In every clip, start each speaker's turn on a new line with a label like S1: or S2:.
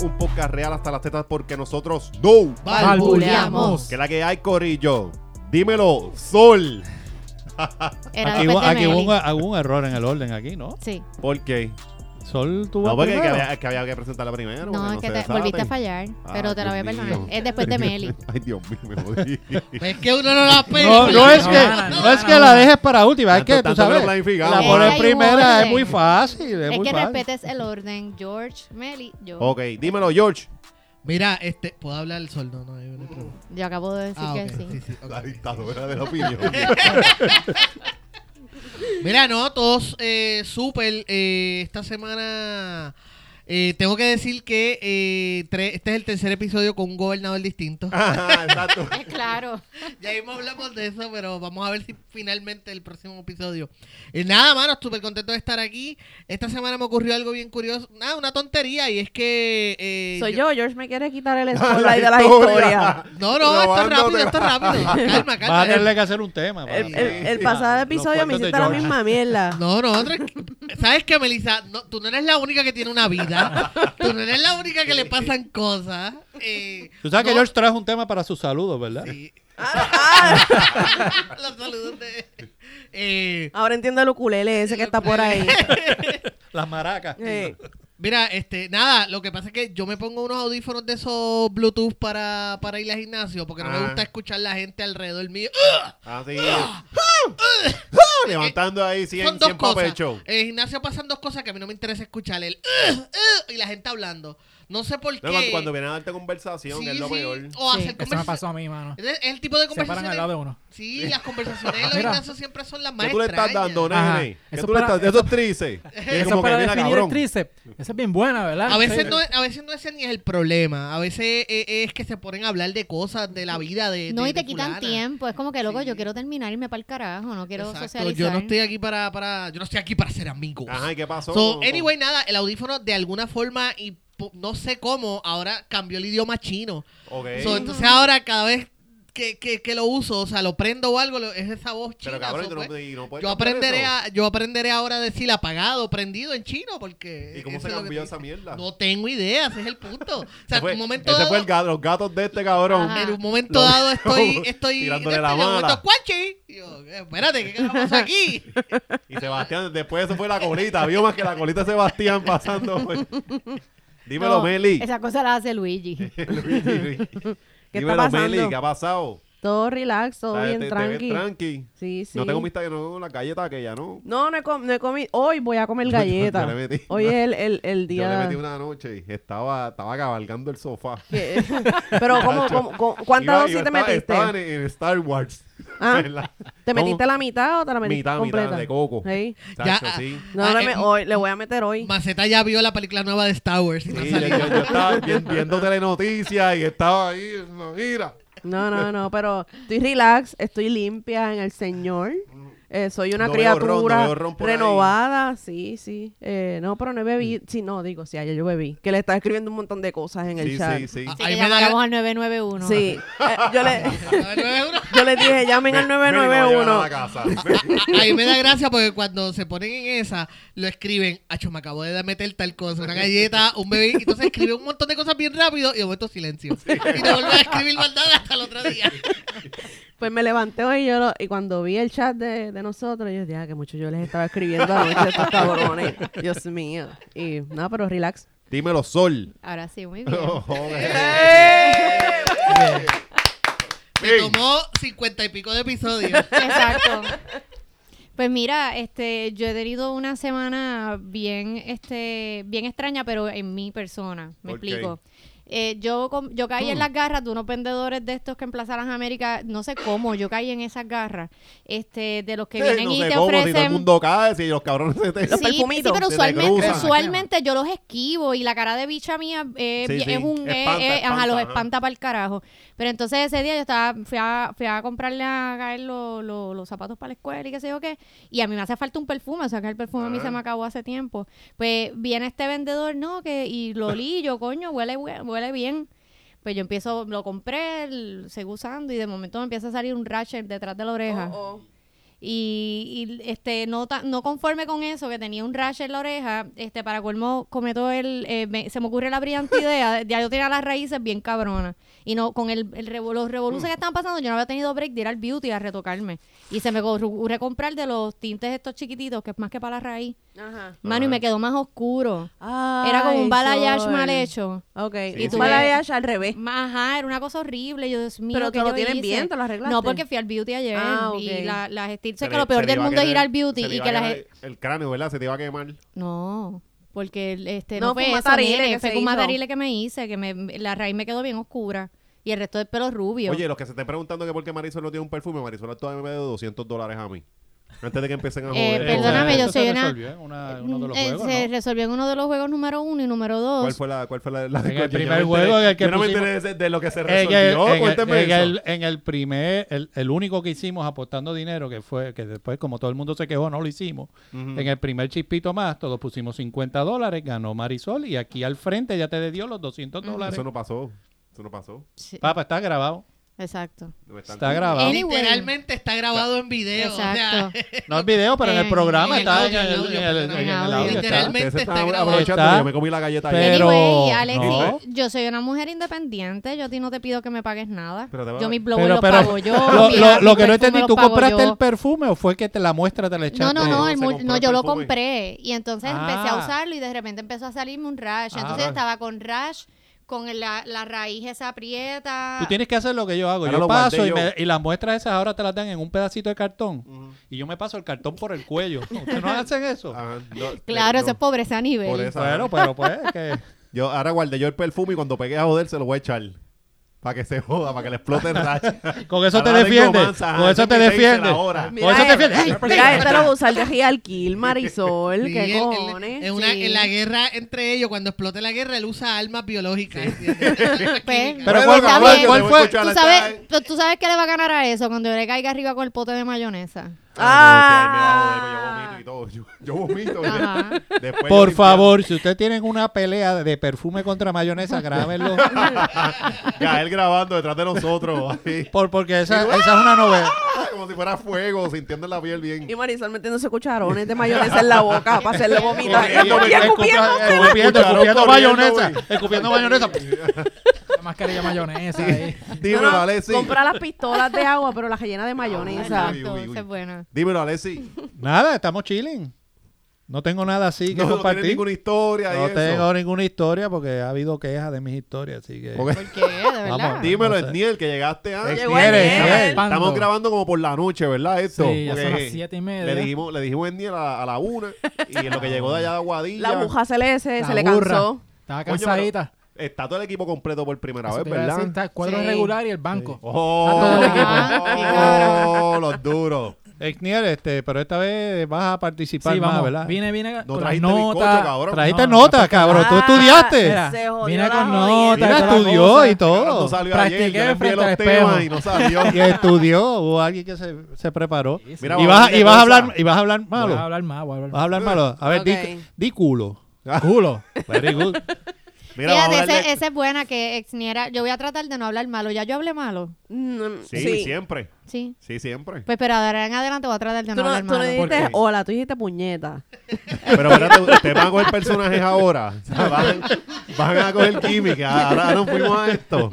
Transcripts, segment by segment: S1: un podcast real hasta las tetas porque nosotros no.
S2: Barbuleamos.
S1: Que la que hay, Corillo. Dímelo, Sol.
S2: Era después
S3: Aquí, hubo-
S2: de
S3: aquí hubo
S2: Meli.
S3: un, algún error en el orden aquí, ¿no?
S2: Sí.
S1: ¿Por qué?
S3: Sol tuvo
S1: No, porque que
S3: primero.
S1: había, que había que presentarla primero. porque
S2: No, es que
S1: se
S2: te
S1: desaten.
S2: volviste a fallar, pero
S1: Ah,
S2: te la voy a
S1: Dios
S2: perdonar.
S1: mío.
S2: Es después de Meli.
S1: Ay, Dios mío, me jodí.
S4: Pues Es que uno no la pega.
S3: No, no es que,
S4: gana,
S3: no es que
S4: gana,
S3: la
S4: no.
S3: dejes para última, es
S1: Tanto-
S3: que tú
S1: tanto que lo
S3: sabes,
S1: planificamos.
S3: la
S2: Es que
S3: pones
S2: hay un
S3: primera es
S2: orden.
S3: muy fácil, es
S2: Es
S3: muy
S2: que
S3: fácil.
S2: respetes el orden. George, Meli, yo.
S1: Ok, dímelo, George.
S4: Mira, este, puedo hablar el sol, no, no, yo no hay problema.
S2: Yo acabo de decir
S4: Ah,
S2: que
S4: ok,
S2: sí.
S4: sí, sí, ok.
S1: La dictadora de la opinión.
S4: Mira, no, todos eh, súper. eh, esta semana eh, tengo que decir que eh, tre- este es el tercer episodio con un gobernador distinto.
S1: Ajá, exacto.
S2: Es claro.
S4: Ya mismo hablamos de eso, pero vamos a ver si finalmente el próximo episodio. Eh, nada, mano, súper contento de estar aquí. Esta semana me ocurrió algo bien curioso. Nada, una tontería, y es que. eh,
S5: Soy yo, George me quiere quitar el spotlight de la
S1: Ah,
S5: historia.
S4: No, no, esto es rápido,
S1: Robándote
S4: esto es
S1: la-
S4: rápido. Calma,
S3: Vas a
S4: calma.
S3: tenerle que hacer un tema. para-
S5: El, el- el pasado
S3: Los
S5: episodio me
S3: cuentos de
S5: hiciste la
S3: George.
S5: misma mierda.
S4: No, no, tranqui- ¿sabes qué, Melissa? No, tú no eres la única que tiene una vida. Tú no eres la única que le pasan cosas. Eh,
S3: Tú sabes que
S4: no-
S3: George trajo un tema para sus saludos, ¿verdad?
S4: Sí.
S5: Ah, ah,
S4: Los saludos de... Eh,
S5: ahora entiendo el ukulele ese que está por ahí.
S3: Las maracas.
S5: Eh,
S4: mira, este, nada, lo que pasa es que yo me pongo unos audífonos de esos Bluetooth para, para ir al gimnasio porque no
S1: Ah.
S4: me gusta escuchar la gente alrededor mío. ¡Ugh!
S1: Así. Levantando ahí 100,
S4: Son dos
S1: 100 pa'
S4: cosas.
S1: pecho.
S4: En el gimnasio pasan dos cosas que a mí no me interesa escuchar. El "Ugh, ugh", y la gente hablando. No sé por
S1: No,
S4: qué.
S1: cuando- cuando vienen a darte conversación,
S4: Sí,
S1: es lo
S4: sí,
S1: peor.
S4: O hacer
S2: Sí.
S6: Eso me
S4: conversaciones.
S6: pasó a mí, mano.
S4: Es el tipo de
S6: Se paran
S4: conversaciones.
S6: al lado de uno. Ah,
S4: Sí, las conversaciones en los
S6: Mira.
S4: gimnasios siempre son las más
S1: ¿Qué tú le estás
S4: extrañas.
S1: dando,
S6: Ajá.
S1: nene? ¿Qué
S6: Eso
S1: tú le
S6: para-
S1: estás dando? Eso es trice. Y es
S6: Eso
S1: como que
S6: para
S1: mira,
S6: definir el
S1: cabrón.
S6: tríceps. Esa es bien buena, ¿verdad?
S4: A veces,
S6: Ah, Sí.
S4: no, es- a veces no ese ni es el problema. A veces eh, es que se ponen a hablar de cosas, de la vida, de.
S2: No,
S4: de-
S2: y te
S4: de
S2: quitan
S4: fulana.
S2: tiempo. Es como que, loco,
S4: Sí.
S2: yo quiero terminar y me para el carajo. No quiero
S4: Exacto,
S2: socializar.
S4: Yo no estoy aquí para, para. Yo no estoy aquí para ser amigos.
S1: Ajá, ¿y qué pasó?
S4: So, anyway, nada, el audífono de alguna forma y po- no sé cómo, ahora cambió el idioma chino.
S1: Ok.
S4: So, entonces ahora cada vez que, que, que lo uso, o sea, lo prendo o algo, lo- es esa voz china.
S1: Pero cabrón,
S4: so,
S1: tú no-
S4: pues,
S1: y no puedes
S4: yo
S1: cambiar
S4: aprenderé
S1: eso.
S4: a, yo aprenderé ahora a decir apagado, prendido en chino, porque.
S1: ¿Y cómo
S4: eso
S1: se
S4: es lo que
S1: cambió
S4: te-
S1: esa mierda?
S4: No tengo idea, ese es el punto. O sea,
S1: Ese fue-
S4: en un momento
S1: Ese
S4: dado,
S1: fue el gato, los gatos de este cabrón.
S2: Ajá.
S4: en un momento
S1: Lo-
S4: dado estoy, estoy
S1: Tirándole
S4: de
S1: la
S4: este, en un
S1: mala.
S4: momento, "Cuachi". Y yo, espérate, ¿qué pasó aquí?
S1: Y Sebastián, después eso fue la colita. Vio más que la colita de Sebastián pasando. güey. Dímelo,
S2: No,
S1: Meli.
S2: Esa cosa la hace Luigi.
S1: Luigi, Luigi.
S5: ¿Qué está
S1: Dímelo, Meli,
S5: pasando?
S1: ¿qué ha pasado?
S5: todo relax, todo
S1: ¿Sabes?
S5: bien
S1: Te- te ves
S5: tranqui.
S1: tranqui.
S5: Sí, sí.
S1: No tengo mis no tengo la galleta aquella, ¿no?
S5: No, no he, com- no he comido. Hoy voy a comer
S1: Yo- yo- yo
S5: galleta.
S1: le metí
S5: Hoy
S1: una-
S5: es el, el, el
S1: Yo le
S5: día.
S1: metí una noche y estaba, estaba cabalgando el sofá.
S5: que- Pero, ¿cómo, cómo, cómo- cuántas
S1: Iba-
S5: dosis
S1: iba-
S5: te
S1: estaba-
S5: metiste?
S1: Estaba en, en Star Wars.
S5: Ah,
S1: En la-
S5: ¿Te
S1: ¿Cómo?
S5: metiste la mitad o te la metiste
S1: Mitad,
S5: completa?
S1: mitad de coco.
S5: Sí.
S1: Chacho,
S4: Ya,
S1: sí.
S5: No,
S4: Ah,
S5: no
S4: eh,
S5: me- hoy, le voy a meter hoy.
S4: Maceta ya vio la película nueva de Star Wars. y no
S1: Sí, yo,
S4: ha salido.
S1: yo- yo estaba vi- viendo telenoticias y estaba ahí, no, mira.
S5: No, no, no, pero estoy relax, estoy limpia en el Señor. Eh, soy una
S1: No veo ron, no
S5: criatura
S1: veo ron por ahí. Mm.
S5: renovada, sí, sí. Eh, no, pero no bebí. Sí, no, digo, sí, ayer yo bebí. Que le estaba escribiendo un montón de cosas en el
S1: Sí,
S5: chat.
S1: sí, sí.
S4: Ah,
S2: Así
S4: Ahí
S2: que
S4: me da-
S2: llamáramos al 991.
S5: Sí, eh, yo, le,
S4: A ver, a ver,
S5: yo le dije, llamen al
S1: Meli, me voy a llevar a la
S5: 991.
S1: casa.
S4: a- Ahí me da gracia porque cuando se ponen en esa, lo escriben, acho, me acabo de meter tal cosa, una galleta, un bebé, y entonces escriben un montón de cosas bien rápido y de momento silencio. Y no vuelven a escribir maldad hasta el otro día.
S5: Pues me levanté hoy y, yo lo- y cuando vi el chat de, de nosotros, yo dije, ah, que mucho yo les estaba escribiendo anoche estos cabrones. Dios mío. Y no, pero relax.
S1: Dímelo, Sol.
S2: Ahora sí, muy bien.
S1: Oh, joder.
S4: Me tomó cincuenta y pico de episodios.
S2: Exacto. Pues mira, este, yo he tenido una semana bien, este, bien extraña, pero en mi persona. Me
S1: ¿Por qué?
S2: explico. Eh, yo, com- yo caí
S1: Mm.
S2: en las garras de unos vendedores de estos que en Plaza Las Américas, no sé cómo, yo caí en esas garras, este, de los que vienen
S1: no
S2: y
S1: sé
S2: te
S1: cómo, si todo el
S2: ofrecen.
S1: mundo cae, si los cabrones se te...
S5: Los
S2: sí,
S5: perfumitos.
S2: sí, pero
S1: Se te
S2: usualmente,
S1: cruzan.
S2: usualmente yo los esquivo y la cara de bicha mía eh,
S1: Sí,
S2: vi-
S1: sí,
S2: es un... eh,
S1: espanta,
S2: eh,
S1: espanta,
S2: ajá, los
S1: ajá.
S2: espanta para el carajo. Pero entonces ese día yo estaba fui a, fui a comprarle a Gael lo- lo- los zapatos para la escuela y qué sé yo qué. Y a mí me hace falta un perfume, o sea que el perfume a mí
S1: Ajá.
S2: se me acabó hace tiempo. Pues viene este vendedor, ¿no? que Y lo olí, yo, coño, huele, hue- huele bien. Pues yo empiezo, lo compré, lo sigo usando y de momento me empieza a salir un ratchet detrás de la oreja.
S5: Oh, oh.
S2: Y, y, este no ta- no conforme con eso, que tenía un rash en la oreja, este para colmo cometo el... eh, me- se me ocurre la brillante idea, ya yo tenía las raíces bien cabronas. Y no, con el, el revo- los revoluciones que estaban pasando, yo no había tenido break de ir al beauty a retocarme. Y se me ocurre comprar de los tintes estos chiquititos, que es más que para la raíz.
S5: Ajá.
S2: Mano, y me quedó más oscuro. Era como un balayage mal hecho.
S5: Ok,
S2: Y
S5: un
S2: tú-
S5: balayage al revés.
S2: Ma- Ajá, era una cosa horrible. Yo, Dios mío,
S5: Pero
S2: ¿qué
S5: te lo
S2: yo
S5: tienen
S2: hice?
S5: bien, te lo arreglaste.
S2: No, porque fui al beauty ayer.
S5: Ah, ok.
S2: Y la- las estirpes,
S1: Se
S2: que
S1: le-
S2: lo peor
S1: se le
S2: del
S1: iba a
S2: mundo es ir
S1: querer-
S2: al beauty.
S1: se le
S2: Y
S1: iba
S2: que
S1: a
S2: las.
S1: quedar El cráneo, ¿verdad? Se te iba a quemar.
S2: No, porque el- este,
S5: No,
S2: no,
S5: fue
S2: fue
S5: un
S2: eso,
S5: matarile
S2: nene,
S5: que
S2: fue
S5: se
S2: con un
S5: hizo.
S2: matarile que me hice, que me, la raíz me quedó bien oscura. Y el resto del pelo rubio.
S1: Oye, los que se estén preguntando que por qué Marisol no tiene un perfume, Marisol todavía me debe 200 dólares a mí. Antes de que empiecen a joder.
S2: Eh, perdóname, yo
S3: Eso se
S2: soy una-
S3: resolvió en una- uno de los
S2: Eh,
S3: juegos,
S2: se
S3: ¿no?
S2: resolvió en uno de los juegos número uno y número dos.
S1: ¿Cuál fue la, cuál fue la, la-
S3: En el
S1: yo no
S3: primer
S1: me enteré-
S3: juego en el que
S1: yo no me
S3: pusimos-
S1: enteré de, de lo que se
S3: En el,
S1: resolvió. este
S3: en el-
S1: Cuénteme
S3: en
S1: eso.
S3: el- en el primer, el, el único que hicimos apostando dinero, que fue que después, como todo el mundo se quejó, no lo hicimos.
S1: Ujú.
S3: En el primer chispito más, todos pusimos 50 dólares, ganó Marisol y aquí al frente ya te dio los 200 dólares.
S1: Eso no pasó. Eso no pasó.
S2: Sí,
S3: Papá, está grabado.
S2: exacto.
S1: Me están-
S3: Está grabado.
S2: Anyway.
S4: Literalmente está grabado en video. o sea,
S2: Exacto.
S3: No el video, pero en el
S2: Eh,
S4: en
S3: programa
S4: el
S3: está en
S4: audio,
S3: el-
S4: en el
S3: en el-
S4: audio,
S3: en el
S2: en
S3: audio. está.
S4: Literalmente
S1: Ustedes
S4: está
S1: estaban
S4: grabado.
S1: aprovechando
S3: Está.
S1: que yo me comí la galleta
S3: Pero-
S1: ayer.
S2: Anyway, Alex,
S3: no.
S2: yo soy una mujer independiente. Yo a ti no te pido que me pagues nada.
S1: Pero te va-
S2: yo mis blogs
S3: Pero,
S2: los
S3: pero,
S2: pago yo.
S3: lo,
S2: mis- mis
S3: lo- lo que no
S2: perfumes
S3: entendí,
S2: los
S3: ¿tú
S2: pago
S3: compraste
S2: yo.
S3: el perfume o fue que te la muestra te
S2: No,
S3: la echaste?
S2: no, no,
S1: Se
S2: el mul-
S1: compró
S2: no,
S1: el
S2: yo lo
S1: perfume.
S2: compré y entonces empecé a
S3: Ah.
S2: usarlo y de repente empezó a salirme un rash. Entonces
S3: Ah.
S2: estaba con rash, con el- la, la raíz esa
S5: Ah.
S2: aprieta.
S3: Tú tienes que hacer lo que yo hago.
S1: Ahora
S3: yo
S1: lo guardé
S3: paso y,
S1: yo.
S3: me- y las muestras esas ahora te las dan en un pedacito de cartón.
S1: Ujú. Ah,
S3: Y yo me paso el cartón por el cuello. ¿Ustedes no hacen eso?
S1: Ajá, no,
S2: Claro,
S1: no.
S2: eso es pobreza a nivel.
S1: Por eso.
S3: Bueno, pero pues que...
S1: Yo ahora guardé yo el perfume y cuando pegué a joder se lo voy a echar. Para que se joda, para que le explote el racha.
S3: Con eso te
S1: Ahora tengo
S3: defiendes.
S1: mansa,
S3: Con
S1: ajá,
S3: eso te
S1: déjame decírsela
S3: defiendes.
S1: ahora.
S3: Con
S5: Mira,
S3: eso te
S5: eh,
S3: defiendes.
S5: eh, mira, este lo va a usar de Real Kill, Marisol.
S4: Sí, él-
S5: ¿Qué
S4: él-
S5: cojones?
S4: en, una-
S2: Sí.
S4: en la guerra entre ellos, cuando explote la guerra, él usa armas biológicas. ¿entiendes?
S2: Pues,
S1: Bueno,
S3: Pero ¿cuál,
S2: está
S3: cuál-
S1: Yo te
S2: bien.
S3: cuál
S1: voy a
S3: fue?
S1: escuchar.
S2: ¿Tú, sabes, pero tú sabes qué le va a ganar a eso cuando yo le caiga arriba con el pote de mayonesa.
S1: Ah, no, que ahí me va a joder, pues yo vomito y todo. Yo, yo vomito.
S2: Ajá.
S1: Después yo
S3: Por
S1: limpiando.
S3: favor, si ustedes tienen una pelea de perfume contra mayonesa, grábenlo.
S1: Ya él grabando detrás de nosotros. ahí.
S3: Por, porque esa, esa es una novedad.
S1: Como si fuera fuego, sintiendo en la piel bien.
S5: Y Marisol metiéndose cucharones de mayonesa en la boca para hacerle vomitar.
S1: Escupiendo,
S5: Y escupiendo.
S3: Escupiendo,
S1: Cucharón
S3: escupiendo
S1: corriendo,
S3: mayonesa.
S1: güey.
S3: Escupiendo mayonesa.
S6: La mascarilla mayonesa. ahí.
S1: Dímelo,
S5: No, no,
S1: Alexi.
S5: Compra las pistolas de agua, pero las llena de mayonesa.
S1: Uy,
S2: Exacto,
S1: uy, uy.
S2: esa es buena.
S1: Dímelo, Alexi.
S3: Nada, estamos chilling. No tengo nada así que
S1: No, no tiene
S3: compartir.
S1: ninguna historia. y
S3: No
S1: eso.
S3: tengo ninguna historia porque ha habido quejas de mis historias, así que...
S1: Ok.
S2: ¿Por qué? De verdad.
S3: Vamos, di-
S1: Dímelo,
S3: No sé.
S1: Edniel, que llegaste antes.
S5: Llegó
S3: Eres,
S5: ayer.
S3: eres.
S1: Estamos
S6: Pando.
S1: grabando como por la noche, ¿verdad? Esto.
S6: Sí, ya son
S1: Porque
S6: las siete y
S1: Le
S6: media.
S1: dijimos, le dijimos Edniel a, la- a la una y en lo que llegó de allá de Aguadilla.
S5: La mujer se le, se,
S6: La
S5: se le
S6: burra.
S5: cansó.
S6: Estaba
S1: Coño,
S6: cansadita.
S1: Está todo el equipo completo por primera
S6: Eso
S1: vez,
S6: te iba a decir,
S1: ¿verdad?
S6: está el cuadro
S2: Sí.
S6: regular y el banco.
S1: Oh,
S6: Está todo el equipo.
S5: Ah,
S1: oh, los duros.
S3: Exnier, este, pero esta vez vas a participar
S6: Sí,
S3: más,
S6: vamos.
S3: ¿verdad?
S6: Vine, vine
S1: No
S6: con las
S1: trajiste bizcocho,
S6: notas.
S1: cabrón.
S3: Trajiste
S6: No, no,
S3: notas,
S6: no,
S3: cabrón. Tú
S5: Ah,
S3: estudiaste.
S6: Mira,
S5: Se jodió
S6: vine
S5: la
S6: con
S5: jodida.
S6: notas. y
S3: Mira,
S6: toda la
S3: estudió
S6: cosa.
S3: y todo.
S1: No salió ayer,
S6: Practiqué
S1: yo le envié
S6: frente
S1: los
S6: al
S1: temas
S6: espejo.
S1: y no salió.
S3: Y estudió. Hubo alguien que se, se preparó.
S6: Sí, sí.
S1: Mira,
S3: y,
S1: vamos
S3: vas,
S1: a
S3: y, vas a
S1: hablar de
S3: hablar, y vas a hablar
S6: Voy
S3: malo.
S6: a hablar más, voy a
S3: Vas
S6: hablar
S3: a
S6: más.
S3: hablar malo. A ver,
S5: Ok.
S3: di, di culo.
S6: Culo.
S3: Very good.
S1: Mira, vamos a
S2: Fíjate,
S1: hablar
S2: ese-
S1: de-
S2: esa es buena que exniera. Yo voy a tratar de no hablar malo. Ya yo hablé malo.
S5: Mm,
S1: Sí, siempre.
S2: Sí.
S1: Sí, siempre.
S2: Pues, pero de ahora en adelante voy a tratar de
S5: Tú
S2: no
S5: no,
S2: hablar
S5: tú no
S2: malo.
S1: ¿Por
S5: dijiste
S1: qué?
S5: hola, tú dijiste puñeta.
S1: Pero espérate, ustedes van a coger personajes ahora. O sea, van, van a coger química. Ahora nos fuimos a esto.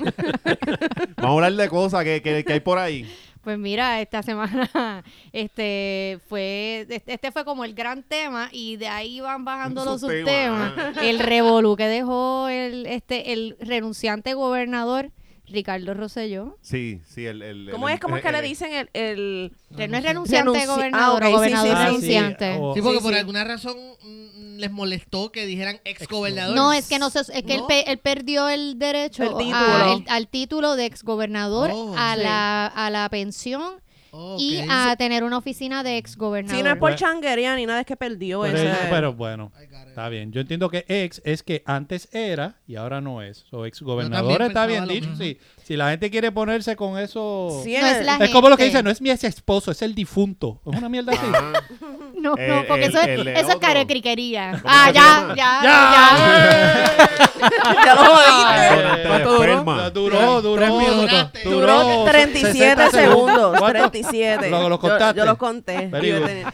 S1: Vamos a hablar de cosas que, que, que hay por ahí.
S2: Pues mira, esta semana este fue este este fue como el gran tema y de ahí van bajando los
S1: Subtema.
S2: subtemas. El revolú que dejó el este el renunciante gobernador Ricardo Rosselló.
S1: Sí, sí, el. el
S5: ¿Cómo
S1: el-
S5: es? ¿Cómo es que
S1: el-
S5: le
S1: el-
S5: dicen el, el-
S2: Que no es renunciante
S5: Renunci-
S2: gobernador,
S5: ah, ok,
S2: o gobernador
S5: sí, Ah, sí, sí.
S2: renunciante.
S3: o-
S4: Sí, porque
S5: Sí,
S4: por
S5: sí.
S4: alguna razón mm, les molestó que dijeran ex gobernador.
S2: No, es que no se- es que él,
S4: No.
S2: pe- él perdió el derecho
S5: El
S2: a-
S5: título.
S2: el- al título de exgobernador,
S4: Oh,
S2: a
S5: sí.
S2: la a la pensión
S4: Ok.
S2: y a tener una oficina de exgobernador.
S5: Sí, no es por
S3: Bueno.
S5: changuería ni nada, es que perdió
S3: pero,
S5: ese.
S3: pero bueno,
S4: I got it.
S3: está bien. Yo entiendo que ex es que antes era y ahora no es. O ex
S4: Yo
S3: gobernador
S4: también
S3: está bien
S4: pensaba lo
S3: dicho.
S4: mismo.
S3: Si, si la gente quiere ponerse con eso.
S5: Sí,
S2: No es la
S3: es como lo que
S2: gente.
S3: dice, no es mi ex esposo, es el difunto. Es una mierda así.
S1: Ajá.
S2: No,
S1: El-
S2: no, porque
S1: el-
S2: eso es,
S1: el de
S2: eso es
S1: otro.
S2: carecriquería.
S1: ¿Cómo
S2: Ah,
S1: se llama?
S2: ya, ya, ya.
S5: ya lo jodiste.
S1: Durante la
S3: ¿Cuánto duró?
S1: enferma.
S3: Duró, duró,
S6: Tres
S3: duró.
S6: minutos.
S3: duró
S5: Duró 37
S3: 60
S5: segundos.
S3: ¿Cuánto?
S5: 27.
S3: Lo- lo
S5: Yo- Yo,
S3: contaste.
S5: los conté.
S3: Very
S5: Yo
S3: good.
S5: tenía-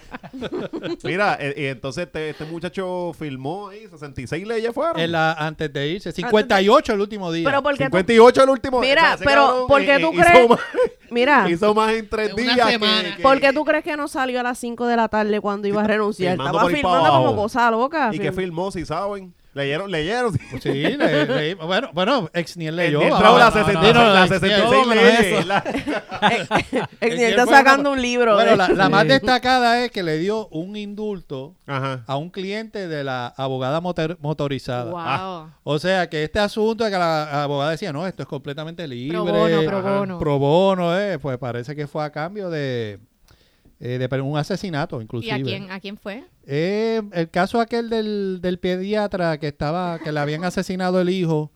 S1: Mira, eh, y entonces este, este muchacho filmó ahí 66 leyes fueron.
S3: En la- antes de irse. 58 el último día.
S5: Pero porque
S1: 58 el último.
S5: Mira,
S1: ese
S5: pero
S1: cabrón,
S5: ¿por qué
S1: eh,
S5: tú
S1: hizo
S5: crees?
S1: más-
S5: Mira,
S1: Hizo más en tres
S4: En una
S1: días que,
S4: semana.
S1: que-
S5: ¿por qué tú crees que no salió a las 5 de la tarde cuando iba a renunciar?
S1: Filmando
S5: Estaba
S1: por ahí para
S5: filmando como
S1: abajo.
S5: cosa loca.
S1: ¿Y
S5: fil-
S1: que filmó, si saben? ¿Leyeron? ¿Leyeron?
S3: Sí, le- le- bueno, bueno, Exniel leyó. ah,
S1: Él
S3: vamos,
S1: trajo la
S3: no, no,
S1: 66
S3: no,
S1: la
S3: Exniel.
S1: 66
S3: Todo menos eso.
S1: leyes. la-
S5: Eh, El
S3: Exniel
S5: niño está
S3: fue una-
S5: sacando un libro.
S3: Bueno,
S5: de-
S3: la, la
S6: Sí.
S3: más destacada es que le dio un indulto
S1: Ajá.
S3: a un cliente de la abogada motor- motorizada.
S2: Wow.
S3: O sea, que este asunto de que la abogada decía, no, esto es completamente libre.
S2: Pro bono, pro
S1: ajá,
S2: bono.
S3: pro bono, eh, pues parece que fue a cambio de, eh, de per- un asesinato,
S2: ¿Y
S3: inclusive.
S2: a
S1: pues.
S2: quién, a quién fue?
S3: Eh, el caso aquel del, del pediatra que estaba, que le habían asesinado el hijo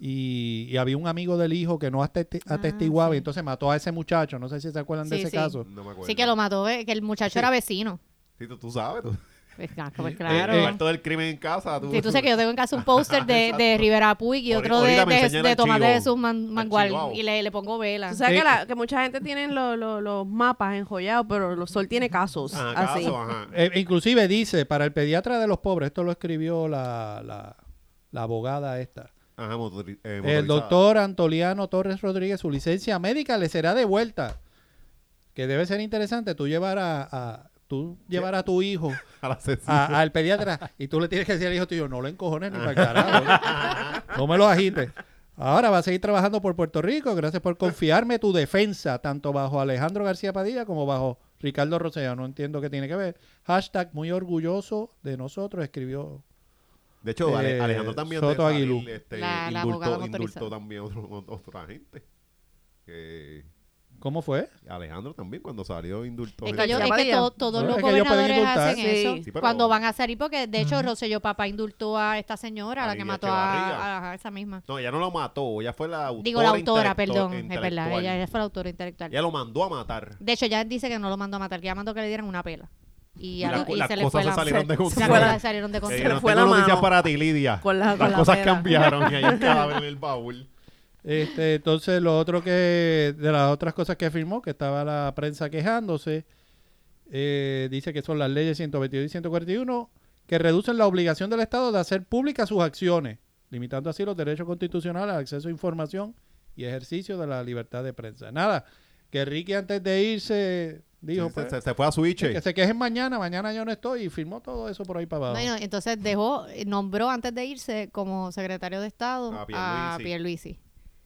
S3: y, y había un amigo del hijo que no atesti-
S2: Ah,
S3: atestiguaba y
S2: sí.
S3: entonces mató a ese muchacho. No sé si se acuerdan de
S2: Sí,
S3: ese
S2: sí.
S3: caso.
S1: No me acuerdo.
S2: Sí, que lo mató, eh, que el muchacho era vecino.
S1: Sí, tú, tú sabes. Tú.
S2: Pues, ah, pues
S1: Eh,
S2: claro.
S1: igual todo el crimen en casa. Tú,
S2: Sí, tú sabes que yo tengo en casa un póster de, de
S1: Exacto.
S2: Rivera Puig y
S1: Ahorita-
S2: otro de,
S1: ahorita me
S2: de,
S1: enseñan
S2: de
S1: el
S2: Tomás
S1: chivo.
S2: de Jesús Man-
S1: El
S2: Mangual
S1: chihuahua.
S2: y le, le pongo vela.
S5: Tú sabes
S3: Eh,
S5: que, la- que mucha gente tiene lo- lo- los mapas enjollados, pero los Sol tiene casos.
S1: Ajá,
S5: así.
S1: caso, ajá.
S3: Eh, inclusive dice, para el pediatra de los pobres, esto lo escribió la, la- la abogada esta.
S1: Ajá, motori- eh,
S3: El
S1: motorizada.
S3: doctor Antoliano Torres Rodríguez, su licencia médica le será devuelta. Que debe ser interesante tú llevar a, a- tú llevar a tu hijo
S1: A la asesina.
S3: a- al pediatra y tú le tienes que decir al hijo tuyo, no lo encojones ni para el carajo. No me lo agites. Ahora va a seguir trabajando por Puerto Rico. Gracias por confiarme tu defensa, tanto bajo Alejandro García Padilla como bajo Ricardo Rosellano. No entiendo qué tiene que ver. Hashtag muy orgulloso de nosotros, escribió.
S1: De hecho, Ale-
S3: eh,
S1: Alejandro también.
S3: Soto
S1: de
S3: Aguilú.
S1: Este,
S2: La- la
S1: indultó,
S2: abogada
S1: indultó
S2: motorizada.
S1: también a otro, a otra gente. Que
S3: ¿Cómo fue?
S1: Alejandro también cuando salió indultó.
S2: Es que,
S1: gente.
S2: ellos-
S5: ya
S2: es
S5: para
S2: que
S5: allá.
S2: to- todos
S3: No,
S2: los
S3: es que ellos pueden
S2: gobernadores
S3: indultar.
S2: hacen
S5: Sí.
S2: eso
S1: Sí, pero-
S2: cuando van a salir, porque de hecho
S3: Ujú.
S2: Rosselló Papá indultó a esta señora,
S1: A
S2: la que
S1: Lidia
S2: mató a,
S1: Echevarría.
S2: a- ajá, esa misma.
S1: No, ella no lo mató. Ella fue la autora.
S2: Digo, la autora,
S1: intelectu-
S2: perdón, es verdad,
S1: intelectual.
S2: ella, ella fue la autora intelectual.
S1: Ella lo mandó a matar.
S2: De hecho, ya dice que no lo mandó a matar, que ya mandó que le dieran una pela. Y,
S1: Y
S2: a la-
S1: la-
S2: y
S1: las
S2: se le
S1: cosas
S2: fue
S1: se
S2: la...
S1: salieron de
S2: se- las
S1: control.
S2: cosas salieron de
S1: Que
S2: control.
S1: yo no
S5: fue
S1: tengo
S5: la
S1: noticias
S5: mano.
S1: para ti, Lidia.
S5: Con la-
S1: Las
S5: con la
S1: cosas
S5: peda.
S1: cambiaron y hay un cadáver en el baúl.
S3: Este, entonces, lo otro que, de las otras cosas que afirmó, que estaba la prensa quejándose, eh, dice que son las leyes 122 y 141 que reducen la obligación del Estado de hacer públicas sus acciones, limitando así los derechos constitucionales al acceso a información y ejercicio de la libertad de prensa. Nada, que Ricky antes de irse dijo,
S1: Sí,
S3: pues,
S1: se, se fue a Switch.
S3: que se quejen mañana, mañana yo no estoy, y firmó todo eso por ahí para
S2: No,
S3: abajo.
S2: y no, entonces dejó, eh, nombró antes de irse como secretario de Estado
S1: A
S2: a
S1: Pierluisi.
S2: Pierluisi.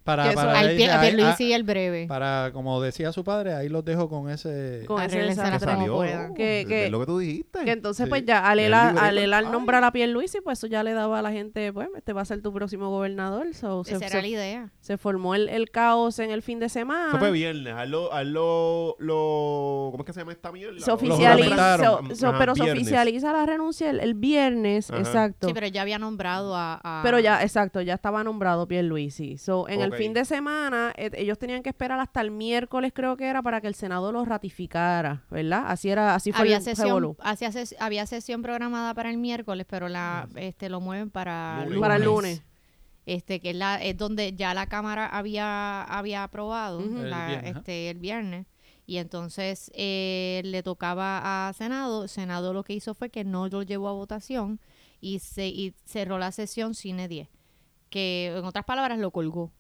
S3: Para,
S5: que eso-
S3: para,
S2: Al
S3: ahí-
S2: Pier- A
S3: ahí-
S2: Pierluisi
S3: ah,
S2: el breve.
S3: para, como decía su padre, ahí los dejo con ese...
S5: Con ese
S2: Arréglense
S5: desastre.
S2: la
S1: que
S2: como
S1: salió.
S2: puedan.
S1: ¿no?
S5: Que-
S1: Es
S5: que-
S1: lo que tú dijiste.
S5: Que entonces
S3: Sí.
S5: pues ya
S1: El
S5: al la
S1: libreto,
S5: al
S1: ay.
S5: nombrar a Pierluisi, pues eso ya le daba a la gente, pues este va a ser tu próximo gobernador. So, se,
S2: Esa era
S5: se-
S2: la idea.
S5: se formó el, el caos en el fin de semana.
S1: Eso fue viernes. A lo, a lo, lo- ¿Cómo es que se llama esta mierda?
S5: Se oficializa,
S3: juramentaron.
S5: so- so-
S1: Ajá,
S5: pero se
S1: viernes.
S5: oficializa la renuncia el, el viernes,
S1: Ajá.
S5: exacto.
S2: Sí,
S5: pero...
S2: pero ah. ya había nombrado a... a-
S5: ya, exacto, ya estaba nombrado Pierluisi. So, en
S1: Ok.
S5: el fin de semana, eh, ellos tenían que esperar hasta el miércoles, creo que era, para que el Senado lo ratificara, ¿verdad? Así era, así fue
S2: había
S5: el
S2: sesión,
S5: revolú.
S2: hacía ses- había sesión programada para el miércoles, pero la este lo mueven para
S1: Lunes.
S5: Para el lunes.
S2: Este que es la es donde ya la cámara había había aprobado
S5: Ujú.
S3: El
S2: la-
S3: viernes, ajá.
S2: este el viernes y entonces eh, le tocaba a Senado, Senado lo que hizo fue que no lo llevó a votación y se y cerró la sesión cine 10, que en otras palabras lo colgó,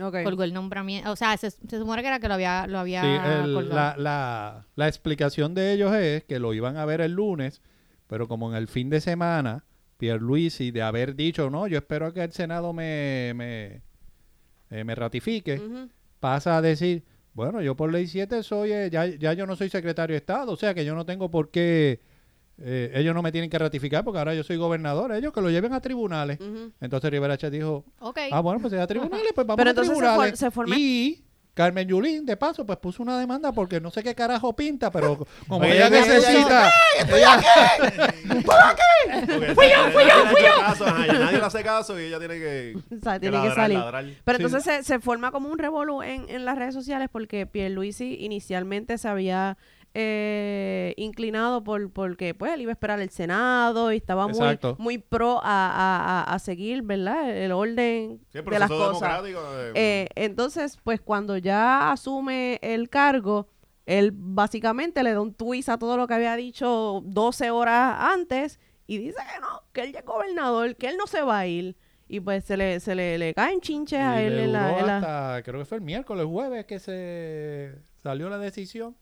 S5: Ok.
S2: colgó el nombramiento, o sea, se, se supone que era que lo había lo había
S3: Sí, el-
S2: colgado.
S3: la, la- la explicación de ellos es que lo iban a ver el lunes, pero como en el fin de semana, Pierluisi, de haber dicho, no, yo espero que el Senado me, me, eh, me ratifique,
S5: Ujú.
S3: pasa a decir, bueno, yo por ley 7 soy, eh, ya, ya yo no soy secretario de Estado, o sea que yo no tengo por qué, eh, ellos no me tienen que ratificar porque ahora yo soy gobernador, ellos que lo lleven a tribunales.
S5: Ujú.
S3: Entonces Rivera Chat dijo,
S2: Ok.
S3: Ah, bueno, pues se da a tribunales, pues vamos
S5: Pero
S3: a
S5: entonces se
S3: tribunales.
S5: for- se forma-
S3: Y Carmen Yulín, de paso, pues puso una demanda porque no sé qué carajo pinta, pero como
S1: Oye,
S3: ella
S1: yo- yo- yo-
S3: necesita...
S1: fui yo, fui yo, fui yo. nadie le hace caso y ella tiene que.
S5: O sea, tiene que
S1: ladrar,
S5: salir.
S1: ladrar.
S5: Pero
S3: Sí.
S5: entonces se, se forma como un revolú en, en las redes sociales porque Pierluisi inicialmente se había eh, inclinado por porque pues él iba a esperar el Senado y estaba muy,
S3: Exacto.
S5: muy pro a, a- a- a seguir, ¿verdad? El orden
S1: Sí, el
S5: de las
S1: proceso
S5: cosas.
S1: democrático. eh,
S5: Eh, entonces, pues cuando ya asume el cargo, Él básicamente le da un twist a todo lo que había dicho 12 horas antes y dice que no, que él ya es gobernador, que él no se va a ir. Y pues se le, se le, le caen chinches a
S3: Y
S5: él
S3: le
S5: en la-
S3: duró
S5: en la-
S3: hasta, creo que fue el miércoles, jueves, que se salió la decisión.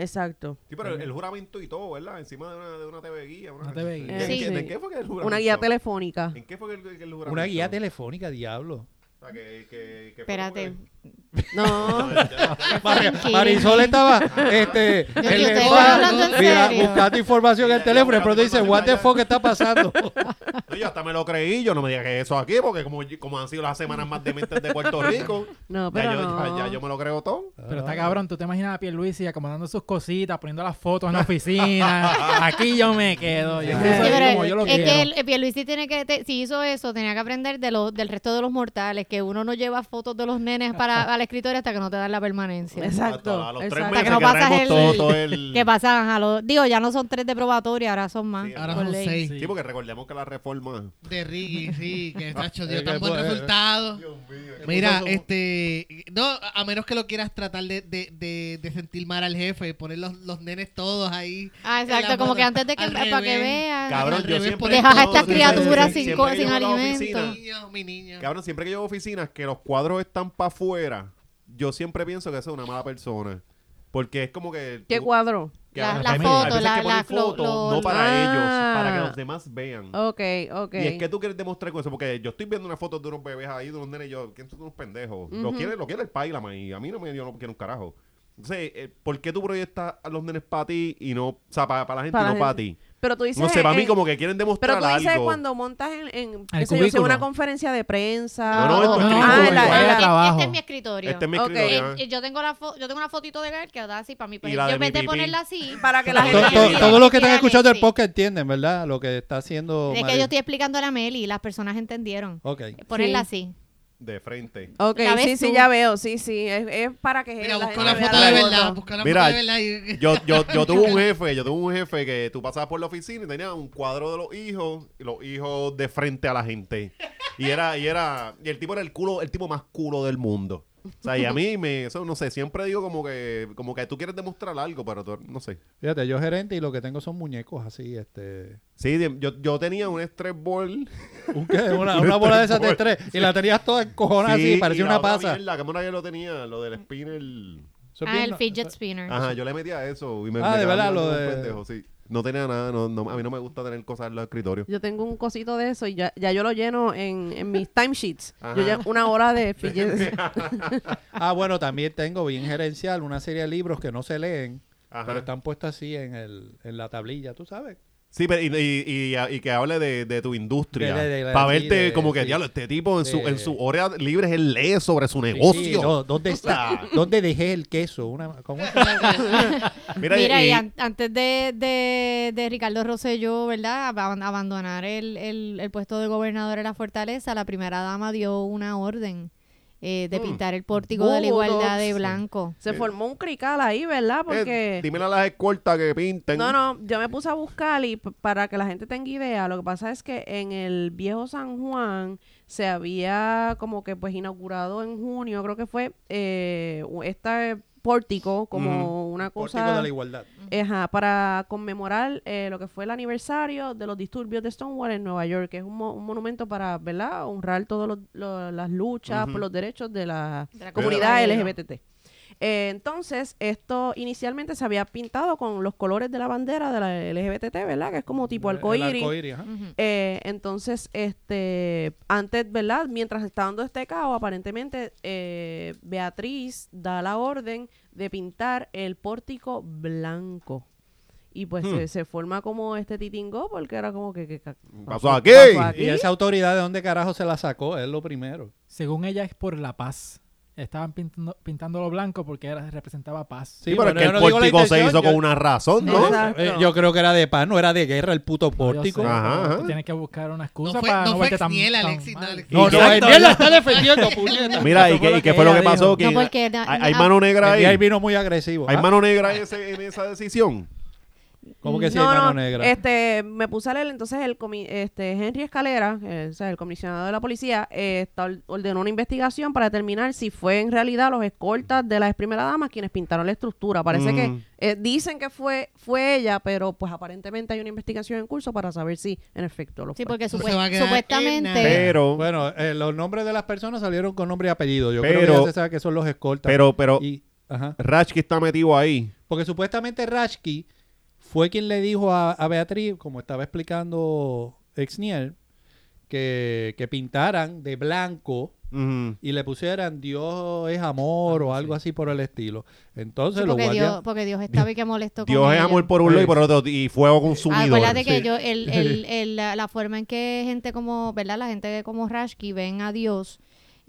S5: Exacto.
S1: Sí, pero el, el juramento y todo, ¿verdad? Encima de una, de una TV guía. Una,
S6: Una TV guía.
S1: ¿En,
S2: Sí.
S1: qué,
S5: Sí.
S1: en qué fue que el juramento?
S5: Una guía telefónica.
S1: ¿En qué fue que el, que el juramento?
S3: Una guía telefónica, diablo.
S1: O sea, que, que, que fue
S2: Espérate.
S1: como
S5: No.
S1: que- Ya- ya-
S2: pues, Tranquila.
S3: Marisol estaba, este,
S2: que
S3: él
S2: ustedes
S3: estaba,
S2: hablando en
S3: mira,
S2: serio.
S3: buscando información en el
S1: Ya, ya,
S3: teléfono, y de pronto
S1: buscando
S3: dice, what the
S1: información
S3: fuck está pasando.
S1: No, yo hasta me lo creí, yo no me diga que eso aquí, porque como, como han sido las semanas más dementes de Puerto Rico,
S5: No,
S1: ya,
S5: pero
S1: yo, ya-
S5: no.
S1: ya yo me lo creo todo.
S6: Pero está cabrón, tú te imaginas a Pierluisi acomodando sus cositas, poniendo las fotos en la oficina. Aquí yo me quedo. Yo
S3: Sí,
S6: soy
S2: Sí, pero
S6: Pues, como yo lo
S2: es
S6: quiero.
S2: que el, el Pierluisi tiene que, te- si hizo eso, tenía que aprender de los del resto de los mortales, que uno no lleva fotos de los nenes para al escritorio hasta que no te dan la permanencia.
S5: Exacto.
S1: A los tres
S5: exacto.
S1: meses
S2: que no
S1: que
S2: pasas
S1: traemos
S2: el-
S1: todo, todo el...
S2: ¿Qué pasa, ajá, lo- digo, ya no son tres de probatoria, ahora son más.
S1: Sí,
S4: Ahora
S2: por
S4: son
S2: ley.
S4: seis.
S1: Sí, porque recordemos que la reforma...
S4: De Ricky, sí, que Nacho
S3: es
S4: dio
S3: que
S4: tan buen
S3: fue-
S4: resultado.
S1: eh, Dios mío.
S4: Mira,
S3: puso su-
S4: este, no, a menos que lo quieras tratar de, de, de, de sentir mal al jefe, poner los, los nenes todos ahí.
S2: Ah,
S4: en la
S2: exacto, como
S4: foto,
S2: que antes de que
S4: al
S2: para que
S4: revés.
S2: veas.
S1: Cabrón,
S4: al
S1: yo
S4: revés,
S1: siempre...
S4: porque
S2: Dejas a
S1: no,
S2: estas
S1: sí, sí,
S2: criaturas
S1: sí, sí,
S2: sin
S1: siempre
S2: co-
S1: que
S2: sin
S1: yo voy a la
S2: alimento.
S1: oficina,
S4: Mi niño, mi niño.
S1: Cabrón, siempre que yo voy a oficinas que los cuadros están para afuera, yo siempre pienso que esa es una mala persona. Porque es como que...
S5: ¿Qué
S1: tú-
S5: cuadro?
S1: que
S2: La-
S1: a-
S2: la
S1: a veces
S2: foto,
S1: que
S2: la-
S1: ponen
S2: la- lo-
S1: fotos,
S2: lo-
S1: No para
S5: Ah.
S1: ellos, para que los demás vean.
S5: Ok, ok.
S1: Y es que tú quieres demostrar con eso, porque yo estoy viendo una foto de unos bebés ahí, de unos nenes, y yo, ¿quién son unos pendejos? lo,
S5: Ujú.
S1: quiere, lo quiere el país, la maíz. A mí no me yo no quiero un carajo. Entonces, eh, ¿por qué tú proyectas a los nenes para ti y no, o sea, para la gente
S5: Pa'
S1: y
S5: la
S1: no para
S5: gente.
S1: ti?
S5: Pero tú dices.
S1: No sé, para mí
S5: en-
S1: como que quieren
S5: Pero
S1: demostrar
S5: tú dices
S1: algo.
S5: cuando montas en, en
S6: El
S5: qué sé yo, si una
S6: cubículo.
S5: conferencia de
S1: No,
S5: prensa.
S1: no, esto
S5: o-
S1: es
S5: ah,
S1: cubículo, igual.
S5: en la- en la-
S2: Este- Este es
S6: trabajo.
S2: mi escritorio.
S1: Este es mi
S5: Ok.
S1: escritorio,
S2: Eh, yo tengo la fo- yo tengo una fotito de Gael que da así para mí. pero
S1: Y la
S2: yo
S1: de
S2: en vez
S1: mi
S2: de
S1: pipí.
S2: ponerla así.
S5: Para que la
S1: To-
S5: gente.
S1: to-
S5: entienda.
S3: Todos los que están
S2: Sí,
S3: escuchando el
S2: sí.
S3: podcast entienden, ¿verdad? Lo que está haciendo
S2: Es que
S3: María.
S2: yo estoy explicando a la Meli y las personas entendieron.
S3: Ok.
S2: Ponerla así.
S1: de frente.
S5: Ok,
S2: ¿La ves
S5: sí, sí,
S2: tú?
S5: ya veo, sí, sí. Es, es para que
S4: Mira,
S5: la
S4: busca
S5: gente
S4: la
S5: vea
S4: foto de
S5: la
S4: verdad,
S5: foto.
S4: busca la
S1: Mira,
S4: foto de verdad. y-
S1: Yo, yo, yo tuve un jefe, yo tuve un jefe que tú pasabas por la oficina y tenía un cuadro de los hijos, y los hijos de frente a la gente. Y era, y era, y el tipo era el culo, el tipo más culo del mundo. O sea, y a mí me, eso no sé, siempre digo como que, como que tú quieres demostrar algo, pero tú- no sé.
S3: Fíjate, yo gerente y lo que tengo son muñecos así, este...
S1: Sí, de- yo, yo tenía un stress ball.
S3: ¿Un qué? Una, una bola de esas de tres. Y la tenías toda encojonada
S1: Sí,
S3: así,
S1: y
S3: parecía
S1: la
S3: una
S1: otra
S3: pasa.
S1: mierda, que mona que lo tenía, lo del spinner.
S3: Eso es
S2: Ah,
S3: bien-
S2: el fidget spinner.
S1: Ajá, yo le metía eso y me
S3: Ah,
S1: me
S3: de
S1: quedaba
S3: verdad,
S1: mirando
S3: lo
S1: como un
S3: de-
S1: pendejo, sí. No tenía nada, no, no, a mí no me gusta tener cosas en los escritorios.
S5: Yo tengo un cosito de eso y ya, ya yo lo lleno en, en mis timesheets.
S1: Ajá.
S5: Yo llevo una hora de fidget-
S3: Ah, bueno, también tengo bien gerencial una serie de libros que no se leen,
S1: Ajá.
S3: pero están puestos así en, el, en la tablilla, tú sabes.
S1: Sí, pero y, y, y- y que hable de, de tu industria.
S3: De- de- de-
S1: para
S3: sí,
S1: verte
S3: de-
S1: como que,
S3: sí.
S1: diablo, este tipo en su,
S3: De-
S1: en su hora libre él lee sobre su
S3: Sí,
S1: negocio.
S3: sí, no, ¿dónde, está, ¿Dónde dejé el queso? Una, ¿cómo es?
S1: Mira,
S2: Mira,
S1: y-
S2: y an- antes de, de, de Ricardo Rosselló, ¿verdad? Ab- Abandonar el, el, el puesto de gobernador de la fortaleza, la primera dama dio una orden eh, de
S1: Mm.
S2: pintar el pórtico de la igualdad de
S5: Bulldogs.
S2: blanco.
S5: Se formó un crical ahí, ¿verdad?
S1: eh,
S5: Porque.
S1: dímelo a las escoltas que pinten.
S5: No, no, yo me puse a buscar y p- para que la gente tenga idea, lo que pasa es que en el viejo San Juan se había como que pues inaugurado en junio, creo que fue, eh, u- este pórtico como una
S3: Pórtico
S5: cosa
S3: de la igualdad.
S5: ajá, para conmemorar eh, lo que fue el aniversario de los disturbios de Stonewall en Nueva York, que es un, mo- un monumento para, ¿verdad?, honrar todas las luchas
S1: Ujú.
S5: por los derechos de la,
S2: De la
S5: comunidad
S2: comunidad.
S5: LGBT. Eh, entonces, esto inicialmente se había pintado con los colores de la bandera de la LGBT, ¿verdad? Que es como tipo
S3: El- el
S5: arcoíris.
S3: arcoíris, ajá.
S2: Ujú.
S5: Eh, entonces, este, antes, ¿verdad? Mientras está dando este caos, aparentemente eh, Beatriz da la orden de pintar el pórtico blanco. Y pues
S1: Hmm.
S5: se, se forma como este titingo porque era como que... que- que-
S1: Pasó aquí.
S5: pasó aquí.
S3: Y esa autoridad, ¿de dónde carajo se la sacó? Es lo primero.
S6: Según ella es por la paz. Estaban pintando, pintando lo blanco porque era, representaba paz.
S1: Sí, pero es
S3: bueno,
S1: que
S3: yo
S1: el
S3: no digo la
S1: pórtico se
S3: intención,
S1: hizo
S3: yo-
S1: con una razón, ¿no?
S5: Exacto.
S3: Eh, yo creo que era de paz, no era de guerra el puto
S6: No, yo
S3: pórtico.
S6: sé,
S1: Ajá,
S6: pero
S1: ajá.
S6: tú Tienes que buscar una excusa
S4: No fue-
S6: para
S4: no
S6: no,
S4: fue
S6: verte tan,
S4: Xniel,
S6: tan
S4: Alexis, no,
S6: mal.
S4: Alexis.
S3: No, no,
S1: Exacto.
S3: Daniel la está defendiendo, puñeta.
S1: Mira, y
S6: Eso fue
S1: que,
S6: lo
S1: y que
S6: que
S1: fue lo que
S6: ella
S1: pasó.
S6: dijo.
S1: Que
S2: No, porque na-
S1: hay, hay
S2: na-
S1: mano negra
S3: Daniel
S1: ahí.
S3: vino muy agresivo.
S1: Hay
S3: Ah,
S1: mano negra ese, en esa decisión.
S3: ¿Cómo que sí,
S5: No,
S3: hay mano
S5: no,
S3: negra?
S5: Este, me puse a leer, entonces el comi- este Henry Escalera, eh, o sea, el comisionado de la policía, eh, está- ordenó una investigación para determinar si fue en realidad los escoltas de las primera damas quienes pintaron la estructura. Parece
S1: Mm.
S5: que eh, dicen que fue fue ella, pero pues aparentemente hay una investigación en curso para saber si en efecto lo
S2: Sí,
S5: fue.
S2: porque
S4: Se
S2: supue-
S4: va a quedar en nada.
S2: supuestamente...
S1: Pero,
S3: Bueno, eh, los nombres de las personas salieron con nombre y apellido. Yo creo
S1: Pero-
S3: que ya se sabe que son los escoltas.
S1: pero, pero,
S3: Y- ajá.
S1: Rashki está metido ahí.
S3: Porque supuestamente Rashki fue quien le dijo a, a Beatriz, como estaba explicando Exnier, que, que pintaran de blanco
S1: Ujú.
S3: y le pusieran Dios es amor o algo así por el estilo. Entonces
S2: Sí,
S3: los
S2: porque,
S3: guardias...
S2: Dios, porque Dios estaba y que molestó con
S1: Dios es
S2: ellos.
S1: amor por un lado y por
S3: Pues,
S1: otro, y fuego consumidor.
S2: Ah, Acuérdate que yo, el, el- el- la, la forma en que gente como, ¿verdad? La gente como Rashki ven a Dios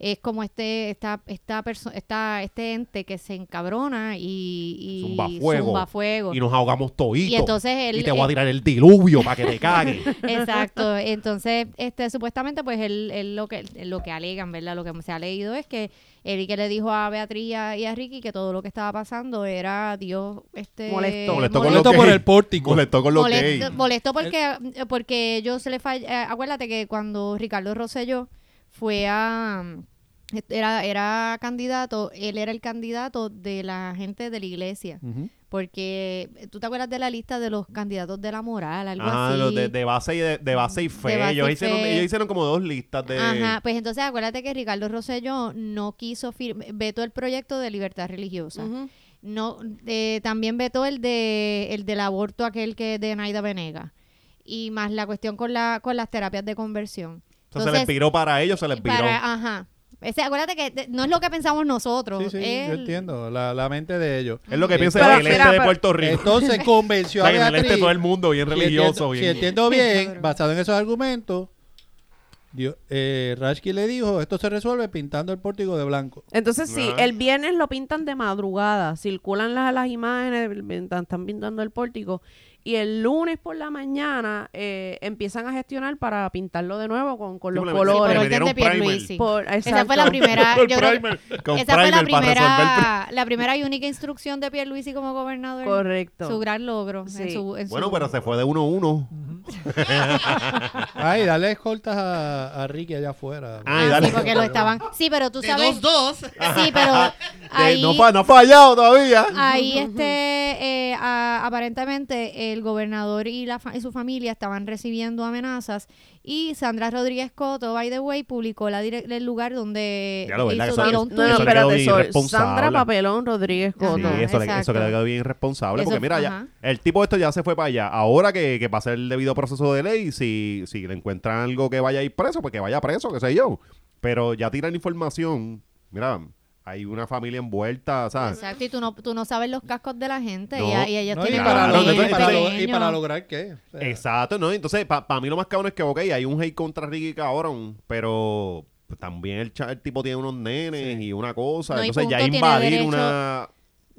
S2: es como este esta esta persona esta este ente que se encabrona y, y
S1: Zumba fuego.
S2: zumba fuego.
S1: Y nos ahogamos toditos.
S2: Y entonces él- Eh,
S1: Y te voy a
S2: él-
S1: tirar el diluvio para que te cague.
S2: Exacto. Entonces, este, supuestamente, pues él, él lo que él lo que alegan, ¿verdad? Lo que se ha leído es que él y que le dijo a Beatriz y a, y a Ricky que todo lo que estaba pasando era Dios, este
S5: Molesto.
S1: Molestó con
S3: Molesto
S1: los
S3: por
S1: gays.
S3: el pórtico.
S1: Molestó con los gays.
S2: molesto, molesto porque eh, porque ellos se le fall- eh, acuérdate que cuando Ricardo Rosselló fue a mm, era era candidato, él era el candidato de la gente de la iglesia.
S3: Ujú.
S2: Porque eh, tú te acuerdas de la lista de los candidatos de la moral, algo
S1: Ah,
S2: así.
S1: los de, de base y de, de base y fe.
S2: De base
S1: ellos,
S2: y
S1: hicieron,
S2: fe.
S1: ellos hicieron como dos listas de.
S2: Ajá, pues entonces acuérdate que Ricardo Rosselló no quiso firme, vetó el proyecto de libertad religiosa.
S5: Ujú.
S2: No, eh, también vetó el de el del aborto aquel que de Naida Venega. Y más la cuestión con la, con las terapias de conversión.
S1: O sea, se les piró para ellos, se les piró.
S2: para- ajá. Ese- acuérdate que te- no es lo que pensamos nosotros.
S3: Sí, sí, yo
S2: él-
S3: entiendo. La, la mente de ellos.
S1: Es lo que piensa
S5: Pero
S1: el este
S5: mira,
S1: de
S5: pero-
S1: Puerto Rico.
S3: Entonces
S1: O
S3: convenció
S1: sea,
S3: a
S1: que en el
S3: Beatriz...
S1: este todo el mundo bien
S3: Si
S1: religioso.
S3: entiendo- Si
S1: bien-
S3: entiendo bien,
S2: Cabrón.
S3: basado en esos argumentos, Dios, eh, Rashki le dijo, esto se resuelve pintando el pórtico de blanco.
S5: Entonces sí,
S1: Ajá.
S5: el viernes lo pintan de madrugada, circulan las, las imágenes, pintan- están pintando el pórtico y el lunes por la mañana eh, empiezan a gestionar para pintarlo de nuevo con, con
S1: Sí,
S5: los
S1: le-
S2: por
S1: le
S5: colores.
S2: orden
S1: metieron
S2: de Pierluisi.
S5: Por-
S2: Esa fue la
S5: exacto.
S2: primera, yo
S1: Con
S2: creo que-
S1: primer, con
S2: esa fue la
S1: primer para resolver el
S2: primera, la primera y única instrucción de Pierluisi como gobernador.
S5: Correcto.
S2: Su gran logro. en
S5: Sí.
S2: su- en
S1: pr- Bueno,
S2: su-
S1: pero se fue de 1-1.
S3: Ay, dale escoltas a, a Ricky allá afuera.
S1: Ay,
S2: Ah,
S1: dale.
S2: sí, porque lo estaban. Sí, pero tú
S4: De
S2: sabes.
S4: dos, dos.
S2: Sí, pero ahí,
S1: Eh, no, fa- no ha fallado todavía.
S2: ahí este, eh, a- aparentemente el gobernador y, la fa- y su familia estaban recibiendo amenazas y Sandra Rodríguez Coto, by the way, publicó la dire- el lugar donde
S1: Ya lo verdad que
S2: hizo
S1: son-
S2: tiró un
S5: No, no,
S1: Eso
S2: tuit.
S1: le quedó bien
S5: espérate, Sol.
S1: irresponsable.
S5: Sandra Papelón Rodríguez
S2: Ajá.
S5: Coto.
S1: Sí, eso, le- eso
S2: exacto.
S1: que le quedó bien irresponsable.
S2: Eso-
S1: porque mira, ya,
S2: ajá.
S1: el tipo este ya se fue para allá. Ahora que, que pase el debido proceso de ley, si, si le encuentran algo que vaya a ir preso, pues que vaya preso, qué sé yo. Pero ya tiran información. Mira, hay una familia envuelta, ¿sabes?
S2: Exacto, y tú no, tú no sabes los cascos de la gente.
S1: No.
S2: y, a- y ellas
S3: No, y,
S2: tienen
S1: claro,
S3: para
S2: bebés
S1: no, no,
S3: lograr- y, para lo- y
S2: pequeños.
S3: para lograr qué. O sea,
S1: Exacto, ¿no? Entonces, para mí lo más cabrón es que, ok, hay un hate contra Ricky Cabrón, pero pues, también el, cha- el tipo tiene unos nenes y una cosa.
S2: No, y
S1: entonces, ya
S2: punto, tiene
S1: invadir
S2: derecho-
S1: una.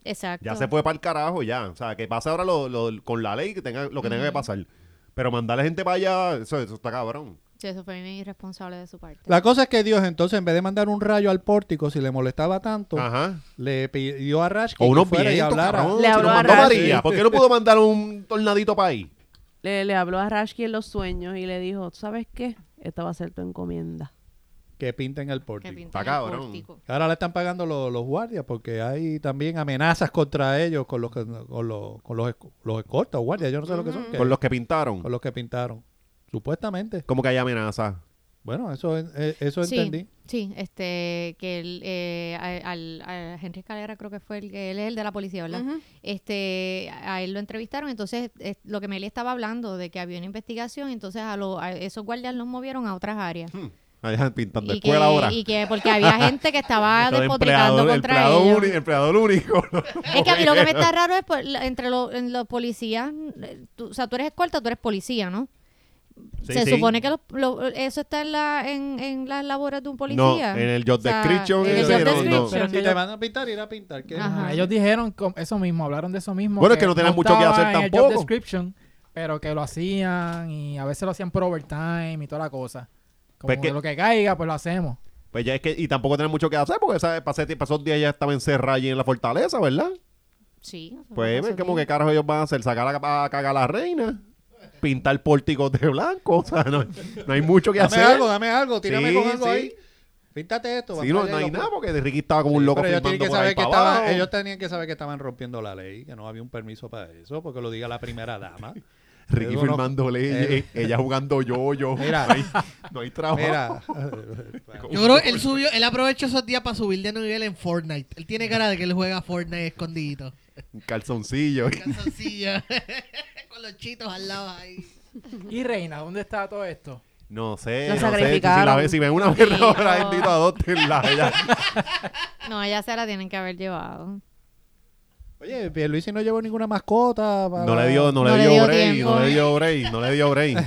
S2: Exacto.
S1: Ya se fue para el carajo, ya. O sea, que pase ahora lo, lo- con la ley que tenga, lo que tenga que pasar. Pero mandarle gente para allá, eso, eso está cabrón.
S2: Sí, eso fue bien irresponsable de su parte.
S3: La cosa es que Dios entonces, en vez de mandar un rayo al pórtico, si le molestaba tanto,
S1: Ajá.
S3: le pidió a Rashki
S1: O unos
S3: que fuera y
S1: vientos,
S3: hablara.
S1: cabrón.
S5: Le
S1: si
S5: habló
S1: nos
S5: a
S1: mandó
S5: Rafi.
S1: María, ¿por qué no pudo mandar un tornadito para ahí?
S5: Le, le habló a Rashki en los sueños y le dijo, ¿sabes qué? Esta va a ser tu encomienda.
S3: Que pinten el
S2: Que
S3: pórtico.
S2: pintan el
S1: cabrón.
S2: pórtico.
S3: Ahora le están pagando lo- los guardias porque hay también amenazas contra ellos con los, que- con los, con los, esco- los escoltas o guardias. Yo no sé lo que son. que-
S1: Con los que pintaron.
S3: con los que pintaron. Supuestamente.
S1: Como que hay amenaza.
S3: Bueno, eso, en- eh, eso
S2: Sí,
S3: entendí.
S2: Sí, este, que él, eh, a- al, a Henry Escalera creo que fue el que, él es el de la policía, ¿verdad?
S5: Ujú.
S2: Este, a a él lo entrevistaron, entonces eh, lo que Meli estaba hablando de que había una investigación, entonces a, lo- a esos guardias los movieron a otras áreas.
S1: Hmm. Allá pintando
S2: Y que,
S1: escuela ahora.
S2: y que porque había gente que estaba
S1: Lo de
S2: despotricando
S1: empleador,
S2: contra
S1: empleador
S2: ellos.
S1: único- empleador único.
S2: Es que a mí lo que me está raro es por- la- entre lo- en los policías, eh, tú- o sea, tú eres escolta, tú eres policía, ¿no?
S1: Sí,
S2: Se
S1: sí.
S2: supone que los- lo- eso está en, la, en, en las labores de un policía.
S1: No, en el job
S2: O sea,
S1: description
S2: en el
S1: ese no,
S2: job
S1: no.
S2: description.
S3: Pero si te van a pintar, ir a pintar. ¿qué?
S2: Ajá.
S6: Ajá, Ellos dijeron com- eso mismo, hablaron de eso mismo.
S1: Bueno, es que no tenían mucho que
S6: estaba
S1: hacer
S6: en el job
S1: tampoco.
S6: description, pero que lo hacían y a veces lo hacían por overtime y toda la cosa. Como
S1: Pues que-
S6: que lo que caiga, pues lo hacemos.
S1: Pues ya es que, y tampoco tienen mucho que hacer porque ¿sabes? Pasé, pasó días ya estaba encerrada allí en la fortaleza, ¿verdad?
S2: Sí. eso
S1: Pues,
S2: pasa
S1: como
S2: aquí.
S1: que carajo ellos van a hacer? ¿Sacar a, a cagar a la reina? ¿Pintar pórticos de blanco? O sea, no, no hay mucho que
S3: Dame
S1: hacer.
S3: algo, dame algo, tírame
S1: Sí,
S3: con algo
S1: sí.
S3: ahí. Píntate esto.
S1: Sí, no,
S3: batalla
S1: no hay
S3: y lo-
S1: nada porque Ricky estaba como un
S3: Sí,
S1: loco
S3: pero ellos
S1: filmando
S3: tienen que
S1: por ahí
S3: saber que
S1: para
S3: estaban,
S1: abajo.
S3: ellos tenían que saber que estaban rompiendo la ley, que no había un permiso para eso, porque lo diga la primera dama.
S1: Ricky
S3: Yo no-
S1: filmándole,
S3: Eh.
S1: ella, ella jugando yo, yo.
S3: Mira.
S1: No hay, no hay trabajo.
S3: Mira,
S4: Yo creo que él subió, él aprovechó esos días para subir de nivel en Fortnite. Él tiene cara de que él juega Fortnite escondidito.
S1: Un calzoncillo.
S4: Calzoncillo. Con los chitos al lado ahí.
S6: ¿Y Reina, dónde está todo esto?
S1: No sé,
S5: Lo
S1: no sé. Si,
S5: sacrificaron.
S1: la ves- si ven una vez
S2: Sí,
S1: ahora,
S2: no.
S1: bendito, adóptenla. Ella-
S2: No, ella se la tienen que haber llevado.
S3: oye, Pierluisi no llevó ninguna mascota. para-
S1: No le dio, no
S2: No
S1: le
S2: le
S1: dio
S2: dio
S1: break,
S2: tiempo.
S1: no le dio break, no le dio break.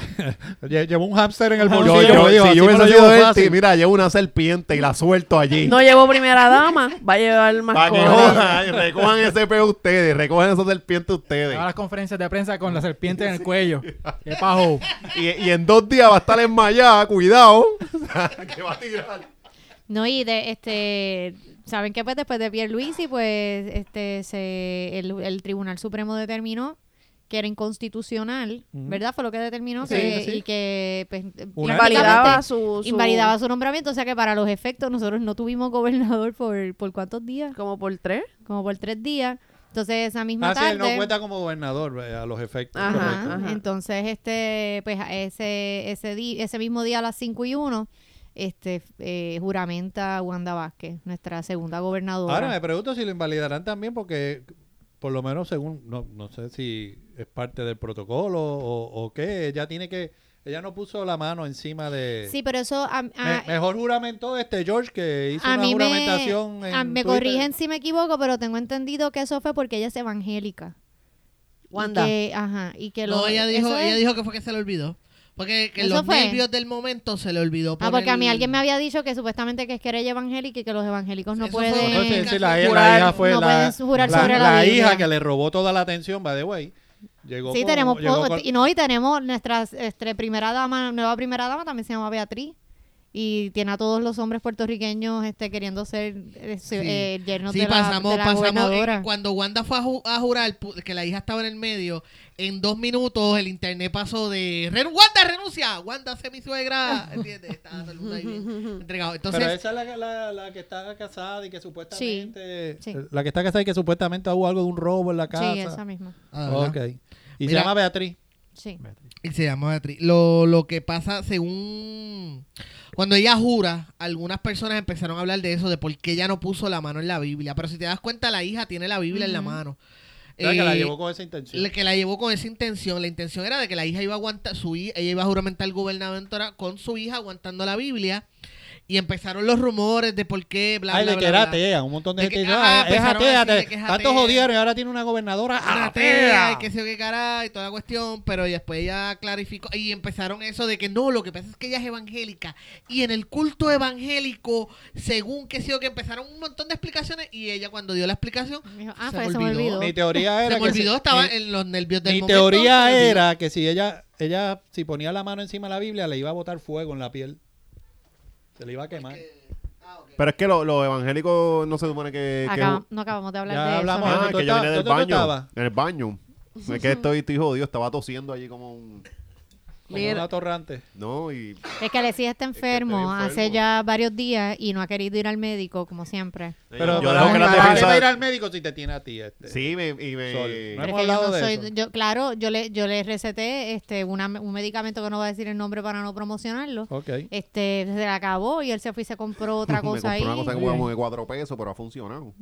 S3: Lle- Llevó un hámster en el bolsillo.
S1: Yo, yo,
S3: digo,
S1: si
S3: así
S1: yo
S3: me lo
S1: hubiese
S3: llevo
S1: sido él,
S3: fácil.
S1: sí, mira, llevo una serpiente y la suelto allí.
S5: No llevó primera dama, va a llevar
S1: Para que
S5: mascota.
S1: jodan, recojan ese peo ustedes, recojan esa serpiente ustedes.
S3: Ah.
S6: Todas las conferencias de prensa con la serpiente en el cuello. ¡Qué pajo!
S1: Y, y en dos días va a estar enmayada, cuidado. que va a tirar.
S2: No, y de, este, ¿saben qué? Pues después de Pierluisi, pues este, se, el, el Tribunal Supremo determinó que era inconstitucional, ¿verdad? Fue lo que determinó
S3: Sí,
S2: que,
S3: sí.
S2: y que pues,
S3: Una-
S5: Invalidaba
S2: prácticamente
S5: su, su-
S2: invalidaba su nombramiento, o sea que para los efectos nosotros no tuvimos gobernador por, por cuántos días,
S5: como por tres.
S2: como por tres días. Entonces esa misma
S3: Ah, sí,
S2: tarde...
S3: él no cuenta como gobernador eh, a los efectos.
S5: Ajá.
S3: correcto.
S2: Ajá. Entonces, este, pues a ese, ese, di- ese mismo día a las 5 y 1, este, eh, juramenta Wanda Vázquez, nuestra segunda gobernadora.
S3: Ahora me pregunto si lo invalidarán también porque por lo menos según no, no sé si es parte del protocolo o, o qué, ella tiene que ella no puso la mano encima de
S2: sí, pero eso a,
S3: Me-
S2: a-
S3: mejor juramento de este George que hizo
S2: a
S3: una
S2: mí me,
S3: juramentación en
S2: a- me
S3: Twitter.
S2: corrigen si me equivoco, pero tengo entendido que eso fue porque ella es evangélica. Y
S5: Wanda.
S2: que- ajá, y que lo,
S4: No, ella dijo,
S2: eso es-
S4: ella dijo que fue que se le olvidó. Porque que
S2: ¿Eso
S4: los
S2: fue?
S4: nervios del momento se le olvidó.
S2: Ah, porque a mí
S4: poner-
S2: alguien me había dicho que supuestamente que es que era ella evangélica y que los evangélicos no
S4: Eso fue-
S2: pueden...
S3: Entonces, sí, la,
S5: Jurar,
S3: la hija fue
S2: no
S3: la,
S2: puedes jurar
S3: la-
S2: sobre la
S3: la
S2: Biblia.
S3: hija que le robó toda la atención, by the way. Llegó
S2: Sí,
S3: con-
S2: tenemos
S3: llegó
S2: po-
S3: con-
S2: y no y tenemos nuestra este, primera dama, nueva primera dama también se llama Beatriz y tiene a todos los hombres puertorriqueños este queriendo ser eh,
S4: Sí.
S2: eh, yernos
S4: Sí,
S2: de, la-
S4: pasamos,
S2: de la,
S4: pasamos.
S2: gobernadora.
S4: eh, cuando Wanda fue a, ju- a jurar pu- que la hija estaba en el medio, en dos minutos el internet pasó de "Ren- Wanda renuncia, Wanda se mi suegra. ¿Entiendes? Estaba todo el mundo ahí bien entregado. Entonces,
S3: Pero esa es la, que- la- la que está casada y que supuestamente...
S2: Sí, sí.
S3: La que está casada y que supuestamente hubo algo de un robo en la casa.
S2: Sí, esa misma.
S4: Ah, ¿verdad?
S3: Ok. Y se
S4: Mira.
S3: llama Beatriz.
S2: Sí.
S4: Y se llama Beatriz. Lo, lo que pasa, según. Cuando ella jura, algunas personas empezaron a hablar de eso, de por qué ella no puso la mano en la Biblia. Pero si te das cuenta, la hija tiene la Biblia en la
S2: Ujú.
S4: mano.
S3: La que la
S4: Eh,
S3: llevó con esa intención.
S4: la que la llevó con esa intención. La intención era de que la hija iba a aguantar, su hija, ella iba a juramentar gobernadora con su hija aguantando la Biblia. Y empezaron los rumores de por qué, bla,
S3: Ay,
S4: bla,
S3: de
S4: bla,
S3: que era
S4: bla.
S3: atea. Un montón de,
S4: De
S3: gente
S4: que-
S3: dice,
S4: ajá,
S3: "Ah, es
S4: empezaron a
S3: atea.
S4: decirle
S3: te-
S4: que es
S3: Tantos
S4: atea".
S3: jodieron y ahora tiene una gobernadora
S4: una
S3: atea.
S4: atea, y que se que cara y toda la cuestión, pero después ella clarificó y empezaron eso de que no, lo que pasa es que ella es evangélica y en el culto evangélico, según que se que empezaron un montón de explicaciones y ella cuando dio la explicación
S2: Me dijo, ah,
S4: Se
S2: fue,
S4: me
S2: se me
S4: olvidó.
S2: olvidó.
S3: Mi teoría
S4: se
S3: era
S4: me
S3: que si-
S4: olvidó, estaba
S3: mi-
S4: en los nervios del
S3: Mi
S4: momento. se me
S3: teoría
S4: olvidó.
S3: era que si ella, ella, si ponía la mano encima de la Biblia, le iba a botar fuego en la piel. Se le iba a quemar.
S4: Ah, ok.
S1: Pero es que lo- los evangélicos no se supone que... que-
S2: Acá, no acabamos de hablar
S3: Ya
S2: de
S3: hablamos
S2: eso.
S1: Ah,
S2: ¿no?
S3: de- tú
S1: que yo
S3: estabas-
S1: vine del
S3: tú- tú
S1: baño.
S3: estabas.
S1: En el baño. Es que estoy, estoy jodido, estaba tosiendo allí como un...
S3: Como
S5: Mira.
S3: una torrante.
S1: No, y...
S2: Es que Alexis está enfermo,
S1: enfermo.
S2: hace ya varios días y no ha querido ir al médico como siempre.
S3: Pero,
S1: yo
S3: pero
S1: dejo que la
S3: ¿para qué va a ir
S1: defensa...
S3: al médico si te tiene a ti este?
S1: Sí, me- y me...
S3: Sol, no
S2: Pero es
S3: Hemos
S2: que yo
S3: hablado
S2: no
S3: de
S2: soy-
S3: eso.
S2: yo- claro, yo le yo le receté este una- un medicamento que no va a decir el nombre para no promocionarlo.
S3: Ok.
S5: Eh,
S2: Este se le acabó y él se fue y se compró
S1: me
S2: otra cosa
S1: compré
S2: ahí.
S1: una cosa
S6: Muy
S1: como, como de
S6: bien.
S1: cuatro pesos, pero ha funcionado.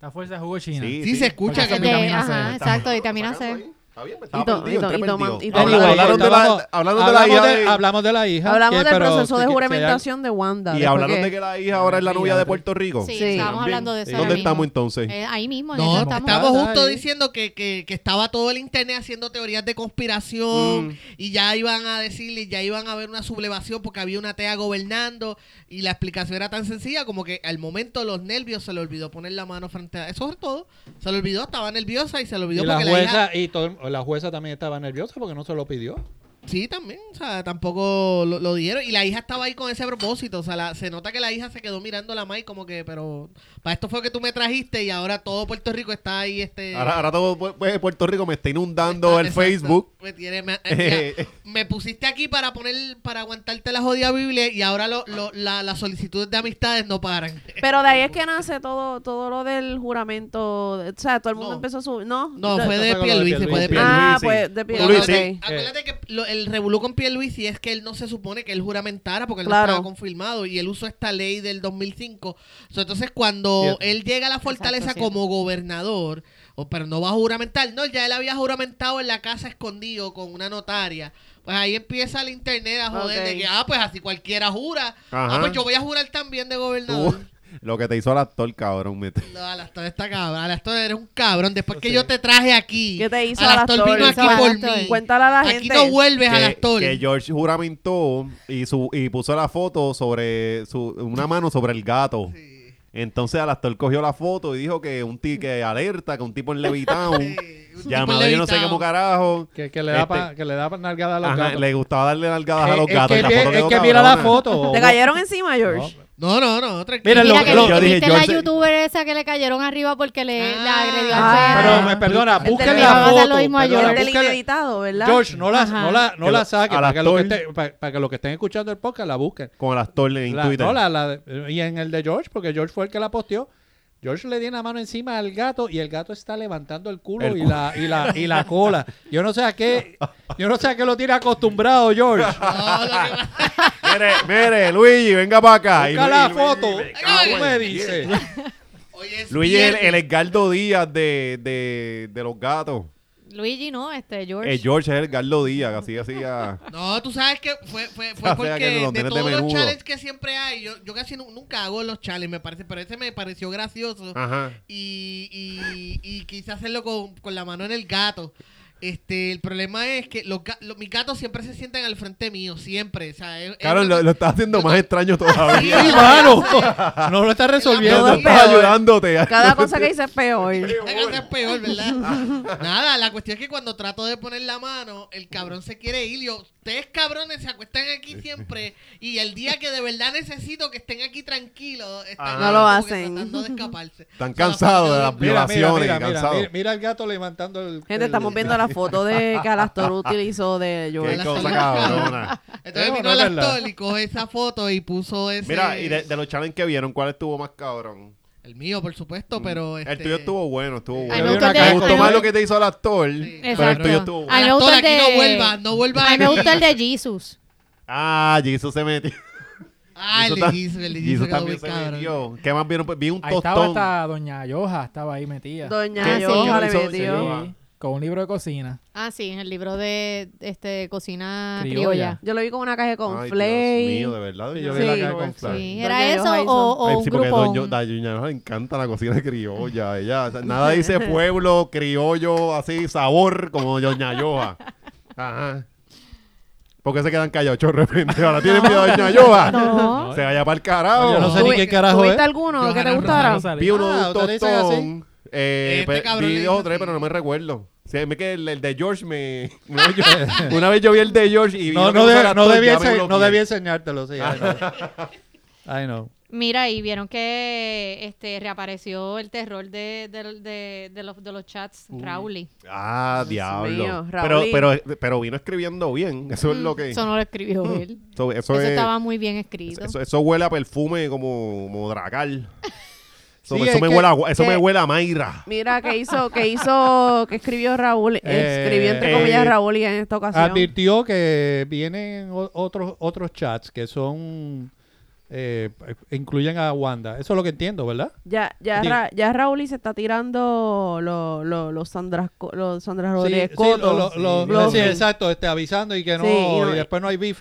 S6: La fuerza de jugo china.
S1: Sí,
S4: Sí, se escucha
S6: Porque
S4: que
S6: se
S2: De-
S4: me-
S6: vitamina C.
S2: Este, ajá, exacto, vitamina C.
S1: Está bien, me estaba
S5: Y to-
S1: perdido,
S5: y to-
S1: entré
S5: y toman-
S1: perdido.
S5: y
S1: Habla-
S5: toman-
S1: hablaron de
S3: Estábamos-
S1: la- Hablaron de la
S3: hablamos
S1: hija
S3: de-
S1: de-
S3: hablamos de la hija.
S5: Hablamos
S3: que-
S5: del
S3: pero
S5: proceso
S3: que-
S5: de
S3: que-
S5: juramentación de Wanda.
S1: Y
S5: después
S1: hablaron
S5: que-
S1: de que la hija ahora es la novia de Puerto Rico.
S2: Sí,
S5: Sí.
S2: estábamos hablando de eso.
S1: ¿Dónde
S2: ahora mismo.
S1: estamos entonces?
S2: Eh, ahí mismo, en
S4: No,
S2: eso
S4: estamos,
S2: estamos.
S3: Está
S4: justo
S3: ahí.
S4: diciendo que, que- que estaba todo el internet haciendo teorías de
S3: Mm.
S4: conspiración y ya iban a decirle, ya iban a haber una sublevación porque había una TEA gobernando y la explicación era tan sencilla como que al momento los nervios se le olvidó poner la mano frente a... Eso es todo. Se le olvidó, estaba nerviosa y se le
S3: Y
S4: olvidó
S3: la
S4: porque la hija...
S3: jueza, y todo, el- la jueza también estaba nerviosa porque no se lo pidió.
S4: Sí, también, o sea, tampoco lo, lo dieron. Y la hija estaba ahí con ese propósito, o sea, la- se nota que la hija se quedó mirando a la May como que, pero para esto fue que tú me trajiste y ahora todo Puerto Rico está ahí, este...
S1: Ahora, ahora todo Pu- Pu- Puerto Rico me está inundando
S4: está-
S1: el
S4: exacto.
S1: Facebook.
S4: Me, tiene- me- eh, ya, me pusiste aquí para poner, para aguantarte la jodida Biblia y ahora lo- lo- la- las solicitudes de amistades no paran.
S5: Pero de ahí es que nace todo, todo lo del juramento. de- O sea, todo el mundo
S4: No.
S5: empezó a subir. No,
S4: No,
S5: De-
S4: fue
S3: no
S4: de
S3: fue con lo de
S4: Pierluisi, fue de Pierluisi.
S3: Pierluisi.
S5: Ah,
S1: Pierluisi.
S5: pues de pie.
S1: Tú, Luis, sí.
S5: ok.
S4: Acuérdate que lo- el revolú con Pierluisi es que él no se supone que él juramentara porque él
S5: Claro.
S4: no estaba confirmado y él usó esta ley del 2005. So, entonces, cuando
S3: Cierto.
S4: él llega a la fortaleza
S2: cierto.
S4: como gobernador, o, pero no va a juramentar, no, ya él había juramentado en la casa escondido con una notaria. Pues ahí empieza el internet a joder de
S5: Ok.
S4: que, ah, pues así cualquiera jura.
S1: Ajá.
S4: Ah, pues yo voy a jurar también de
S1: Tú,
S4: gobernador.
S1: lo que te hizo el actor, cabrón. mete.
S4: No, Alastor está cabrón. Alastor eres un cabrón. Después que yo te traje aquí.
S5: ¿Qué te hizo
S4: Alastor?
S5: Alastor?
S4: vino
S5: ¿Qué
S4: aquí
S2: hizo
S4: por
S2: Alastor?
S4: mí.
S5: Cuéntale a la
S4: Aquí
S5: gente.
S4: no vuelves,
S1: Que,
S4: Alastor.
S1: que George juramentó y, su, y puso la foto sobre su, una mano sobre el gato.
S4: Sí.
S1: Entonces Alastor cogió la foto y dijo que un ti- que alerta, que un tipo en Levitown,
S4: Sí,
S1: llamado
S4: un
S1: yo no sé
S4: tipo
S1: cómo
S4: levitado.
S1: carajo,
S3: Que, que le da
S1: Este-
S3: pa- que le da nalgada a los
S1: Ajá,
S3: gatos.
S1: le gustaba darle nalgadas a
S3: Eh,
S1: los
S3: es
S1: gatos.
S3: que
S1: y la
S3: vi-
S1: foto
S3: es
S1: quedó
S3: que mira la
S1: cabrona.
S3: foto.
S5: ¿Te cayeron encima, George?
S3: No,
S4: No, no, no, tranquilo.
S3: Mira, lo-
S2: Mira que
S3: lo-
S1: yo dije,
S2: viste
S1: yo
S2: la
S1: sé-
S2: youtuber esa que le cayeron arriba porque le la
S4: Ah.
S2: agredió
S5: Ah.
S2: al perro.
S3: pero me perdona,
S5: del
S3: busquen
S5: que
S3: la
S5: va a
S2: hacer
S3: foto.
S2: lo mismo a
S5: El
S3: perdona,
S2: George.
S5: del
S3: busquen la-
S5: ineditado, ¿verdad?
S3: George, no la,
S2: Ajá.
S3: no la, no
S1: Que
S3: la
S1: lo-
S3: saque.
S1: al
S3: Para que, los que
S1: actor.
S3: estén, para, para que los que estén escuchando el podcast la busquen.
S1: Con Alastor en
S3: La-
S1: Twitter.
S3: no, la- la de- y en el de George, porque George fue el que la posteó. George le dio la mano encima al gato y el gato está levantando el culo,
S1: El
S3: y,
S1: culo.
S3: La, y, la, y la cola. Yo no sé a qué, yo no sé a qué lo tiene acostumbrado George.
S4: No, lo que pasa-
S1: Mire, mire, Luigi, venga para acá. Y
S3: Busca
S1: Lu-
S3: la
S1: y Luigi-
S3: foto.
S4: cago
S3: Tú
S4: en
S3: me
S4: diez.
S3: dices.
S4: Hoy es
S1: Luigi es el,
S4: viernes.
S1: el Edgardo Díaz de, de, de los gatos.
S2: Luigi no, este George.
S1: Eh, George es el Edgardo Díaz, que así hacía.
S4: No, tú sabes que fue, fue,
S1: Ah, O sea,
S4: fue
S1: que
S4: porque
S1: los
S4: de
S1: nenes de
S4: todos los
S1: menudo.
S4: challenges que siempre hay, yo, yo casi nu- nunca hago los challenges, me parece, pero ese me pareció gracioso.
S1: Ajá.
S4: y, y, y quise hacerlo con, con la mano en el gato. Este, el problema es que los, ga- los- mis gatos siempre se sientan al frente mío, siempre. O sea, es- es
S1: Claro,
S4: una-
S1: lo, lo estás haciendo más extraño
S4: Sí,
S1: todavía.
S3: Sí, mano. No lo está resolviendo.
S1: No
S5: Todo es
S1: estás
S5: peor.
S1: ayudándote.
S5: Cada cosa que dice es peor.
S4: Esa cosa es peor, ¿verdad? Nada, la cuestión es que cuando trato de poner la mano, el cabrón se quiere ir. Yo, ustedes cabrones se acuestan aquí siempre y el día que de verdad necesito que estén aquí tranquilos,
S1: Ah.
S4: están
S1: No
S5: lo
S4: como que
S5: hacen.
S4: Tratando de escaparse.
S1: Están cansados de las
S3: Mira, mira,
S1: violaciones.
S3: mira, mira,
S1: cansados.
S3: mira, mira el gato levantando el.
S5: Gente,
S3: el-
S5: estamos viendo la foto de que Alastor utilizó de
S1: Qué
S5: George.
S4: Las
S1: cosa
S4: hormigas.
S1: cabrona.
S4: Entonces
S3: Pero
S4: vino
S3: no es
S4: el
S3: verdad.
S4: actor y coge esa foto y puso ese.
S1: Mira, y de, de los challenges que vieron, ¿cuál estuvo más cabrón?
S4: El mío, por supuesto, pero. Este...
S1: Mm. El tuyo estuvo bueno, estuvo
S2: Ay,
S1: bueno.
S2: me
S3: Yo vi
S2: gustó el
S3: una
S1: Me
S3: caja
S2: de-
S1: gustó
S3: con-
S1: más lo que te hizo el actor, pero el
S2: Exacto.
S1: tuyo estuvo
S2: Ay,
S1: bueno.
S2: me
S4: Actor,
S2: gusta el
S4: aquí
S2: de-
S4: no vuelvas, no vuelvas.
S2: A mí me
S4: aquí.
S2: gusta el de Jesus.
S1: Ah, Jesus se metió.
S4: Ah, el
S1: Jesus
S4: de
S1: tam-
S4: Jesus, el de
S1: Jesus
S4: Jesus quedó muy
S1: también se
S4: cabrón.
S1: metió. ¿Qué más vieron? Pues, Vi un
S6: Ahí estaba
S1: tostón.
S6: hasta Doña Yoja, estaba ahí metida.
S5: Doña
S2: Ah, sí.
S5: Yoja le
S1: Yo lo hice-
S5: metió.
S1: yo-
S6: Sí, con un libro de cocina.
S2: Ah, sí, en el libro de este cocina criolla.
S6: Criolla.
S5: Yo lo vi con una caja de
S1: Ay, Dios
S5: conflay.
S1: mío, de verdad.
S3: Sí,
S1: yo
S3: yo
S1: vi
S5: vi
S1: la
S5: la
S1: cara
S3: caja
S1: con
S3: con
S1: Flan.
S2: Sí,
S5: Doña
S2: era eso
S5: Yoja hizo.
S2: o, o
S1: Ay,
S2: un
S1: sí, porque
S2: grupón.
S1: doña, doña Yoja le encanta la cocina criolla. Ella, o sea, nada dice pueblo, criollo, así, sabor, como Doña Yoja. Ajá. ¿Por qué se quedan callados de repente? Ahora tienen miedo a Doña Yoja.
S2: No.
S1: Se vaya para el carajo.
S3: Yo no sé
S5: ¿Tú-
S3: ni qué carajo es.
S5: ¿Tuviste alguno que te
S4: Johanna
S5: gustara?
S6: Rosario.
S1: Vi uno de
S3: Ah,
S1: un
S3: ustedes dicen así.
S1: tostón. Eh,
S4: Este
S1: pe-
S4: cabrón
S1: vi
S4: le
S1: dos o
S4: dice
S1: tres,
S4: así.
S1: pero no me recuerdo. Sí, es que el, el de George me... no, yo- una vez yo vi el de George y... vi
S3: No,
S1: uno
S3: no,
S1: que
S3: de-
S1: usaba
S3: no
S1: todo,
S3: debía
S1: ya me
S3: ense- no
S1: bloqueé.
S3: debía enseñártelo, sí. I know. I know.
S2: Mira, y vieron que este reapareció el terror de, de, de, de los, de los chats, Rowley.
S1: Ah,
S5: Dios
S1: diablo.
S5: mío,
S1: pero,
S5: Raulín.
S1: pero, pero vino escribiendo bien. Eso es lo que...
S2: Mm, Eso no lo escribió él.
S1: Eso, eso
S2: Eso
S1: es-
S2: estaba muy bien escrito.
S1: eso- eso huele a perfume como, como dracal. Eso, eso
S3: Sí, es
S1: me,
S3: que-
S1: huele a, gu- eso
S5: que-
S1: me huele a Mayra.
S5: Mira, que hizo, que hizo, que escribió Raúl,
S3: Eh,
S5: escribió entre comillas
S1: eh,
S5: Raúl y en esta ocasión.
S3: Advirtió que vienen o- otros otros chats que son eh, incluyen a Wanda. Eso es lo que entiendo, ¿verdad?
S5: Ya, ya,
S3: Di-
S5: Ra- ya Raúl y se está tirando los lo, los Sandra, los Sandra Rodríguez
S3: sí,
S5: Coto.
S3: lo- lo-
S5: Sí.
S3: lo- sí,
S5: Blowing.
S3: exacto, este, avisando y que no,
S5: Sí, y no-
S3: y después no hay beef.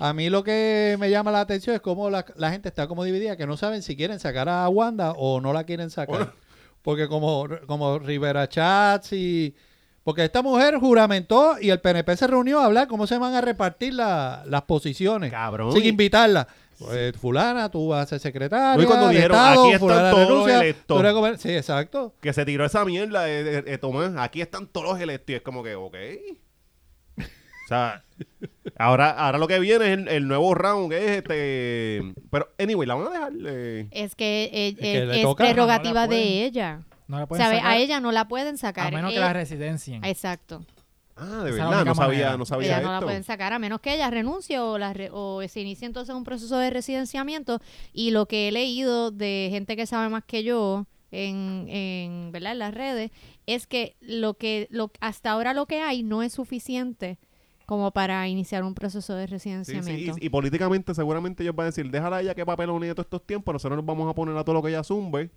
S3: A mí lo que me llama la atención es cómo la, la gente está como dividida, que no saben si quieren sacar a Wanda o no la quieren sacar. Porque como, como Rivera Chats y... Porque esta mujer juramentó y el PNP se reunió a hablar cómo se van a repartir la- las posiciones.
S1: Cabrón.
S3: Sin invitarla. Pues, fulana, tú vas a ser secretaria.
S1: No, y cuando
S3: de
S1: dijeron,
S3: Estado,
S1: "Aquí están
S3: fulana
S1: todos
S3: renuncia,
S1: electos".
S3: tú eres gober- Sí, exacto.
S1: Que se eh, tiró esa mierda de, de- de Tomás. Aquí están todos los electos. Y es como que, ok. O sea, ahora, ahora lo que viene es el, el nuevo round, que es este... Pero, anyway, la van a dejar... eh,
S2: Es que eh,
S3: que
S2: eh,
S3: le
S2: es,
S3: toca,
S2: prerrogativa
S6: no la pueden.
S2: de ella.
S6: No la pueden
S2: ¿Sabe?
S6: sacar,
S2: A ella no la pueden sacar.
S6: a menos que
S2: Eh,
S6: la residencien.
S2: Exacto.
S1: Ah, de
S6: Esa es la
S1: verdad,
S6: única
S1: no sabía,
S6: manera.
S1: no
S2: Ella
S1: sabía
S2: no la
S1: esto.
S2: pueden sacar a menos que ella renuncie o, la re- o se inicie entonces un proceso de residenciamiento. Y lo que he leído de gente que sabe más que yo en, en, ¿verdad? en las redes es que lo que lo, hasta ahora lo que hay no es suficiente como para iniciar un proceso
S1: Sí,
S2: de
S1: sí,
S2: residenciamiento.
S1: y, y políticamente seguramente ellos van a decir, déjala a ella que papelonee todos estos tiempos, nosotros nos vamos a poner a todo lo que ella zumbe.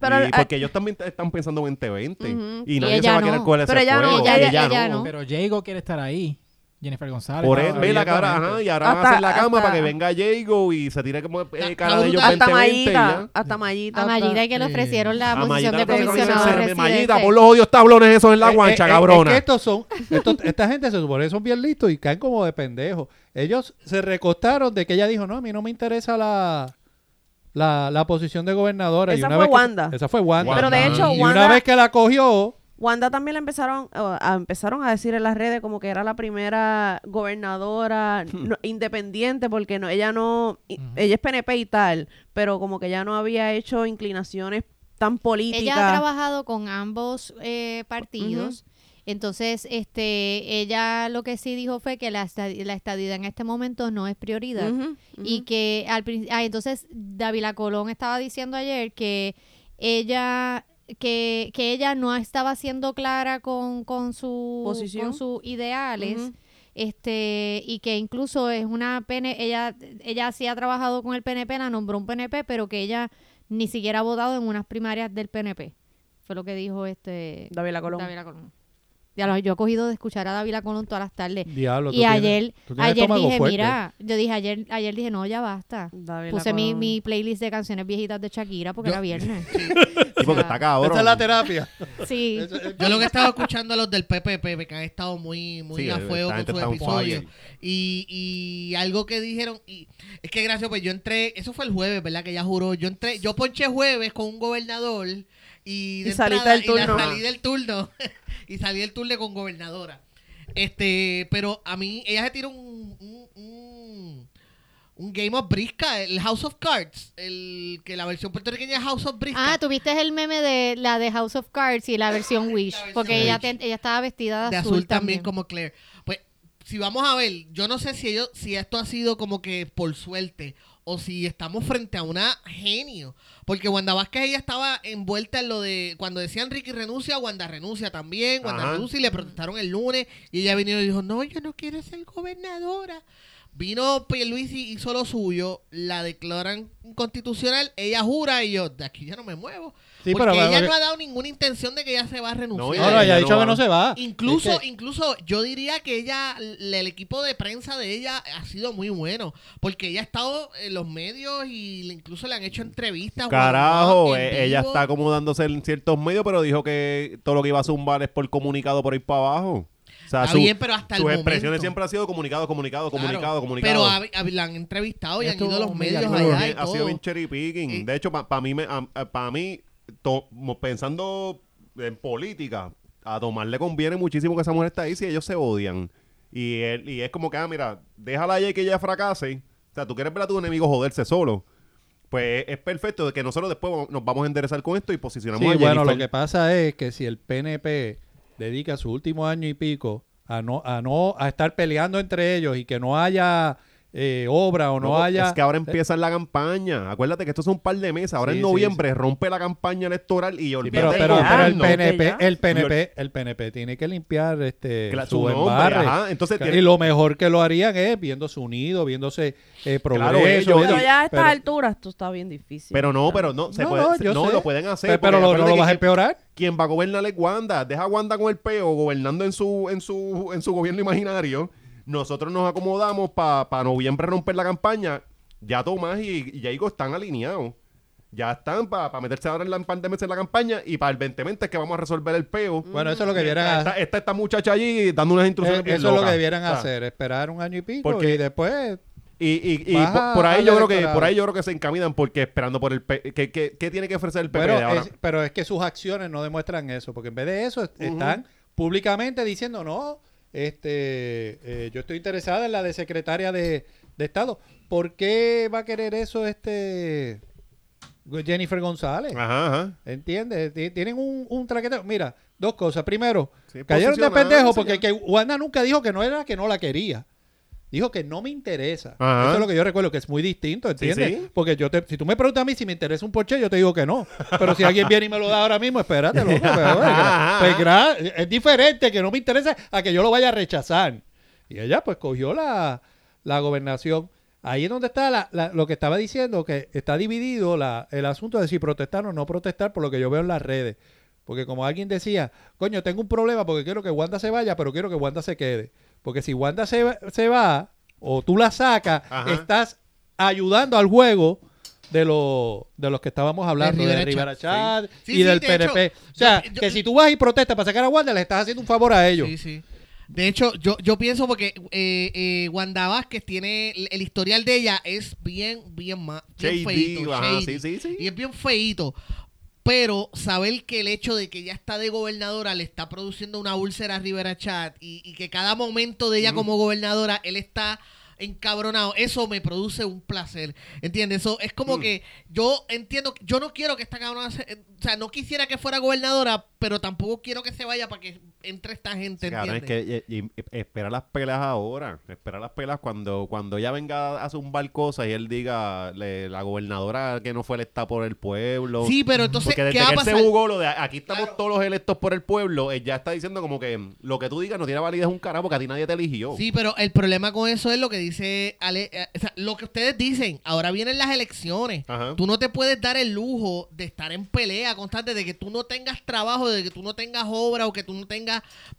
S5: Pero,
S1: Y
S5: ah,
S1: porque ellos también están pensando 2020
S5: Ujú.
S1: y
S2: Y
S1: nadie se
S2: ella
S1: va a querer
S2: no.
S1: coger ese
S5: Pero ella no,
S1: fuego.
S2: ella-
S1: y
S2: ella no.
S6: Pero Jago quiere estar ahí. Jennifer González.
S1: Por
S6: claro,
S1: él, ve la cara,
S6: evidentemente.
S1: ajá, y ahora van a
S5: Hasta-
S1: hacer la cama
S5: hasta-
S1: para que venga Jago y se tire como eh,
S4: La-
S1: cara de ellos
S4: absoluta-
S5: hasta
S1: 2020 y
S5: Mayita,
S1: ya.
S5: hasta Mayita.
S2: A Mayita
S5: hasta-
S2: que le
S4: Sí.
S2: ofrecieron la
S1: eh, A
S2: posición
S1: Mayita
S2: de
S1: le tiene que
S5: comisionado
S2: comisionado
S1: convencerme, Mayita,
S2: residente.
S1: pon los odios tablones esos en la
S3: Eh,
S1: guancha,
S3: eh, eh,
S1: cabrona.
S3: es que estos son, estos- esta gente se supone que son bien listos y caen como de pendejos. Ellos se recostaron de que ella dijo, no, a mí no me interesa la, la, la posición de gobernadora. y
S5: Esa
S3: una
S5: fue
S3: vez que-
S5: Wanda.
S3: esa fue Wanda.
S5: Pero de
S1: Wanda.
S5: hecho,
S3: y
S5: Wanda,
S3: una vez que la cogió,
S5: Wanda también la empezaron o, a, empezaron a decir en las redes como que era la primera gobernadora
S3: Hmm.
S5: no- independiente porque no ella no i- ella es PNP y tal, pero como que ya no había hecho inclinaciones tan políticas.
S2: Ella ha trabajado con ambos eh, partidos. Entonces, este, ella lo que sí dijo fue que la, esta- la estadidad en este momento no es prioridad.
S5: Ujú,
S2: Y
S5: ujú.
S2: que al principio, entonces Davila Colón estaba diciendo ayer que ella, que, que ella no estaba siendo clara con, con su
S5: Posición.
S2: con sus ideales.
S5: Ujú.
S2: Este, y que incluso es una PN, ella, ella sí ha trabajado con el PNP, la nombró un PNP, pero que ella ni siquiera ha votado en unas primarias del PNP. Fue lo que dijo este
S5: Davila Colón.
S2: Davila Colón. Ya lo- yo he cogido de escuchar a Davila Colón todas las tardes.
S3: diablo. tú
S2: y
S3: tienes-
S2: ayer,
S3: tú tienes
S2: ayer
S3: estómago
S2: dije,
S3: fuerte.
S2: mira, yo dije ayer, ayer dije, no, ya basta.
S5: Davila
S2: Puse mi,
S5: Colón.
S2: mi playlist de canciones viejitas de Shakira porque
S4: Yo-
S2: era viernes.
S1: Sí, porque está cabrón.
S3: Esta es la terapia.
S2: Sí.
S4: Yo lo que estaba escuchando a los del PPP, que han estado muy, muy
S1: Sí, eh,
S4: a
S1: esta
S4: fuego con
S1: gente
S4: sus
S1: está on
S4: episodios.
S1: fire.
S4: Y, y algo que dijeron, y es que gracias, pues yo entré, eso fue el jueves, ¿verdad? Que ya juró, yo entré, yo ponché jueves con un gobernador y, de
S5: Y saliste
S4: entrada-
S5: del
S4: y la
S5: turno.
S4: salí del turno. y salí del turno con gobernadora. Este, pero a mí, ella se tiró un, un, un- un Game of Brisca, el House of Cards, el que la versión puertorriqueña es House of Brisca.
S2: Ah, tuviste el meme de la de House of Cards y la versión Wish,
S4: versión
S2: porque ella,
S4: Wish.
S2: te- ella estaba vestida de,
S4: de azul, también,
S2: también.
S4: como Claire. Pues si vamos a ver, yo no sé si ellos, si esto ha sido como que por suerte o si estamos frente a una genio, porque Wanda Vázquez ella estaba envuelta en lo de cuando decían Ricky renuncia, Wanda renuncia también, Wanda
S1: Ajá.
S4: renuncia y le protestaron el lunes y ella vino y dijo, "No, yo no quiero ser gobernadora." Vino Pierluisi, hizo lo suyo, la declaran constitucional, ella jura y yo, de aquí ya no me muevo.
S3: Sí,
S4: porque
S3: pero-
S4: ella
S3: porque-
S4: no ha dado ninguna intención de que ella se va a
S1: No,
S4: renunciar.
S3: No, no, ella
S1: Ella
S3: ha
S1: no
S3: dicho
S1: va.
S3: que no se va.
S4: Incluso,
S3: Es que-
S4: incluso yo diría que ella, el, el equipo de prensa de ella ha sido muy bueno, porque ella ha estado en los medios y le- incluso le han hecho entrevistas.
S1: Carajo,
S4: one-on-one, en
S1: eh, ella
S4: vivo.
S1: está acomodándose en ciertos medios, pero dijo que todo lo que iba a zumbar es por comunicado por ir para abajo. O sea,
S4: Está
S1: su-
S4: bien, pero hasta el
S1: sus expresiones
S4: momento.
S1: siempre han sido comunicado, comunicado,
S4: Claro,
S1: comunicado, comunicado.
S4: Pero ha- ha- la han entrevistado y
S6: Ella
S4: han ido a
S6: estuvo
S4: los
S6: media
S4: medios
S6: cruda.
S4: allá y
S1: ha sido
S4: todo.
S1: bien cherry picking.
S4: Y-
S1: De hecho, para mí, me- a- a- pa' mí to- mo- pensando en política, a Tomás le conviene muchísimo que esa mujer está ahí si ellos se odian. Y, él, y es como que, ah, mira, déjala ahí que ella fracase. O sea, tú quieres ver a tu enemigo joderse solo. Pues es perfecto de que nosotros después vamos- nos vamos a enderezar con esto y posicionamos
S3: Sí,
S1: a
S3: bueno, lo
S1: Jennifer.
S3: que pasa es que si el PNP dedica su último año y pico a no a no a estar peleando entre ellos y que no haya eh, obra o no,
S1: Loco,
S3: haya
S1: Es que ahora empieza la campaña. Acuérdate que esto es un par de meses. Ahora
S3: Sí,
S1: en
S3: sí,
S1: noviembre rompe la campaña electoral y olvídate
S3: pero,
S1: del
S3: pero, pero el
S1: gobierno.
S3: PNP,
S5: Ya.
S3: el PNP, el PNP tiene que limpiar este
S1: Claro,
S3: su
S1: su nombre,
S3: embarre.
S1: ajá. Entonces
S3: Ca-
S1: tiene-
S3: y lo mejor que lo harían es viéndose unidos, viéndose eh, progreso.
S1: ellos-
S3: viendo-
S5: Pero ya a estas
S3: pero-
S5: alturas esto está bien difícil.
S1: Pero no, pero no, se
S3: No,
S1: puede,
S3: no,
S1: se-
S3: yo
S1: no,
S3: sé.
S1: lo pueden hacer.
S3: Pe-
S1: porque
S3: pero lo- no
S1: acuérdate
S3: lo vas a
S1: que
S3: empeorar.
S1: Quien va a gobernar es Wanda. Deja a Wanda con el peo gobernando en su, en su, en su gobierno imaginario. Nosotros nos acomodamos para noviembre romper la campaña. Ya Tomás y, y Jaigo están alineados. Ya están para meterse ahora en la, un par de meses en la campaña y para el 2020 es que vamos a resolver el peo.
S3: Bueno, eso es lo que vieran
S1: Está, está esta muchacha allí dando unas instrucciones. bien
S3: Eh, eso es lo
S1: locas.
S3: que debieran
S1: O sea,
S3: hacer, esperar un año y pico
S1: Porque-
S3: y después
S1: Y, y- y
S3: Baja
S1: por, por ahí
S3: al
S1: yo creo que
S3: electorado.
S1: por ahí yo creo que se encaminan porque esperando por el P- ¿Qué, qué, qué tiene que ofrecer el PP
S3: Pero
S1: de ahora?
S3: es, pero es que sus acciones no demuestran eso, porque en vez de eso est-
S1: Ujú.
S3: están públicamente diciendo, no, Este, eh, yo estoy interesada en la de secretaria de, de Estado. ¿Por qué va a querer eso este Jennifer González?
S1: Ajá, ajá.
S3: ¿Entiendes? Ti- Tienen un, un traqueteo. Mira, dos cosas. Primero,
S1: Sí,
S3: cayeron de
S1: posicionada,
S3: pendejo
S1: sí,
S3: porque
S1: ya.
S3: que Wanda nunca dijo que no era que no la quería. Dijo que no me interesa.
S1: Ajá.
S3: Eso es lo que yo recuerdo, que es muy distinto, ¿entiendes?
S1: sí.
S3: Porque yo te, si tú me preguntas a mí si me interesa un Porsche, yo te digo que no. Pero si alguien viene y me lo da ahora mismo, espérate, loco. pero, bueno, pues, gra- es diferente que no me interesa a que yo lo vaya a rechazar. Y ella pues cogió la, la gobernación. Ahí es donde está la- la- lo que estaba diciendo, que está dividido la- el asunto de si protestar o no protestar por lo que yo veo en las redes. Porque como alguien decía, coño, tengo un problema porque quiero que Wanda se vaya, pero quiero que Wanda se quede. Porque si Wanda se, va- se va o tú la sacas,
S1: Ajá.
S3: estás ayudando al juego de, los de los que estábamos hablando, de
S4: Rivera
S3: Rivera
S4: Chat.
S3: Chat
S4: Sí.
S3: y
S4: Sí, sí,
S3: del
S4: de
S3: PNP.
S4: hecho,
S3: o sea,
S4: yo- yo-
S3: que si tú vas y protestas para sacar a Wanda, le estás haciendo un favor a ellos.
S4: Sí, sí. De hecho, yo, yo pienso porque eh, eh, Wanda Vázquez tiene el, el historial de ella es bien, bien más. Bien
S1: Shady,
S4: feíto,
S1: ajá,
S4: shady.
S1: sí, sí, sí.
S4: Y es bien feíto. Pero saber que el hecho de que ella está de gobernadora le está produciendo una úlcera a Rivera Chat y, y que cada momento de ella como gobernadora él está encabronado, eso me produce un placer, ¿entiendes? Eso es
S1: Mm.
S4: como que yo entiendo, que- yo no quiero que esta cabrona, se- eh, o sea, no quisiera que fuera gobernadora, pero tampoco quiero que se vaya para que entre esta gente,
S1: Cabrón,
S4: ¿entiendes?
S1: es que eh, y- y- espera las pelas ahora. Espera las pelas cuando, cuando ella venga a zumbar cosas y él diga le- la gobernadora que no fue electa por el pueblo.
S4: Sí, pero entonces,
S1: Porque desde
S4: ¿qué
S1: que
S4: va a
S1: él se
S4: pasar?
S1: jugó lo de aquí estamos
S4: Claro.
S1: todos los electos por el pueblo, él ya está diciendo como que mm, lo que tú digas no tiene validez un carajo porque a ti nadie te eligió.
S4: Sí, pero el problema con eso es lo que dice Ale, eh, o sea, lo que ustedes dicen, ahora vienen las elecciones.
S1: Ajá.
S4: Tú no te puedes dar el lujo de estar en pelea constante, de que tú no tengas trabajo, de que tú no tengas obra o que tú no tengas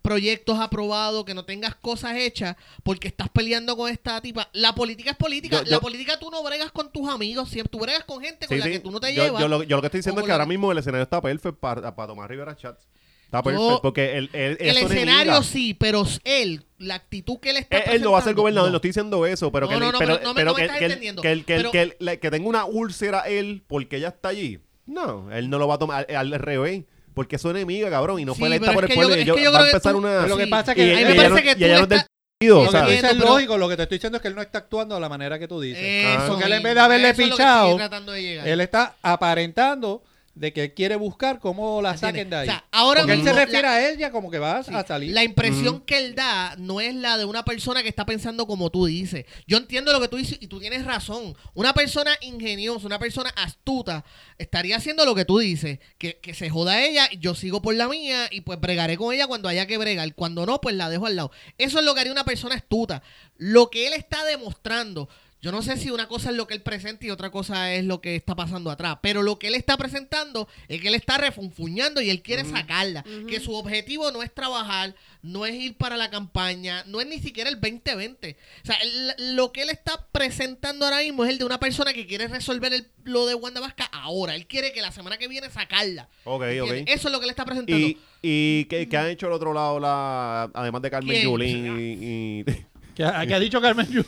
S4: proyectos aprobados, que no tengas cosas hechas, porque estás peleando con esta tipa. La política es política.
S1: Yo-
S4: La
S1: yo-
S4: política tú no bregas con tus amigos, siempre tú bregas con gente con
S1: Sí,
S4: la
S1: sí.
S4: que tú no te
S1: yo,
S4: llevas.
S1: yo lo, yo lo que estoy diciendo
S4: o
S1: es
S4: con
S1: que
S4: la
S1: ahora
S4: que-
S1: mismo el escenario está perfecto para, para tomar Rivera Chat. Está perfecto
S4: Yo-
S1: porque el, el,
S4: el
S1: es su
S4: escenario
S1: enemiga.
S4: sí, pero él, la actitud que él está
S1: Eh, Él, él no va a ser
S4: presentando,
S1: gobernador, no.
S4: no.
S1: estoy diciendo eso, pero
S4: No,
S1: que él-
S4: no, no,
S1: pero-
S4: pero no me-
S1: pero
S4: no me
S1: que-
S4: estás
S1: que él-
S4: entendiendo.
S1: que él- que él-
S4: Pero-
S1: que él- la- que tenga una úlcera él porque ella está allí. No, él no lo va a tomar eh, al, al revés, porque es su enemiga, cabrón, y no
S4: Sí,
S1: fue electa
S4: pero
S1: por
S4: es
S1: el
S4: que
S1: pueblo.
S4: yo-
S1: y
S4: es
S1: yo-
S4: que yo
S1: va a
S4: creo que
S1: empezar
S4: tú-
S1: una.
S3: Lo que
S4: Sí.
S3: pasa es
S1: y-
S3: que
S1: y
S4: a mí
S1: ella
S4: me
S1: no-
S4: parece que
S1: y
S4: tú
S1: ella no
S4: le
S1: es del
S4: estás-
S1: partido, o
S3: Lo que
S1: sea,
S3: tú dices es
S4: Entiendo, pero- Eh,
S3: lógico, lo que te estoy diciendo es que él no está actuando de la manera que tú dices.
S4: Eso
S3: Porque él en
S4: mismo,
S3: vez de haberle
S4: eso es lo que
S3: pichado,
S4: estoy tratando de llegar.
S3: Él está aparentando de que quiere buscar cómo la saquen de ahí.
S4: O sea, ahora
S3: Porque él
S4: mismo
S3: se refiere
S4: la-
S3: a ella como que va a salir.
S4: La impresión que él da no es la de una persona que está pensando como tú dices. Yo entiendo lo que tú dices y tú tienes razón. Una persona ingeniosa, una persona astuta, estaría haciendo lo que tú dices. Que, que se joda ella, y yo sigo por la mía y pues bregaré con ella cuando haya que bregar. Cuando no, pues la dejo al lado. Eso es lo que haría una persona astuta. Lo que él está demostrando. Yo no sé si una cosa es lo que él presenta y otra cosa es lo que está pasando atrás. Pero lo que él está presentando es que él está refunfuñando y él quiere sacarla. Que su objetivo no es trabajar, no es ir para la campaña, no es ni siquiera el 2020. O sea, él- lo que él está presentando ahora mismo es el de una persona que quiere resolver el- lo de Wanda Vasca ahora. Él quiere que la semana que viene sacarla.
S1: Ok,
S4: ¿Entiendes?
S1: ok.
S4: Eso es lo que él está presentando.
S1: Y, y que, que han hecho el otro lado, la, además de Carmen
S4: ¿Quién?
S1: Yulín. y- y-
S3: Que ha, que ha dicho Carmen Yu-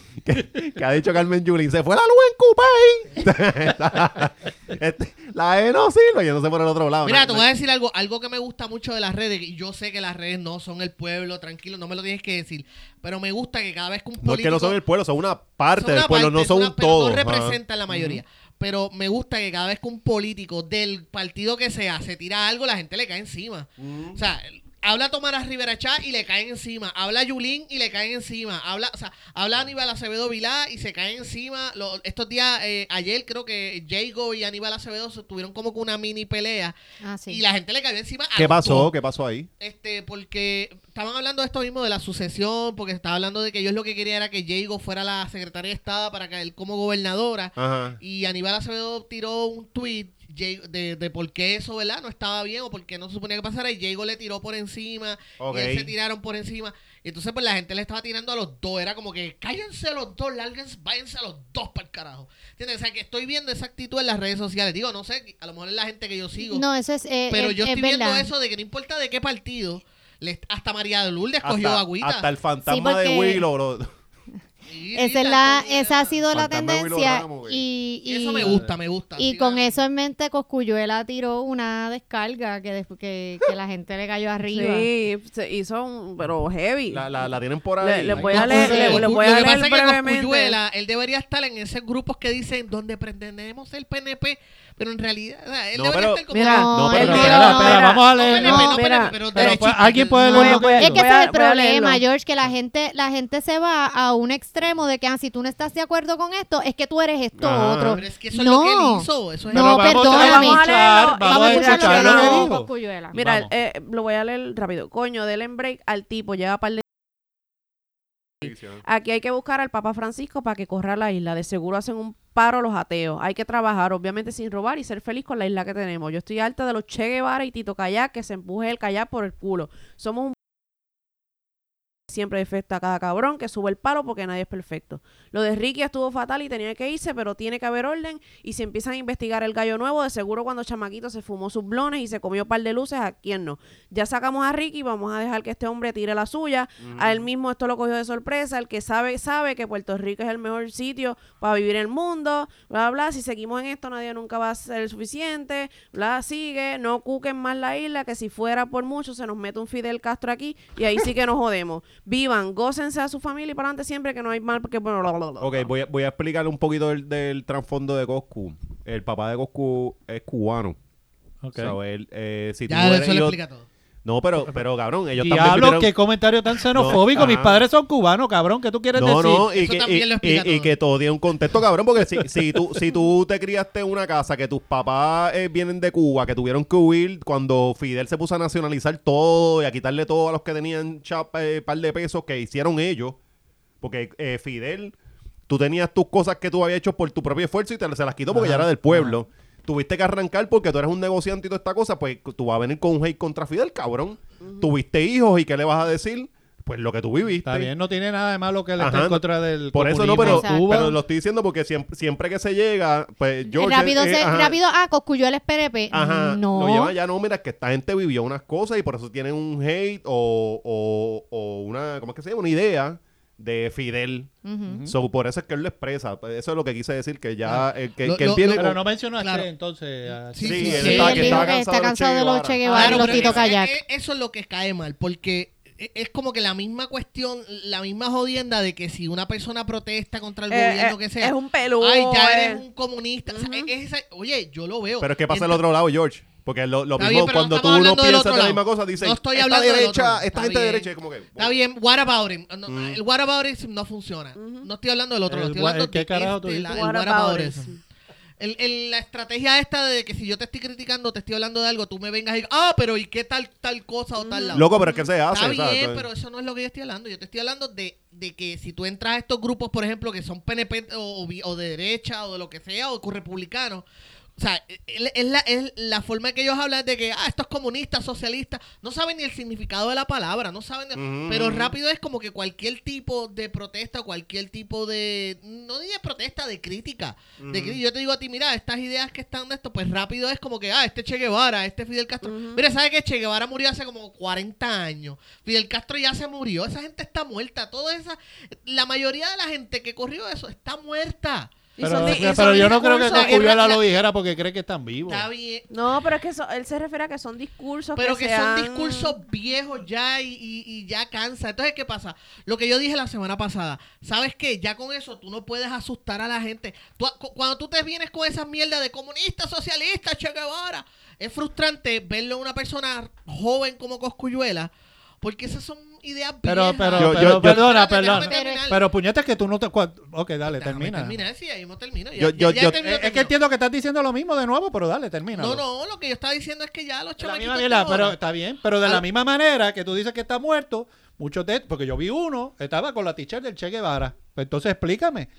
S1: que ha dicho Carmen Yulín, se fue la luz en Coupé. Este, la E no sirve, yo no sé por el otro lado.
S4: Mira,
S1: Na-
S4: te
S1: na-
S4: voy a decir algo, algo que me gusta mucho de las redes, y yo sé que las redes no son el pueblo, tranquilo, no me lo tienes que decir, pero me gusta que cada vez que un
S1: No es
S4: político...
S1: que no son el pueblo, son una parte
S4: son
S1: del
S4: una
S1: pueblo,
S4: parte,
S1: no son
S4: una-
S1: un
S4: pero
S1: todo.
S4: No
S1: Ajá.
S4: representan la mayoría. Pero me gusta que cada vez que un político del partido que sea se tira algo, la gente le cae encima.
S1: Mm.
S4: O sea, habla Tomás Rivera Chá y le caen encima. Habla Yulín y le caen encima. Habla, o sea, habla Aníbal Acevedo Vilá y se caen encima. Lo- estos días, eh, ayer creo que Jago y Aníbal Acevedo se tuvieron como que una mini pelea.
S2: Ah, sí.
S4: Y la gente le cayó encima. a
S1: ¿Qué
S4: los
S1: pasó?
S4: dos.
S1: ¿Qué pasó ahí?
S4: Este, porque estaban hablando de esto mismo de la sucesión, porque estaba hablando de que ellos lo que querían era que Diego fuera la secretaria de Estado para caer como gobernadora.
S1: Ajá.
S4: Y Aníbal Acevedo tiró un tweet de, de por qué eso, ¿verdad? No estaba bien o por qué no se suponía que pasara. Y Diego le tiró por encima.
S1: Ok.
S4: Y él se tiraron por encima. Y entonces, pues la gente le estaba tirando a los dos. Era como que cállense los dos, lárguense, váyanse a los dos para el carajo. ¿Entiendes? O sea, que estoy viendo esa actitud en las redes sociales. Digo, no sé, a lo mejor es la gente que yo sigo.
S2: No, eso es. eh,
S4: Pero
S2: es-
S4: yo
S2: es
S4: estoy
S2: verdad.
S4: viendo eso de que no importa de qué partido, le- hasta María de Lourdes cogió
S1: Hasta,
S4: agüita.
S1: hasta el fantasma
S2: Sí, porque-
S1: de Willow. lo-
S2: Esa, es la, esa ha sido la
S1: Fantasma de Willow
S2: tendencia.
S1: Ramos, güey.
S2: Y, y-
S4: Eso me gusta, me gusta.
S2: Y
S4: Sí,
S2: con
S4: la-
S2: eso en mente, Coscuyuela tiró una descarga que, después que, que la gente le cayó arriba.
S5: Sí, se hizo un, pero heavy.
S1: La, la, la tienen por
S5: Le-
S1: ahí.
S5: le
S1: Ay,
S5: voy a
S1: no
S5: leer-
S1: sé.
S5: le- le- voy a
S4: Lo que
S5: leer
S4: pasa es que
S5: brevemente.
S4: Cosculluela, él debería estar en esos grupos que dicen donde pretendemos el PNP, pero en realidad, o sea, él
S1: No,
S4: debería
S1: pero-
S4: estar como...
S5: Mira,
S1: No, pero
S5: el
S1: espera,
S5: video-
S2: no,
S3: espera,
S5: mira,
S3: vamos
S4: No,
S3: a leer.
S4: PNP,
S5: no,
S4: no,
S5: mira.
S4: PNP, pero
S3: Pero,
S4: derechito,
S3: pues, alguien puede
S4: ¿no?
S5: leer-
S3: leerlo.
S5: Voy- voy-
S2: Es que ese
S5: a-
S2: es el
S5: voy a
S2: problema,
S5: leerlo.
S2: George, que la gente, la gente se va a un extremo de que ah, si tú no estás de acuerdo con esto, es que tú eres esto
S1: Ah.
S2: o otro.
S4: Pero es que eso
S2: no,
S4: es lo que él hizo. Eso es
S2: No, perdóname.
S5: Vamos a leerlo.
S3: escuchar, vamos a
S5: Vamos a
S3: escuchar
S5: escucharlo.
S3: lo que
S5: No,
S3: dijo.
S2: Coscuyuela.
S5: Mira,
S3: Vamos.
S5: eh, lo voy a leer rápido. Coño, denle break al tipo, lleva par de Aquí hay que buscar al Papa Francisco para que corra la isla. De seguro hacen un paro los ateos. Hay que trabajar, obviamente, sin robar y ser feliz con la isla que tenemos. Yo estoy harta de los Che Guevara y Tito Kayak que se empuje el kayak por el culo. Somos un... Siempre defecta a cada cabrón que sube el paro porque nadie es perfecto. Lo de Ricky estuvo fatal y tenía que irse, pero tiene que haber orden. Y si empiezan a investigar el gallo nuevo, de seguro cuando Chamaquito se fumó sus blones y se comió un par de luces, ¿a quién no? Ya sacamos a Ricky, vamos a dejar que este hombre tire la suya. A él mismo esto lo cogió de sorpresa. El que sabe, sabe que Puerto Rico es el mejor sitio para vivir en el mundo. Bla, bla. Si seguimos en esto, nadie nunca va a ser suficiente. Bla, sigue. No cuquen más la isla, que si fuera por mucho, se nos mete un Fidel Castro aquí y ahí sí que nos jodemos. Vivan, gócense a su familia y para adelante siempre, que no hay mal, porque. bla, bla, bla, bla.
S1: Ok, voy a, voy a explicarle un poquito del, del trasfondo de Coscu. El papá de Coscu es cubano.
S3: Ok.
S1: So, él, eh, si tú
S4: Ya,
S1: eres
S4: eso lo
S1: yo-
S4: explica todo.
S1: No, pero, pero cabrón, ellos también
S3: Diablo,
S1: vivieron-
S3: qué comentario tan xenofóbico.
S1: No,
S3: Mis
S1: ajá.
S3: padres son cubanos, cabrón. ¿Qué tú quieres
S1: No,
S3: decir?
S1: no, y
S4: Eso
S1: que,
S4: también
S1: y-
S4: lo explica
S1: y- y
S4: todo.
S1: que todo tiene un contexto, cabrón, porque si, si, tú, si tú te criaste en una casa que tus papás eh, vienen de Cuba, que tuvieron que huir cuando Fidel se puso a nacionalizar todo y a quitarle todo a los que tenían chapa, eh, par de pesos que hicieron ellos, porque eh, Fidel, tú tenías tus cosas que tú habías hecho por tu propio esfuerzo y te, se las quitó porque ya era del pueblo. Tuviste que arrancar porque tú eres un negociante y toda esta cosa, pues tú vas a venir con un hate contra Fidel, cabrón. Tuviste hijos y ¿qué le vas a decir? Pues lo que tú viviste.
S3: Está bien, no tiene nada de malo que él esté
S1: Ajá.
S3: en contra del
S1: Por eso no, pero,
S3: comunismo en
S2: Exacto.
S3: Cuba.
S1: pero lo estoy diciendo porque siempre, siempre que se llega, pues
S4: Eh,
S1: yo...
S2: rápido, se- rápido, ah, Coscuyuela es PRP.
S1: Ajá,
S2: no.
S1: lo llevan ya, no, mira, es que esta gente vivió unas cosas y por eso tienen un hate o, o- o una, ¿cómo es que se llama? Una idea de Fidel.
S2: Ujú.
S1: So, por eso es que él lo expresa. Eso es lo que quise decir, que ya,
S4: Claro.
S1: eh, que,
S4: Lo-
S1: que
S4: lo-
S1: él tiene...
S4: lo-
S3: Pero no mencionaste
S4: Claro.
S3: entonces. a-
S1: Sí,
S4: Sí, sí,
S1: él
S4: sí,
S1: estaba-
S4: él
S1: que
S4: dijo
S1: estaba
S2: que
S1: cansado,
S2: está cansado de los Che Guevara.
S1: Claro,
S2: los
S4: Ah, pero
S2: Tito
S4: eso-
S2: Kayak.
S4: e- e- Eso es lo que cae mal, porque e- es como que la misma cuestión, la misma jodienda de que si una persona protesta contra el
S5: Eh,
S4: gobierno
S5: eh,
S4: que sea,
S5: es un peludo,
S4: ay, ya eres
S5: eh.
S4: un comunista. O sea,
S5: Ujú.
S4: es esa- oye, yo lo veo.
S1: Pero es que pasa al
S4: Entonces-
S1: otro lado, George. Porque lo, lo
S4: Está
S1: mismo
S4: bien, pero no
S1: cuando
S4: estamos
S1: tú no
S4: hablando del
S1: piensas
S4: otro
S1: de la
S4: lado.
S1: misma cosa, dicen,
S4: No estoy
S1: esta
S4: hablando del otro
S1: derecha,
S4: lado".
S1: esta
S4: Está
S1: gente de
S4: bien.
S1: derecha, es como que...
S4: Está bien, what about him? No,
S1: Mm.
S4: El what about him no funciona. No estoy hablando del otro,
S3: El
S4: lado, estoy
S3: wha-
S4: hablando
S3: ¿qué
S4: de
S3: carajo tú
S4: este,
S3: dices?
S4: la- el
S5: What
S4: what
S5: about
S4: about
S5: it?
S4: him. El- el- la estrategia esta de que si yo te estoy criticando, te estoy hablando de algo, tú me vengas y digas, ah, pero ¿y qué tal tal cosa o tal lado?
S1: Loco, pero es que se hace,
S4: Está bien,
S1: exacto.
S4: pero eso no es lo que yo estoy hablando. Yo te estoy hablando de, de que si tú entras a estos grupos, por ejemplo, que son PNP o, o bi- o de derecha o de lo que sea, o republicanos, o sea, es es la, es la forma en que ellos hablan de que, ah, estos comunistas, socialistas, no saben ni el significado de la palabra, no saben, de-
S1: Ujú.
S4: pero rápido es como que cualquier tipo de protesta, cualquier tipo de, no ni de protesta, de crítica. de cri- yo te digo a ti, mira, estas ideas que están de esto, pues rápido es como que, ah, este Che Guevara, este Fidel Castro. Mira, ¿sabes que Che Guevara murió hace como 40 años? Fidel Castro ya se murió, esa gente está muerta, toda esa, la mayoría de la gente que corrió eso está muerta.
S5: Y
S3: Pero,
S5: son di- y
S3: pero
S5: son
S3: yo no creo que
S5: discursos-
S3: Cosculluela
S4: la-
S3: lo dijera porque cree que están vivos.
S4: Está bien,
S5: No, pero es que so- él se refiere a que son discursos
S4: Pero que,
S5: se
S4: son
S5: han-
S4: discursos viejos ya y, y- y ya cansa. Entonces, ¿qué pasa? Lo que yo dije la semana pasada, ¿sabes qué? Ya con eso tú no puedes asustar a la gente. Tú- cu- cuando tú te vienes con esas mierdas de comunista, socialista, Che Guevara, es frustrante verlo a una persona joven como Coscuyuela, porque esas son ideas
S3: Pero,
S4: viejas.
S3: pero,
S1: Yo- yo-
S3: pero,
S1: yo-
S3: perdona,
S4: Espérate, déjame
S3: perdona.
S4: terminar.
S3: Pero puñetas que tú no te... cua- Ok, dale,
S4: Déjame
S3: termina.
S4: terminar, sí, ahí mismo termino. Ya-
S1: Yo-
S4: ya-
S1: yo-
S4: ya
S1: yo-
S4: termino,
S3: Eh, es que
S4: termino.
S3: entiendo que estás diciendo lo mismo de nuevo, pero dale, termina.
S4: No, no, lo que yo estaba diciendo es que ya los
S3: De la
S4: chamaquitos
S3: misma
S4: de
S3: manera,
S4: ahora-
S3: pero está bien. Pero de la
S4: Al-
S3: misma manera que tú dices que está muerto, muchos de porque yo vi uno, estaba con la t-shirt del Che Guevara. Pues entonces explícame.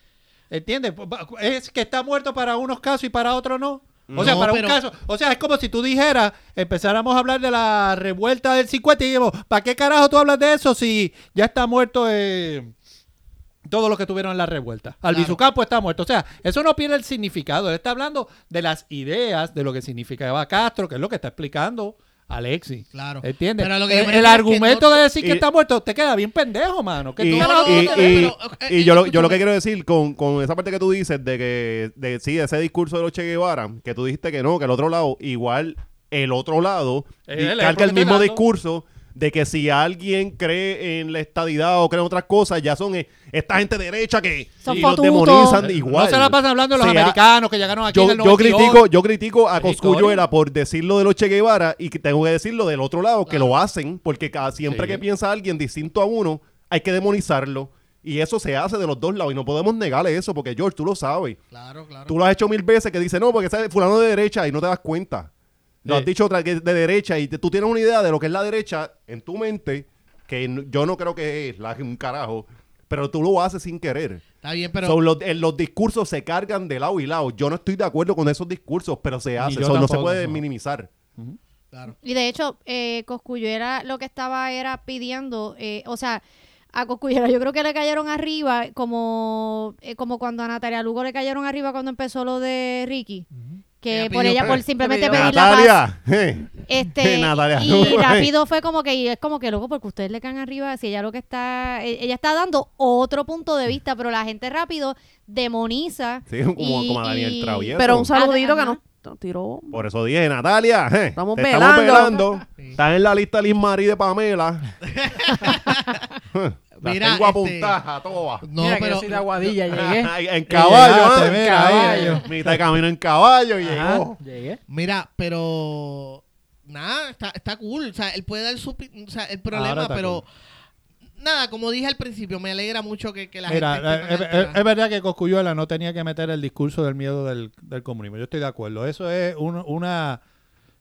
S3: ¿Entiendes? Pues, Es que está muerto para unos casos y para otros no. O sea,
S4: No,
S3: para
S4: pero-
S3: un caso. O sea, es como si tú dijeras, empezáramos a hablar de la revuelta del 50 y digo, ¿para qué carajo tú hablas de eso si ya está muerto eh, todos los que tuvieron en la revuelta? Albizu Campo está muerto. O sea, eso no pierde el significado. Él está hablando de las ideas, de lo que significaba Castro, que es lo que está explicando Alexis.
S4: Claro.
S3: ¿Entiendes?
S4: Pero lo que yo
S3: el,
S4: me
S3: el
S4: refiero es que
S3: argumento
S4: no-
S3: de decir que
S1: y-
S3: está muerto, te queda bien pendejo, mano. Que
S1: Y,
S3: tú-
S4: No, no, no,
S1: y-
S4: no, no,
S1: y-
S4: pero, eh,
S1: y yo, lo, yo
S4: escúchame.
S1: lo que quiero decir con, con esa parte que tú dices de que, de, sí, de ese discurso de los Che Guevara, que tú dijiste que no, que el otro lado, igual el otro lado
S3: Es
S1: di-
S3: Eh, él, es
S1: carga
S3: porque
S1: el
S3: estoy
S1: mismo
S3: dando.
S1: discurso de que si alguien cree en la estadidad o cree en otras cosas, ya son eh, esta gente derecha que
S2: Son
S1: y los
S2: fotutos.
S1: demonizan
S3: No
S1: igual.
S3: se la pasan hablando de los
S1: Se ha-
S3: americanos que llegaron aquí en
S1: yo,
S3: el
S1: yo
S3: 92.
S1: critico yo critico a
S3: Es
S1: Cosculluela
S3: historia.
S1: por decirlo de los Che Guevara y que tengo que decirlo del otro lado que lo hacen porque cada, siempre
S3: Sí.
S1: que piensa alguien distinto a uno hay que demonizarlo y eso se hace de los dos lados y no podemos negarle eso porque George tú lo sabes
S4: Claro, claro.
S1: tú lo has hecho mil veces que dice no porque ese fulano de derecha y no te das cuenta lo
S3: Sí.
S1: has dicho otra que es de derecha y te- tú tienes una idea de lo que es la derecha en tu mente que n- yo no creo que es la, un carajo pero tú lo haces sin querer
S4: Está bien, pero.
S1: So, los, eh, los discursos se cargan de lado y lado. Yo no estoy de acuerdo con esos discursos, pero se hace.
S3: yo
S1: So, no se
S3: tampoco,
S1: puede
S3: no.
S1: minimizar.
S4: Claro.
S2: Y de hecho, eh, Cosculluela lo que estaba era pidiendo, eh, o sea, a Cosculluela yo creo que le cayeron arriba, como, eh, como cuando a Natalia Lugo le cayeron arriba cuando empezó lo de Ricky. Que
S4: Ella
S2: por
S4: pidió
S2: ella, por
S1: paz.
S2: simplemente
S5: Ella pidió
S2: pedir la paz.
S1: Natalia. eh.
S2: Este,
S1: Natalia
S2: y
S1: Lugo, eh.
S2: rápido fue como que, y es como que loco, porque ustedes le caen arriba, si ella lo que está, e- ella está dando otro punto de vista, pero la gente rápido demoniza.
S1: Sí, como,
S2: y-
S1: como a Daniel
S2: y-
S1: Travieso.
S5: Pero un saludito
S2: Ajá.
S5: que nos nos tiró.
S1: Por eso dije, Natalia. eh,
S5: Estamos
S1: te estamos
S5: velando.
S1: velando.
S4: Sí.
S1: Estás en la lista Liz Marie de Pamela. Eh, La
S4: Mira,
S1: tengo
S4: este-
S1: apuntada a todas.
S4: No,
S6: Mira, que
S4: pero.
S6: yo soy de Aguadilla, llegué.
S1: Ay, en caballo.
S3: llegaste,
S1: ah, en
S3: mira,
S1: caballo. Mitad de camino en caballo y
S6: Ajá,
S1: llegó.
S6: llegué.
S4: Mira, pero. Nada, está, está cool. O sea, él puede dar su. opi- O sea, el
S3: Ahora
S4: problema,
S3: está
S4: pero. Nada, como dije al principio, me alegra mucho que, que la
S3: Mira,
S4: gente. esté tan
S3: eh, eh, eh,
S4: alterada.
S3: es, verdad que Coscuyuela no tenía que meter el discurso del miedo del, del comunismo. Yo estoy de acuerdo. Eso es un, una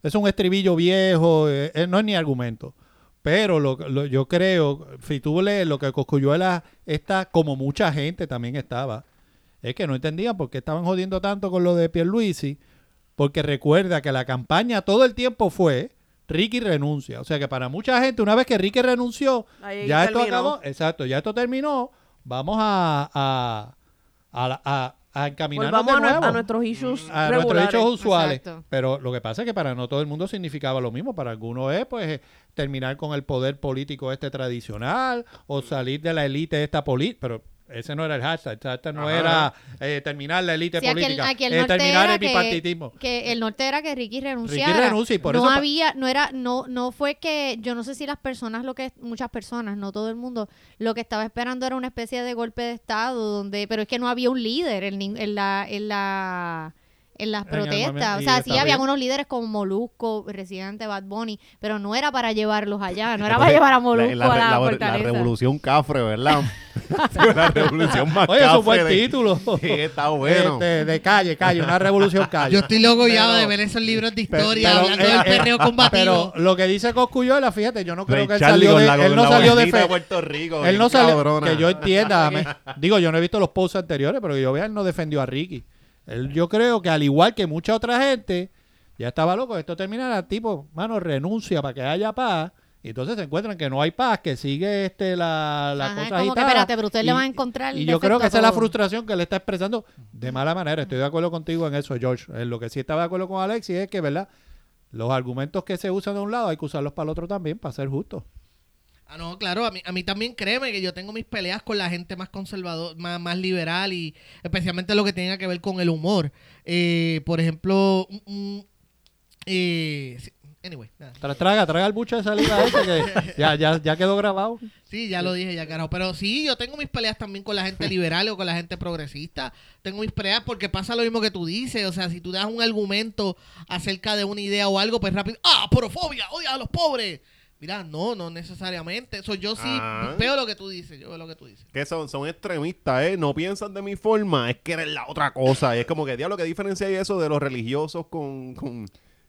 S3: es un estribillo viejo, eh, eh, no es ni argumento. Pero lo, lo- yo creo, si tú lees lo que Coscuyuela está, como mucha gente también estaba, es que no entendía por qué estaban jodiendo tanto con lo de Pierluisi, porque recuerda que la campaña todo el tiempo fue Ricky renuncia. O sea que para mucha gente, una vez que Ricky renunció,
S5: Ahí
S3: ya esto
S5: terminó.
S3: acabó, exacto, ya esto terminó, vamos a, a, a, la- a, a encaminarnos
S5: Volvamos a,
S3: de
S5: nue-
S3: nuevo
S5: a nuestros issues
S3: a nuestros
S5: regulares.
S3: hechos usuales.
S2: eh, Exacto.
S3: Pero lo que pasa es que para no todo el mundo significaba lo mismo. Para algunos es, pues, eh, terminar con el poder político este tradicional o salir de la élite esta política. Pero ese no era el hashtag. El hashtag no
S1: Ajá.
S3: era eh, terminar la élite
S2: Sí, aquí el-
S3: política.
S2: aquí el
S3: eh,
S2: norte
S3: terminar
S2: era
S3: el
S2: que-
S3: bipartitismo.
S2: que el norte era que Ricky renunciara.
S3: Ricky renuncia y por
S2: no
S3: eso pa-
S2: había, no era, no, no fue que, yo no sé si las personas, lo que muchas personas, no todo el mundo, lo que estaba esperando era una especie de golpe de estado, donde, pero es que no había un líder en, nin- en la, en la en las
S3: En el momento,
S2: protestas, o
S3: y
S2: sea, sí
S3: estaba
S2: había
S3: bien.
S2: unos líderes como Molusco, Residente, Bad Bunny, pero no era para llevarlos allá, no era para
S1: Entonces,
S2: llevar a
S1: la,
S2: Molusco
S1: la-
S2: a
S1: la-
S2: la,
S1: la
S2: fortaleza.
S1: revolución cafre, ¿verdad? la revolución más
S3: Oye, eso fue el
S1: cafre de-
S3: título.
S1: Sí, está Ah, bueno.
S3: Este, de calle, calle, una revolución calle.
S4: Yo estoy loco ya
S3: eh, Pero-
S4: de ver esos libros de
S3: Pero-
S4: historia
S3: pero,
S4: hablando
S3: eh,
S4: del
S3: eh,
S4: perreo combativo.
S3: Pero lo que dice Coscuyola, fíjate, yo no creo
S1: Ray
S3: que él
S1: Charlie
S3: salió
S1: con
S3: de,
S1: la-
S3: él
S1: con
S3: no
S1: la
S3: salió de
S1: bandita
S3: fe-
S1: Puerto Rico.
S3: Él no
S1: bien
S3: salió,
S1: cabrona.
S3: que yo entienda. me- digo, yo no he visto los posts anteriores, pero que yo vea, él no defendió a Ricky. Él, yo creo que al igual que mucha otra gente, ya estaba loco. Esto terminará, tipo, mano, renuncia para que haya paz. Y entonces se encuentran que no hay paz, que sigue este la, la
S2: Ajá,
S3: cosa
S2: es como que,
S3: agitada.
S2: espérate, pero usted le
S3: Y-
S2: va a encontrar
S3: Y yo creo
S2: defecto
S3: que
S2: a
S3: esa es la
S2: todo.
S3: frustración que le está expresando de mala manera. Estoy de acuerdo contigo en eso, George. En lo que sí estaba de acuerdo con Alexis es que, ¿verdad? Los argumentos que se usan de un lado hay que usarlos para el otro también, para ser justos.
S4: Ah, no, claro, a mí, a mí también créeme que yo tengo mis peleas con la gente más conservadora, más, más liberal y especialmente lo que tenga que ver con el humor. Eh, por ejemplo, un- un- eh, sí, anyway, nada.
S3: Tra- traga, traga el buche de saliva ese que ya, ya, ya quedó grabado.
S4: Sí, ya lo dije, ya carajo. Pero sí, yo tengo mis peleas también con la gente liberal o con la gente progresista. Tengo mis peleas porque pasa lo mismo que tú dices. O sea, si tú das un argumento acerca de una idea o algo, pues rápido, ¡ah, porofobia! ¡Odia a los pobres! Mira, no, no necesariamente. Eso yo sí
S1: Ah.
S4: veo lo que tú dices. Yo veo lo que tú dices.
S1: Que son, son extremistas, ¿eh? No piensan de mi forma, es que eres la otra cosa. Y es como que, diablo, ¿qué diferencia hay eso de los religiosos con, con-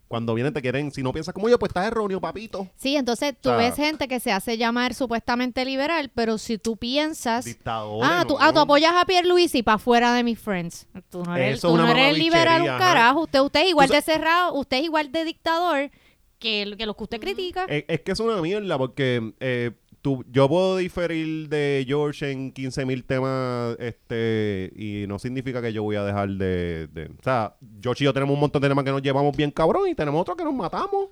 S1: Cuando vienen te quieren... Si no piensas como yo, pues estás erróneo, papito.
S2: Sí, entonces tú
S1: O sea,
S2: ves gente que se hace llamar supuestamente liberal, pero si tú piensas...
S1: Dictadores.
S2: Ah, tú,
S1: ¿no?
S2: ah, tú apoyas a Pierluisi para fuera de mis friends. Tú no eres,
S1: Eso
S2: tú
S1: es una
S2: no eres
S1: mamabichería,
S2: liberal un
S1: ajá.
S2: carajo. Usted, usted es igual
S1: Tú
S2: de cerrado, usted es igual de dictador que, el- que los que usted critica.
S1: Es, es que es una mierda porque eh, tú, yo puedo diferir de George en 15.000 temas este y no significa que yo voy a dejar de, de- O sea, George y yo tenemos un montón de temas que nos llevamos bien cabrón y tenemos otros que nos matamos.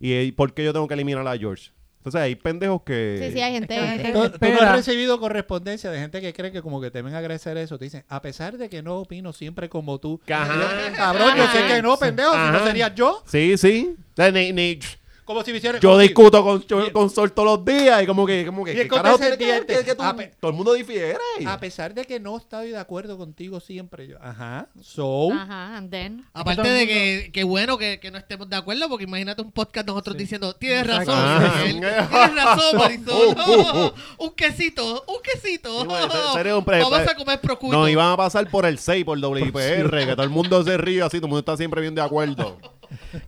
S1: ¿Y eh, por qué yo tengo que eliminar a George? Entonces hay pendejos que...
S2: Sí, sí, hay gente.
S6: Hay gente-
S2: eh,
S3: ¿Tú, tú no
S6: Espera.
S3: has recibido correspondencia de gente que cree que como que te ven a agradecer eso. Te dicen, a pesar de que no opino siempre como tú.
S1: Ajá.
S3: Cabrón, yo sé que no, pendejo. Si no
S1: Ajá.
S3: sería yo.
S1: Sí, sí. Eh, ni- ni-
S3: Como si me hiciera...
S1: yo
S3: como si-
S1: discuto con, yo- con Sol todos los días y como que... Como que
S3: Y
S1: ¿qué
S3: el Ah, contexto
S1: carajo
S3: es
S1: tiene que ver que-
S3: evidente.
S1: que tú-
S3: Ah, pe-
S1: todo el mundo difiere.
S3: A pesar de que no estoy de acuerdo contigo siempre. Yo, ajá. So...
S2: Ajá, and then.
S4: Aparte
S6: todo
S4: de
S6: el
S4: que, que bueno que, que no estemos de acuerdo, porque imagínate un podcast nosotros diciendo, tienes
S6: Exacto.
S4: razón,
S1: Ah.
S4: Miguel, tienes razón, Marisol,
S1: Uh, uh, uh.
S4: un quesito, un quesito,
S1: Sí, bueno, en serio, un pre-
S4: vamos
S1: pre-
S4: a comer procuito.
S1: Nos iban a pasar por el 6, por WIPR, que todo el mundo se ríe así, todo el mundo está siempre bien de acuerdo.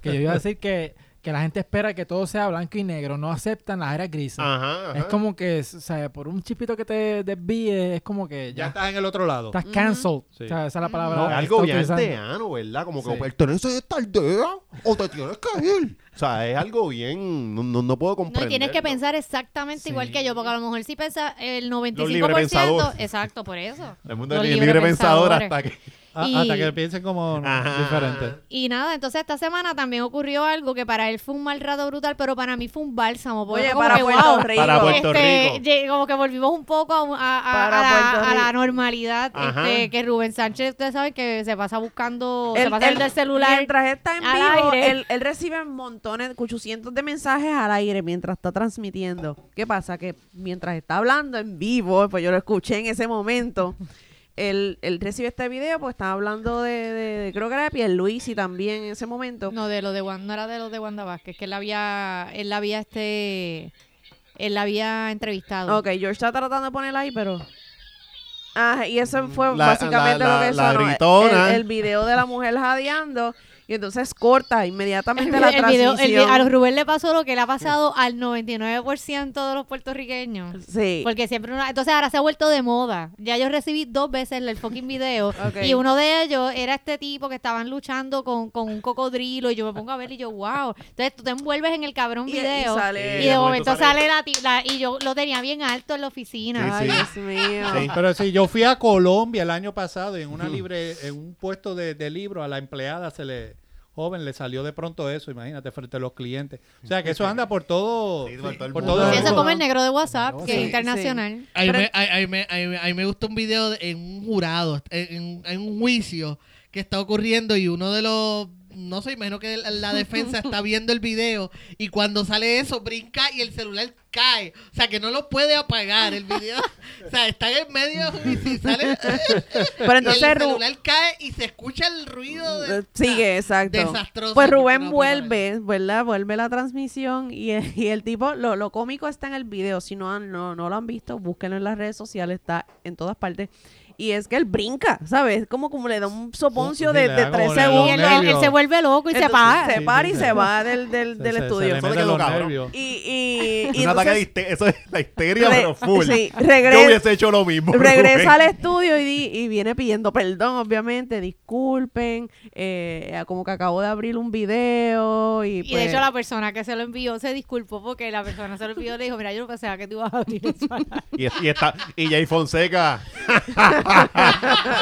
S6: Que yo iba a decir que, que la gente espera que todo sea blanco y negro, no aceptan las áreas grises.
S1: Ajá, ajá.
S6: Es como que, o sea, por un chipito que te desvíe, es como que
S3: Ya
S6: ya,
S3: estás en el otro lado.
S6: estás cancelled.
S3: Sí.
S6: O sea, esa es la palabra.
S1: No,
S6: que
S1: algo
S6: está
S1: bien
S6: utilizando.
S1: aldeano, ¿verdad? Como que
S6: Sí.
S1: perteneces a esta aldea o te tienes que ir. O sea, es algo bien. No, no, no puedo
S2: No,
S1: comprender.
S2: y tienes que pensar exactamente igual que yo, porque a lo mejor si piensa el 95%.
S1: librepensadores.
S2: Exacto, por eso.
S1: El mundo
S2: Los
S1: es libre pensador
S2: librepensadores.
S1: hasta que.
S3: Ah,
S2: Y-
S3: Hasta que piensen como
S1: Ajá.
S3: diferente.
S2: Y nada, entonces esta semana también ocurrió algo que para él fue un mal rato brutal, pero para mí fue un bálsamo. porque
S5: Oye,
S2: como
S5: para
S2: que,
S5: Puerto
S2: wow,
S5: Rico.
S1: Para Puerto
S2: este,
S1: Rico.
S2: lle- Como que volvimos un poco a, un- a- a-
S5: Para
S2: a la-
S5: Puerto
S2: a la,
S5: Rico.
S2: normalidad.
S1: Ajá.
S2: Este, que Rubén Sánchez, ustedes saben que se pasa buscando, se
S5: Él-
S2: pasa
S5: él-
S2: el del celular.
S5: Mientras está en
S2: al
S5: vivo,
S2: aire.
S5: él, él recibe montones, cuchucientos de mensajes al aire mientras está transmitiendo. ¿Qué pasa? Que mientras está hablando en vivo, pues yo lo escuché en ese momento. Él, él recibe este video, pues estaba hablando de, de- de- creo que era de Pierluisi también en ese momento.
S2: No, de lo de Wanda, no era de los de Wanda Vázquez, que él había, él había este, él la había entrevistado.
S5: Ok, George está tratando de ponerla ahí, pero. Ah, y eso fue
S1: Mm, La-
S5: básicamente
S1: la-
S5: lo que
S1: la- la
S5: sonó.
S1: gritona.
S5: El, el video de la mujer jadeando. Y entonces corta
S2: El,
S5: inmediatamente la
S2: el video, el
S5: transmisión.
S2: vi- a los Rubén le pasó lo que le ha pasado al 99% de los puertorriqueños.
S5: Sí.
S2: Porque siempre una- entonces ahora se ha vuelto de moda. Ya yo recibí dos veces el fucking video
S5: Ok.
S2: y uno de ellos era este tipo que estaban luchando con, con un cocodrilo y yo me pongo a ver y yo, wow. Entonces tú te envuelves en el cabrón
S5: Y- y
S2: video y,
S5: sale-
S1: Y
S2: de
S1: de
S2: momento
S1: momento sale-
S2: sale, la, ti- la- y yo lo tenía bien alto en la oficina.
S5: Ay,
S1: Sí.
S5: Dios mío.
S1: Sí.
S3: Pero si yo fui a Colombia el año pasado y en una libre, en un puesto de, de libro a la empleada se le joven le salió de pronto eso, imagínate, frente a los clientes. O sea que eso anda por todo,
S1: Sí, por todo el
S3: por
S1: mundo.
S3: todo el
S2: Sí, eso es
S3: mundo.
S2: como el negro de WhatsApp, que
S4: Sí,
S2: es internacional.
S4: Ahí
S5: Pero-
S4: me, ahí- ahí me- ahí me- ahí me gusta un video de- en un jurado, en, en- en un juicio que está ocurriendo y uno de los, no sé, imagino que la, la defensa está viendo el video y cuando sale eso brinca y el celular cae. O sea, que no lo puede apagar el video. O sea, está en medio del juicio y sale...
S5: Pero
S4: y el
S5: entonces Ru-
S4: celular cae y se escucha el ruido de...
S5: sigue, exacto.
S4: Desastroso,
S5: Pues
S4: porque
S5: Rubén
S4: no puede
S5: vuelve, ¿verdad? Vuelve la transmisión y el, y el tipo, lo, lo cómico está en el video. Si no, han- no, no lo han visto, búsquenlo en las redes sociales, está en todas partes. Y es que él brinca, ¿sabes? Como como le da un soponcio
S3: Sí,
S5: de,
S3: le
S5: de
S3: da
S5: tres
S3: como le da
S5: segundos.
S3: los
S2: Y él, él- él se
S3: nervios.
S2: vuelve loco y se
S5: Entonces,
S2: para.
S5: Se para y
S3: Sí, sí,
S5: se
S3: sí.
S5: va del, del, del
S3: Se- se-
S5: estudio.
S3: Se,
S1: Eso
S3: le
S1: le
S3: meten
S1: quedó
S3: los
S1: cabrón.
S3: nervios.
S5: Y, y, y
S1: un ataque de
S5: entonces
S1: histeria. Eso es la histeria,
S5: Re-
S1: pero full.
S5: sí,
S1: Yo
S5: regres-
S1: hubiese hecho lo mismo.
S5: regresa al
S1: Rubén.
S5: estudio y, di- y viene pidiendo perdón, obviamente, disculpen, eh, como que acabo de abrir un video y,
S2: Y
S5: pues,
S2: de hecho la persona que se lo envió se disculpó porque la persona se lo envió le dijo, mira, yo no pensaba que tú ibas a abrir eso.
S1: Y, y, está, y Jay Fonseca.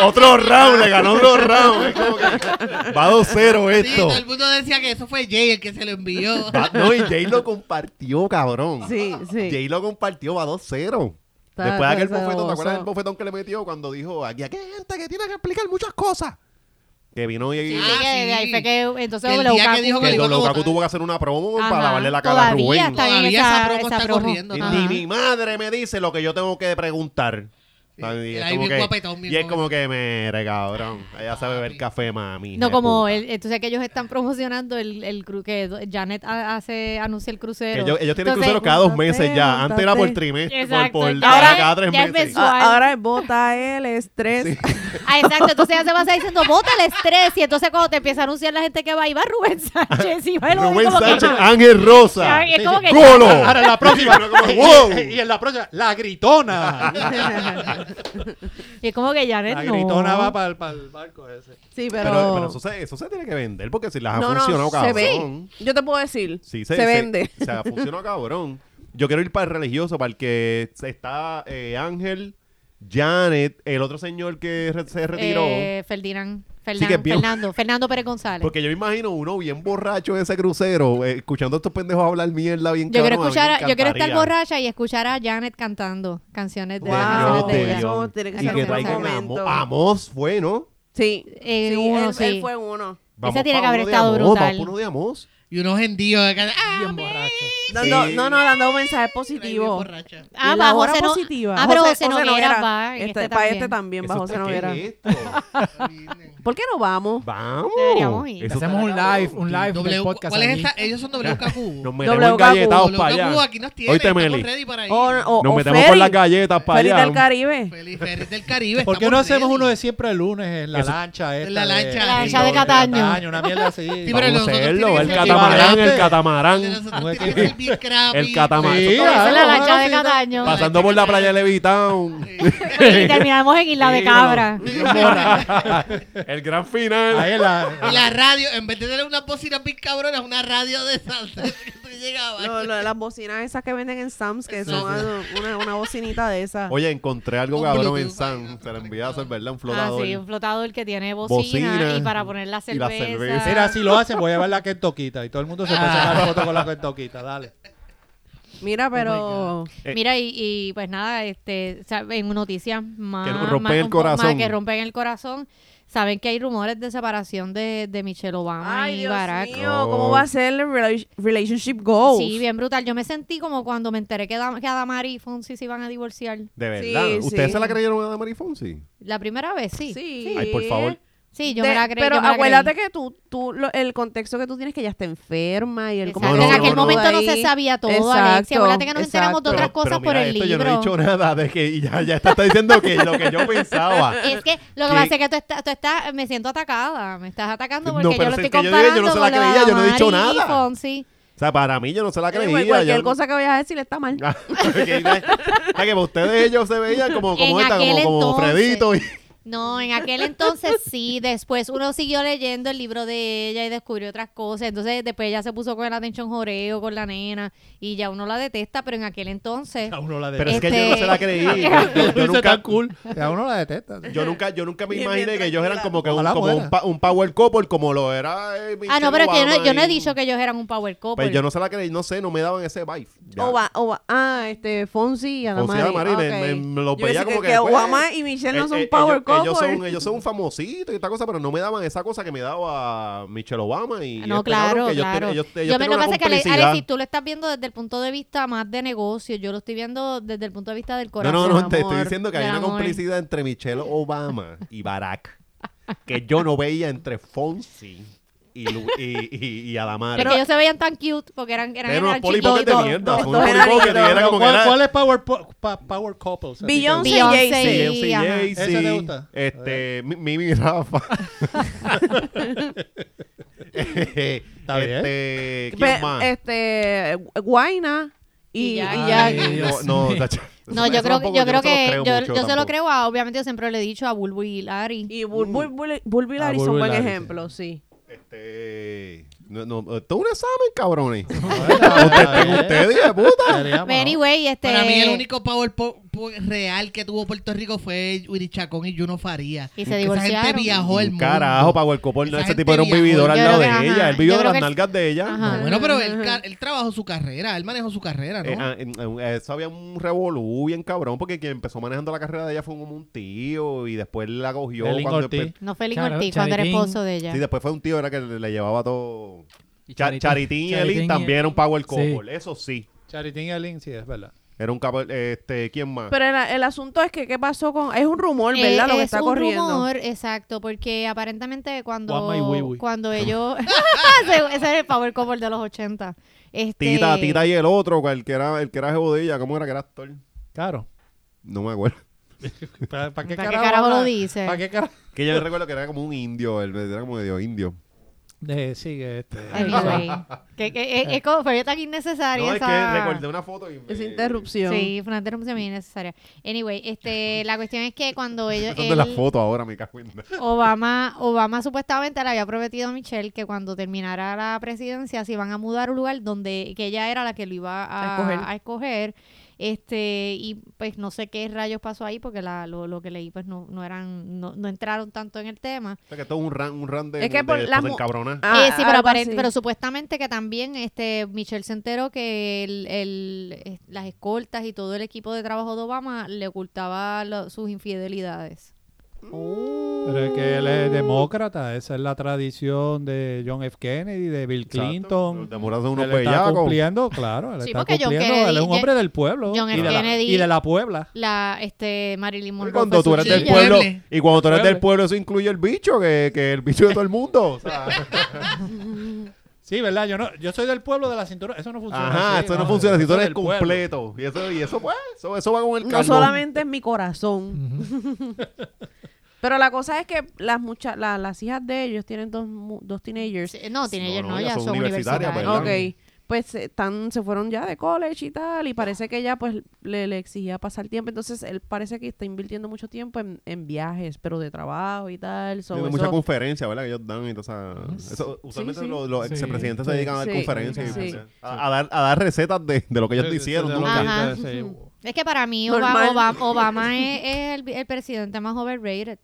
S1: otro round, le ganó otro round. Es como que va 2-0
S4: Sí,
S1: esto.
S4: todo el mundo decía que eso fue Jay el que se lo envió.
S1: Va- no, y Jay lo compartió, cabrón.
S5: Sí, sí.
S1: Jay lo compartió, va 2-0.
S5: Está-
S1: Después de aquel
S5: está-
S1: bofetón,
S5: está
S1: ¿te acuerdas
S5: baboso.
S1: del bofetón que le metió cuando dijo aquí hay gente que tiene que explicar muchas cosas? Que vino y.
S4: Sí,
S2: Así que
S4: Ah,
S2: de ahí
S4: sí.
S2: fue que entonces
S4: Que el
S2: doble
S4: día que
S2: Ocaku-
S4: dijo
S1: Que el
S4: lo iban a
S1: Dolocacu
S4: votar.
S1: tuvo que hacer una promo
S2: Ajá,
S1: para lavarle la cara a
S2: todavía
S1: Rubén.
S2: está en
S4: Todavía
S2: esa-
S4: esa promo está
S2: promo.
S4: corriendo.
S1: Y
S2: Ajá.
S1: Ni mi madre me dice lo que yo tengo que preguntar. Y
S4: Sí,
S1: es
S4: ahí
S1: como
S4: bien
S1: que,
S4: guapetón, bien
S1: y es
S4: joven.
S1: como que me cabrón. Ella sabe beber
S4: Papi.
S1: café, mami. hija
S2: No,
S1: de
S2: como
S1: puta.
S2: el, entonces que ellos están promocionando el, el cru- que do- Janet ha- hace, anuncia el
S1: Que
S2: crucero.
S1: ellos, ellos tienen
S2: Entonces,
S1: cruceros cada dos meses ya.
S5: montate.
S1: Antes era por trimestre, por,
S2: Exacto.
S1: por
S2: Ya
S1: cada,
S2: es-
S1: cada tres
S2: ya es
S1: meses.
S2: mensual.
S5: A- Ahora es bota él, estrés.
S2: Ah, exacto. Entonces ella se va a estar diciendo, bota el estrés. Y entonces cuando te empieza a anunciar la gente que va, y va Rubén Sánchez. Y va
S1: Rubén
S2: como que-
S1: Sánchez, ah. Ángel Rosa.
S2: Ay, es como que-
S1: ¡Golo!
S3: Ahora en la próxima.
S1: Pero como,
S3: y-
S1: wow.
S3: y, en la próxima, la gritona.
S2: y es como que Janet
S3: la
S2: no.
S3: gritona va para el, barco ese.
S5: Sí, pero.
S1: Pero, pero eso, se, eso se tiene que vender porque si las ha
S5: no, no,
S1: funcionado,
S5: se ve.
S1: cabrón.
S5: Yo te puedo decir.
S1: Sí,
S5: se, vende.
S1: Se, ha funcionado, cabrón. Yo quiero ir para el religioso, para el que está eh, Ángel, Janet, el otro señor que re- se retiró.
S2: Eh, Ferdinand. Fernan-
S1: que es bien-
S2: Fernando, Fernando Pérez González.
S1: porque yo me imagino uno bien borracho de ese crucero, eh, escuchando a estos pendejos hablar mierda bien
S2: yo
S1: cabrón, a
S2: quiero
S1: mí me
S2: escuchar, a- yo quiero estar
S1: encantaría.
S2: borracha y escuchar a Janet cantando canciones de
S1: Por
S2: canciones
S1: Dios,
S5: Wow.
S2: de
S1: de
S2: ella.
S1: Dios.
S5: Eso tiene que
S1: Y
S5: ser
S1: que
S5: un
S1: traigan a Amos.
S5: momento.
S1: Amos fue, ¿no?
S5: Sí,
S2: En
S5: sí,
S2: Eh, uno,
S5: él,
S2: sí.
S5: él fue uno.
S2: tiene
S1: pa'
S2: que haber
S1: uno de
S2: estado
S1: Amos,
S2: brutal.
S1: vamos pa' uno de Amos.
S4: Y unos hendíos de cara. ¡Ah,
S6: Bien borracho.
S5: Dando-
S1: Sí.
S5: No, no, dando un mensaje
S4: bien
S5: positivo.
S4: borracha.
S2: Ah,
S5: Y la
S2: bajo
S5: hora
S2: José no-
S5: positiva.
S2: Ah, pero José,
S5: José
S2: Noguera,
S5: Noguera.
S2: va en
S5: Este-
S2: este
S5: para
S2: también.
S5: este también,
S1: Eso-
S5: bajo José
S1: ¿qué
S5: Noguera.
S1: es esto?
S5: ¿Por qué no vamos?
S1: Vamos.
S2: Deberíamos ir.
S1: Eso
S6: Hacemos un
S1: está cabrón.
S6: live, un live del
S4: W,
S6: podcast.
S4: ¿Cuál es
S6: allí.
S4: esta? Ellos son WKQ.
S1: Nos metemos
S5: WKQ.
S1: en galletados
S4: WKQ,
S1: para allá.
S4: aquí nos tienen.
S1: Oíste,
S4: estamos
S1: Meli.
S4: ready para ir.
S5: O, o,
S1: Nos
S5: o
S1: metemos
S5: Ferry.
S1: con las galletas para
S5: Ferry
S1: allá.
S5: del Caribe.
S4: Feliz Ferris del Caribe.
S3: ¿Por qué
S4: estamos
S3: no hacemos
S4: ready.
S3: uno de siempre el lunes en la
S1: Eso-
S3: lancha? Esta
S4: En la lancha.
S2: La lancha de Cataño.
S3: Una mierda así.
S4: Sí, pero
S1: Vamos a
S4: los otros
S1: hacerlo,
S4: tienen
S1: el
S4: que ser
S1: catamarán,
S3: equivalentes.
S1: el catamarán.
S4: de nosotros
S3: Ujú.
S4: tiene que ser bien crappy.
S1: El catamarán.
S3: Sí,
S1: Eso-
S2: Esa es la
S3: Ah,
S2: lancha de
S3: sí, está-
S2: Cataño.
S1: Pasando por la playa de Levitown.
S2: Y terminamos en Isla de Cabra. Ah,
S1: el gran final.
S3: Ahí en la-
S4: Y la radio, en vez de tener una bocina bien cabrona, una radio de salsa. que llegaba.
S5: Lo- lo- las bocinas esas que venden en Sam's, que
S4: Sí,
S5: son algo- una, una bocinita de esas.
S1: Oye, encontré algo
S4: Un
S1: cabrón
S4: Bluetooth
S1: en
S4: ahí,
S1: San. Se la envié a hacer, ¿verdad? Un flotador.
S2: Ah, sí, un flotador que tiene bocina,
S1: Bocina
S2: y para poner la
S1: y la
S2: cerveza.
S1: cerveza.
S3: Mira, si lo hacen, voy a llevar la Kentoquita y todo el mundo se puede
S1: Ah.
S3: sacar foto con la Kentoquita. Dale.
S2: Oh
S5: Mira, pero.
S1: Eh.
S2: Mira, y, y, pues nada, este, o sea, en noticias más...
S1: Que
S2: más-
S1: rompen el
S2: un po- más
S1: corazón.
S2: que rompen el corazón. Saben que hay rumores de separación de, de Michelle Obama
S5: Ay,
S2: y
S5: Dios
S2: Barack.
S5: mío, ¿cómo va a ser el rela- relationship goals?
S1: Oh.
S2: Sí, bien brutal. Yo me sentí como cuando me enteré que, Dam- que Adamari y Fonsi se iban a divorciar.
S1: De
S5: Sí,
S1: verdad. ¿Ustedes
S5: sí.
S1: se la creyeron a Mari Fonsi?
S2: La primera vez, sí.
S5: Sí.
S1: Ay, por favor.
S2: Sí, yo
S5: De-
S2: me la creí.
S5: Pero
S2: yo me la
S5: acuérdate
S2: creí.
S5: que tú, tú lo- el contexto que tú tienes que ya está enferma y el
S2: Exacto.
S5: cómo
S1: No,
S5: te
S1: no,
S2: en
S1: no,
S2: aquel
S1: no.
S2: momento no se
S5: ahí.
S2: sabía todo, Alexia.
S5: Exacto,
S2: Acuérdate que nos enteramos de
S5: exacto.
S2: otras cosas
S1: mira
S2: por el
S1: esto,
S2: libro.
S1: Yo no he dicho nada de que y ya, ya está, está diciendo que lo que yo pensaba.
S2: Es que lo que
S1: Que-
S2: pasa es que tú estás, tú estás, me siento atacada, me estás atacando
S1: No,
S2: porque yo
S1: pero
S2: lo
S1: si
S2: estoy
S1: es que yo diga,
S2: comparando
S1: yo no se la
S2: con lo de
S1: creía, yo no he dicho
S2: Adamari y
S1: nada.
S2: Fonsi.
S1: O sea, para mí yo no se la
S2: pues,
S1: creía.
S5: Anyway, cualquier
S1: yo-
S5: cosa que vayas a decir está mal.
S1: que, o sea, que ustedes ellos se veían como, como
S2: En
S1: esta, como,
S2: aquel
S1: como
S2: entonces.
S1: Fredito. y-
S2: No, en aquel entonces sí, después uno siguió leyendo el libro de ella y descubrió otras cosas, entonces después ella se puso con el atención joreo, con la nena, y ya uno la detesta, pero en aquel entonces...
S3: A uno la
S1: Pero
S3: detesta.
S1: es que yo no se
S2: Este,
S1: la creí. Yo, yo- yo
S3: Dice tan
S1: nunca,
S3: cool. A uno la detesta.
S1: yo, nunca, yo nunca me
S5: Bien,
S1: imaginé
S5: bien
S1: que ellos eran como que un,
S3: Ojalá
S1: como un,
S3: fuera.
S1: pa- un power couple como lo era eh,
S2: Ah,
S1: Michelle
S2: no, pero es que yo no,
S1: Obama
S2: yo no he
S1: y-
S2: dicho que ellos eran un power couple.
S1: Pues yo no se la creí, no sé, no me daban ese vibe. Ya.
S5: Oba, Oba, ah, este, Fonsi y Adamari.
S1: Adamari,
S5: ah,
S1: me-
S5: ok.
S1: me- me lo
S5: Yo
S1: veía
S5: decía
S1: como
S5: que,
S1: que,
S5: que
S1: pues,
S5: Obama y Michelle no
S1: Eh,
S5: son
S1: eh,
S5: power
S1: ellos, ellos
S5: couple.
S1: son, ellos son famositos y esta cosa, pero no me daban esa cosa que me daba Michelle Obama. Y, y
S2: Ah, No,
S1: este cabrón
S2: claro,
S1: que ellos
S2: claro.
S1: ten- ellos- ellos
S2: yo
S1: tenían
S2: me, lo que
S1: una
S2: pasa es que Ale-
S1: complicidad.
S2: Alexis, tú lo estás viendo desde el punto de vista más de negocio, yo lo estoy viendo desde el punto de vista del
S1: No,
S2: corazón.
S1: no, no, te estoy
S5: amor,
S1: diciendo que hay
S2: del
S1: una
S2: amor.
S1: complicidad entre Michelle Obama y Barack que yo no veía entre Fonsi y, Lu- y, y, y Adamari.
S2: Es que ellos se veían tan cute porque eran, eran,
S1: Eran unos
S2: eran
S1: polipocas de
S5: chiquitos,
S1: mierda.
S5: dos-
S1: Son unos
S5: dos enanitos.
S1: polipocas y era como que
S3: ¿Cuál,
S1: era...
S3: cuál es Power, po- pa- power Couples? a ti te
S5: Beyoncé
S3: gusta?
S5: y
S2: Beyoncé,
S5: Jay-Z.
S1: Beyoncé,
S2: Sí, ajá.
S1: Jay-Z,
S3: ¿Ese te gusta?
S1: Este, Mi- Mimi y Rafa. Está
S3: bien.
S1: Este, ¿quién
S5: Pe-
S1: más?
S5: Este, Guaina
S2: Y
S5: y,
S2: ya.
S5: y
S1: Ay,
S5: ya.
S1: no,
S6: Dios
S1: no,
S6: mío.
S1: tacho.
S2: No,
S1: Eso
S2: yo creo,
S1: tampoco-
S2: yo creo
S1: no
S2: que
S1: se los
S2: yo,
S1: mucho
S2: yo se lo
S1: tampoco.
S2: creo a, obviamente yo siempre le he dicho a Bulbo y Larry.
S5: Y
S1: Mm.
S5: Bul- Bul- Bul- Bulbil
S3: Ah,
S5: Ari son buen
S3: Bulbil Ari,
S5: ejemplo, sí.
S1: Este, no, no, esto es un examen, cabrones.
S3: Está bien.
S1: Ustedes, hija de puta.
S3: Deberíamos, ¿no?
S2: Anyway, este
S4: Para mí el único power po- po- real que tuvo Puerto Rico fue Willy Chacón y Juno Faría.
S2: Y se
S4: Esa gente
S2: divorciaron.
S4: viajó el
S1: Un
S4: mundo.
S1: Carajo, Power Couple, no,
S4: Esa
S1: ese
S4: gente
S1: tipo era un
S4: viajó.
S1: vividor al
S2: Yo
S1: lado de
S2: creo que, ajá,
S1: ella. Él vivió de
S2: yo
S1: las
S2: creo que el-
S1: nalgas de ella.
S2: Ajá.
S4: No, bueno, pero él, ca- él trabajó su carrera, él manejó su carrera, ¿no?
S1: Eh, ah, en- en- eso había un revolú bien cabrón porque quien empezó manejando la carrera de ella fue como un tío y después la cogió
S3: Belín
S1: cuando
S3: Ortiz.
S1: empe-
S2: no fue Lin
S6: Charo-
S2: Ortiz cuando era
S6: Charitín.
S2: esposo de ella.
S1: Sí, después fue un tío era que le, le llevaba todo
S6: Y
S1: Cha- Charitín y Elín también era un power couple, eso sí.
S3: Charitín y Alin, sí, es verdad.
S1: Era un capo, este, ¿quién más?
S5: Pero el, el asunto es que, ¿qué pasó con.? Es un rumor,
S2: Eh,
S5: ¿verdad? lo que
S2: es
S5: está
S2: un
S5: corriendo.
S2: rumor, exacto, porque aparentemente
S3: Juanma y
S2: cuando,
S3: Wiwi.
S2: cuando ellos... ese, ese era el power couple de los 80. Este,
S1: Tita, Tita y el otro, cual que era, el que era jevo de ella, ¿cómo era que era actor?
S3: Claro.
S1: No me acuerdo.
S3: ¿Para, para qué,
S2: ¿Para qué
S3: carajo
S2: carajo lo
S3: habla-
S2: dice?
S3: ¿Para qué carajo?
S1: Que yo recuerdo que era como un indio, él era como medio indio.
S3: Eh, sigue este.
S2: Anyway, que, que- es, es como, fue tan innecesaria
S1: No, es
S2: esa...
S1: que recordé una foto y me-
S5: Esa interrupción.
S2: Sí, fue una interrupción bien innecesaria. Anyway, este, la cuestión es que cuando ellos...
S1: Son de las
S2: él-
S1: fotos ahora, me cago en la-
S2: Obama, Obama supuestamente le había prometido a Michelle que cuando terminara la presidencia se iban a mudar a un lugar donde que ella era la que lo iba a,
S5: A escoger.
S2: a escoger. Este, y pues no sé qué rayos pasó ahí porque la, lo, lo que leí pues no, no eran, no, no entraron tanto en el tema.
S1: O sea, que esto es un ran, un ran de,
S5: Es que por
S1: de
S5: las
S1: cosas
S5: mu-
S1: encabronadas.
S5: Ah,
S2: Eh, sí, pero,
S5: algo
S2: aparent-
S5: así.
S2: pero supuestamente que también este Michelle se enteró que el- el- eh, las escoltas y todo el equipo de trabajo de Obama le ocultaba lo- sus infidelidades.
S3: Pero es que él es demócrata, esa es la tradición de John F. Kennedy, de Bill
S1: Exacto.
S3: Clinton.
S1: Te mueras de unos
S3: Él está
S1: bellacos.
S3: cumpliendo, claro, él
S2: Sí,
S3: está
S2: porque John
S3: cumpliendo,
S2: Kennedy-
S3: él es un
S2: John-
S3: hombre del pueblo
S2: John
S3: y,
S2: F.
S3: de la,
S2: Kennedy-
S3: y de la Puebla.
S2: La este Marilyn Monroe.
S1: Y cuando
S2: fue su
S1: tú eres del
S2: chilla.
S1: pueblo,
S4: Pueble.
S1: y cuando tú eres
S3: Pueble.
S1: del pueblo, eso incluye el bicho, que, que el bicho de todo el mundo. o sea.
S3: Sí, ¿verdad? Yo no, yo soy del pueblo de la cintura, eso no funciona.
S1: ajá,
S3: así,
S1: esto no funciona si tú
S3: eso es
S1: eres
S3: del pueblo.
S1: completo. Y eso, y eso pues, eso, eso va con el
S5: No
S1: calor.
S5: solamente es mi corazón. Pero la cosa es que las mucha la- las hijas de ellos tienen dos, mu- dos teenagers.
S2: Sí, No, tiene
S1: No,
S2: ella,
S1: no,
S2: no,
S1: ellas
S2: ellas
S1: son
S2: son
S1: universitarias,
S2: universitarias.
S1: ¿verdad?
S5: Ok. Pues eh, están, se fueron ya de college y tal, y parece que ella pues le, le exigía pasar tiempo. Entonces él parece que está invirtiendo mucho tiempo en, en viajes, pero de trabajo y tal. so,
S1: Tiene
S5: eso-
S1: mucha conferencia, ¿verdad? Que ellos dan y toda
S3: Mm,
S1: esa- Eso, usualmente
S5: sí.
S1: los, los
S6: Sí,
S1: expresidentes
S6: sí,
S1: se dedican a dar
S5: sí,
S1: conferencias. y
S5: sí.
S1: cosas. A, a dar, a dar recetas de, de lo que ellos
S3: Sí, sí,
S1: hicieron.
S3: sí,
S1: ¿no?
S3: sí,
S1: Que-
S2: Ajá.
S3: sí.
S2: Ujú. Es que para mí Oba-
S5: Normal.
S2: Obama, Obama es, es el, el presidente más overrated.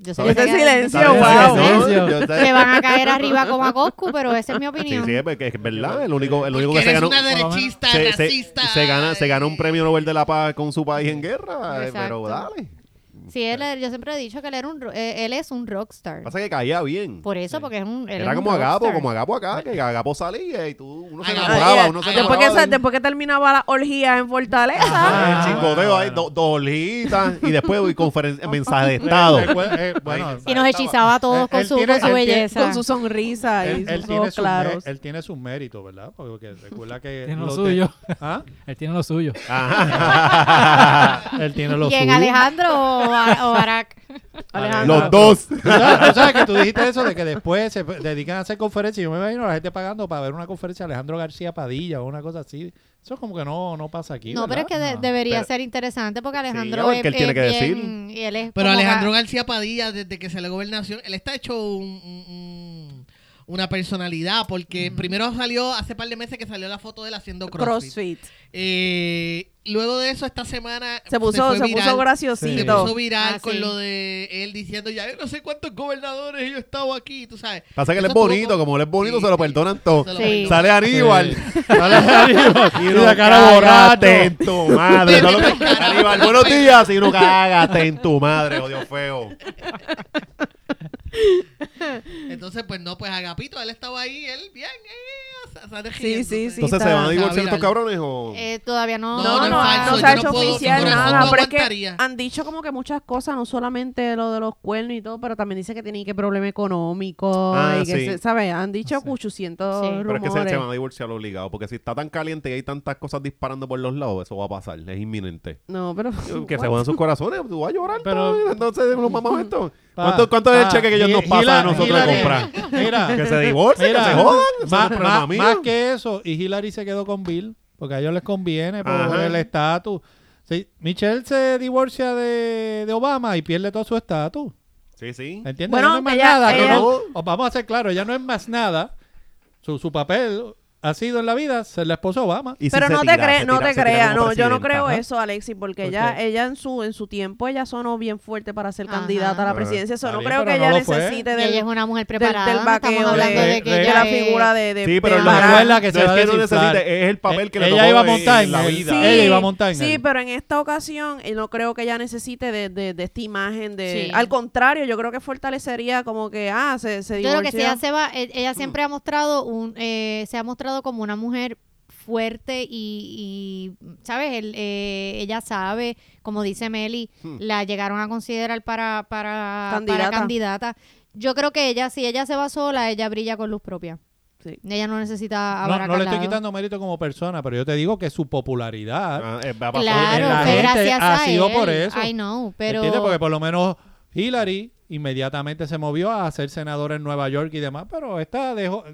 S2: Yo sé que
S5: Este
S2: te quedas-
S5: silencio,
S1: Mm-hmm. ¿Sabes?
S5: wow.
S1: Sí,
S6: Silencio.
S1: yo-
S2: Me van a caer arriba como a Goku, pero esa es mi
S1: Sí,
S2: opinión.
S1: sí, es ver- es verdad. El único, el único
S4: Porque
S1: que se
S4: eres
S1: ganó.
S4: una
S6: por lo menos,
S4: derechista,
S1: Se, se-
S4: racista.
S1: se gana, se gana un premio Nobel de la Paz con su país en guerra. eh,
S2: Exacto.
S1: Pero dale.
S2: Sí, él, él- yo siempre he dicho que él, era un, ro- eh, él es un rockstar.
S1: Pasa que caía bien.
S2: Por eso, porque es un. él
S1: Era
S2: es
S1: como
S2: un
S1: Agapo,
S2: rockstar.
S1: como Agapo acá, que Agapo salía y tú, uno se
S4: Agapo.
S1: enamoraba,
S5: Ah,
S1: uno se
S5: ya. después, que,
S1: enamoraba.
S5: esa-
S1: de-
S5: después que terminaba las orgías en Fortaleza.
S1: Ah,
S3: Ah,
S1: el chingoteo ahí,
S3: bueno.
S1: do- dos holitas y después uy, conferen- mensaje de estado.
S3: Recuerda- eh, bueno,
S2: Y nos hechizaba a todos
S3: Él-
S2: con
S3: él
S2: su,
S3: tiene-
S2: con su
S3: él tiene-
S2: belleza.
S5: Con su sonrisa y
S3: él, él
S5: sus
S3: tiene
S5: ojos
S3: sus mé-
S5: claros.
S3: él tiene sus méritos, ¿verdad? Porque recuerda que...
S6: Tiene lo
S3: los de-
S6: suyo.
S3: ¿Ah?
S6: Él tiene lo suyo.
S3: Él tiene los
S2: ¿Quién,
S3: suyo.
S2: Alejandro o, Ba- o Barack?
S5: Alejandro.
S1: Los dos.
S3: Tú sabes, tú sabes que tú dijiste eso de que después se dedican a hacer conferencias. Yo me imagino a la gente pagando para ver una conferencia de Alejandro García Padilla o una cosa así. Eso como que no, no pasa aquí.
S2: No, pero es que
S3: ¿verdad?
S2: de-
S6: No.
S2: debería
S1: Pero-
S2: ser interesante porque
S1: a
S2: Alejandro
S1: ver
S2: es,
S1: qué él tiene
S2: es
S1: que decir.
S2: bien- y él es
S4: Pero
S2: como
S4: Alejandro
S2: ca-
S4: García Padilla, desde que se la gobernación, él está hecho un- un- un- una personalidad, porque primero salió, hace par de meses que salió la foto de él haciendo crossfit.
S5: Crossfit.
S4: Eh, luego de eso, esta semana
S5: Se puso,
S4: fue
S5: se,
S4: viral.
S5: puso
S4: Se
S5: graciosito.
S4: puso viral
S2: Ah,
S4: con
S2: sí.
S4: lo de él diciendo ya yo no sé cuántos gobernadores yo he estado aquí, tú sabes.
S1: Pasa que él
S4: Eso
S1: es
S4: estuvo
S1: bonito,
S4: con-
S1: como él es bonito,
S4: Sí,
S1: se lo
S4: sí.
S1: perdonan todo.
S4: Se lo
S2: Sí.
S4: perdonan.
S1: Sale Aníbal.
S3: Sale Aníbal
S1: Y
S3: la cara borracha.
S1: cágate en tu madre. Eso es lo que- Aníbal, buenos días. Y no cágate en tu madre, odio feo.
S4: Entonces, pues no, pues Agapito, él estaba ahí, él bien, eh, sa- sale
S5: Sí,
S4: riéndose.
S5: sí, sí.
S1: Entonces, ¿se
S5: está-
S1: van a divorciar
S4: Está
S1: estos cabrones o...?
S2: eh, todavía no.
S5: No,
S4: No,
S5: no,
S4: no es falso,
S5: no se
S4: yo
S5: ha
S4: no
S5: hecho
S4: puedo-
S5: oficial
S4: no, no
S5: nada, pero es que
S4: aguantaría.
S5: han dicho como que muchas cosas, no solamente lo de los cuernos y todo, pero también dice que tiene que problema económico
S1: Ah,
S5: y que
S1: sí.
S5: se- ¿sabes? Han dicho
S6: Sí.
S5: 800
S2: Sí.
S1: Pero es que se,
S5: rumores.
S1: se van a divorciar obligado, porque si está tan caliente y hay tantas cosas disparando por los lados, eso va a pasar, es inminente.
S5: No, pero
S1: Que se jodan sus corazones, tú vas a llorar.
S3: Pero-
S1: Pero, entonces, los mamamos esto.
S3: Pa,
S1: ¿Cuánto, cuánto es el
S3: pa,
S1: cheque que ellos
S3: Hi-
S1: nos pasan a
S3: Hillary-
S1: nosotros de
S3: Hillary-
S1: comprar?
S3: Mira,
S1: Que se divorcien, que
S3: mira,
S1: se jodan. eso no
S3: Más,
S1: es problema
S3: más-
S1: mío.
S3: más que eso, y Hillary se quedó con Bill, porque a ellos les conviene por
S1: Ajá.
S3: el estatus. Sí, Michelle se divorcia de, de Obama y pierde todo su estatus.
S1: Sí, sí.
S3: ¿Entiendes?
S5: Bueno,
S3: Ella no es más
S5: ella-
S3: nada. no,
S5: ella-
S3: no, os vamos a ser claros, ella no es más nada. Su, su papel ha sido en la vida ser la esposa de Obama.
S1: Y si
S5: pero
S1: se
S5: no te
S1: tira,
S5: creas,
S1: se
S5: no
S1: tira,
S5: te
S1: se tira
S5: creas,
S1: como
S5: no, yo no
S1: presidenta,
S5: creo
S1: ajá.
S5: eso, Alexis, porque
S3: ¿Por
S5: ella
S3: qué?
S5: ella en su en su tiempo ella sonó bien fuerte para ser
S2: Ajá.
S5: candidata a la
S1: Ajá.
S5: presidencia, eso
S3: Está
S5: no
S3: bien,
S5: creo
S3: pero
S5: que
S3: no
S5: ella
S3: lo fue.
S5: necesite
S2: Y ella es
S5: del
S2: una mujer
S5: del,
S2: preparada.
S5: del
S2: no estamos
S5: vaqueo de,
S2: hablando de que
S5: de
S2: ella
S5: la
S2: es-
S5: figura de, de
S1: Sí, pero
S5: de
S1: lo
S5: Barack.
S1: recuerda
S3: Recuerda que se
S1: no
S3: va a
S1: es que no
S3: desinflar. Eh,
S1: necesite, es el papel que le
S3: Ella
S1: tocó
S3: iba a
S1: en
S3: montar en
S1: la
S3: el-
S1: vida.
S3: Ella iba a montar en
S5: Sí,
S3: él.
S5: pero en esta ocasión eh, no creo que ella necesite de, de, de esta imagen. de
S2: Sí.
S5: Al contrario, yo creo que fortalecería como que, ah, se, se
S2: Yo creo que
S5: divorció.
S2: si ella se va, e- ella siempre ha mostrado un, eh, se ha mostrado como una mujer fuerte y, y, sabes, El, eh, ella sabe, como dice Meli, la llegaron a considerar para, para,
S5: Hmm. Candidata.
S2: para candidata. Yo creo que ella, si ella se va sola, ella brilla con luz propia.
S5: Sí.
S2: Ella no
S5: Ah,
S2: necesita a
S3: No,
S2: Barack
S3: no le
S2: al
S3: estoy
S2: lado.
S3: quitando mérito como persona, pero yo te digo que su popularidad
S1: Ah, eh, va a pasar.
S2: Claro,
S3: la
S2: fue
S3: gente
S2: gracias
S3: ha
S2: a
S3: sido
S2: él.
S3: por eso.
S2: I know, pero...
S3: ¿Entiendes? Porque por lo menos Hillary inmediatamente se movió a ser senadora en Nueva York y demás, pero esta dejó,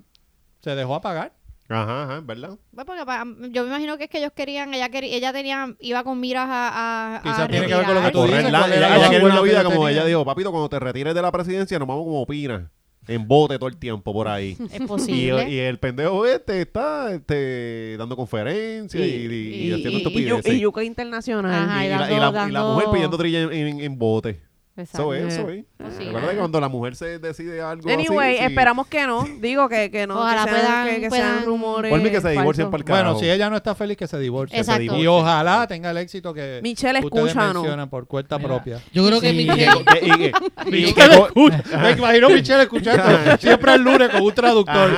S3: se dejó apagar.
S1: Ajá, ajá, ¿verdad?
S2: Bueno, pues, porque pa- yo me imagino que es que ellos querían, ella queri- ella tenía, iba con miras a, a, a
S3: Quizás tiene que ver con lo que tú
S2: retirarse.
S1: Correr
S3: dices,
S1: la-
S3: ¿cuál era
S1: ella,
S3: la
S1: ella quiere
S3: buena
S1: una
S3: que
S1: vida
S3: yo
S1: como
S3: tenía?
S1: ella dijo, papito, cuando te retires de la presidencia nos vamos como opinas. en bote todo el tiempo por ahí.
S2: Es
S1: Y,
S2: posible.
S1: y el pendejo este está este, dando conferencias y, y- y
S2: y-
S1: haciendo
S2: y- y-
S1: estupideces.
S5: y Yuca Internacional.
S2: Ajá,
S1: Y
S2: y
S1: la,
S2: dando-
S1: y la- y la
S2: dando-
S1: mujer pidiendo trilla en, en- en bote.
S2: Exacto.
S1: Eso es, eso es.
S2: Posible.
S1: Recuerda que cuando la mujer se decide algo así,
S5: Anyway,
S1: sí.
S5: esperamos que no. Digo que, que no.
S2: Ojalá
S5: que sean,
S2: puedan-
S5: que, que sean
S2: puedan-
S5: rumores.
S1: Por mí que se divorcien
S5: falsos.
S1: pa'l carajo.
S3: Bueno, si ella no está feliz, que se divorcie.
S2: Exacto.
S3: Y ojalá tenga el éxito que
S5: Michelle,
S3: ustedes
S5: escúchanos.
S3: mencionan por cuenta
S6: Mira.
S3: propia.
S4: Yo creo que
S6: Sí.
S1: Que-
S4: Michelle-
S1: que- y- que- y-
S3: Michelle escucha. Me imagino Michelle escuchando siempre el lunes con un traductor.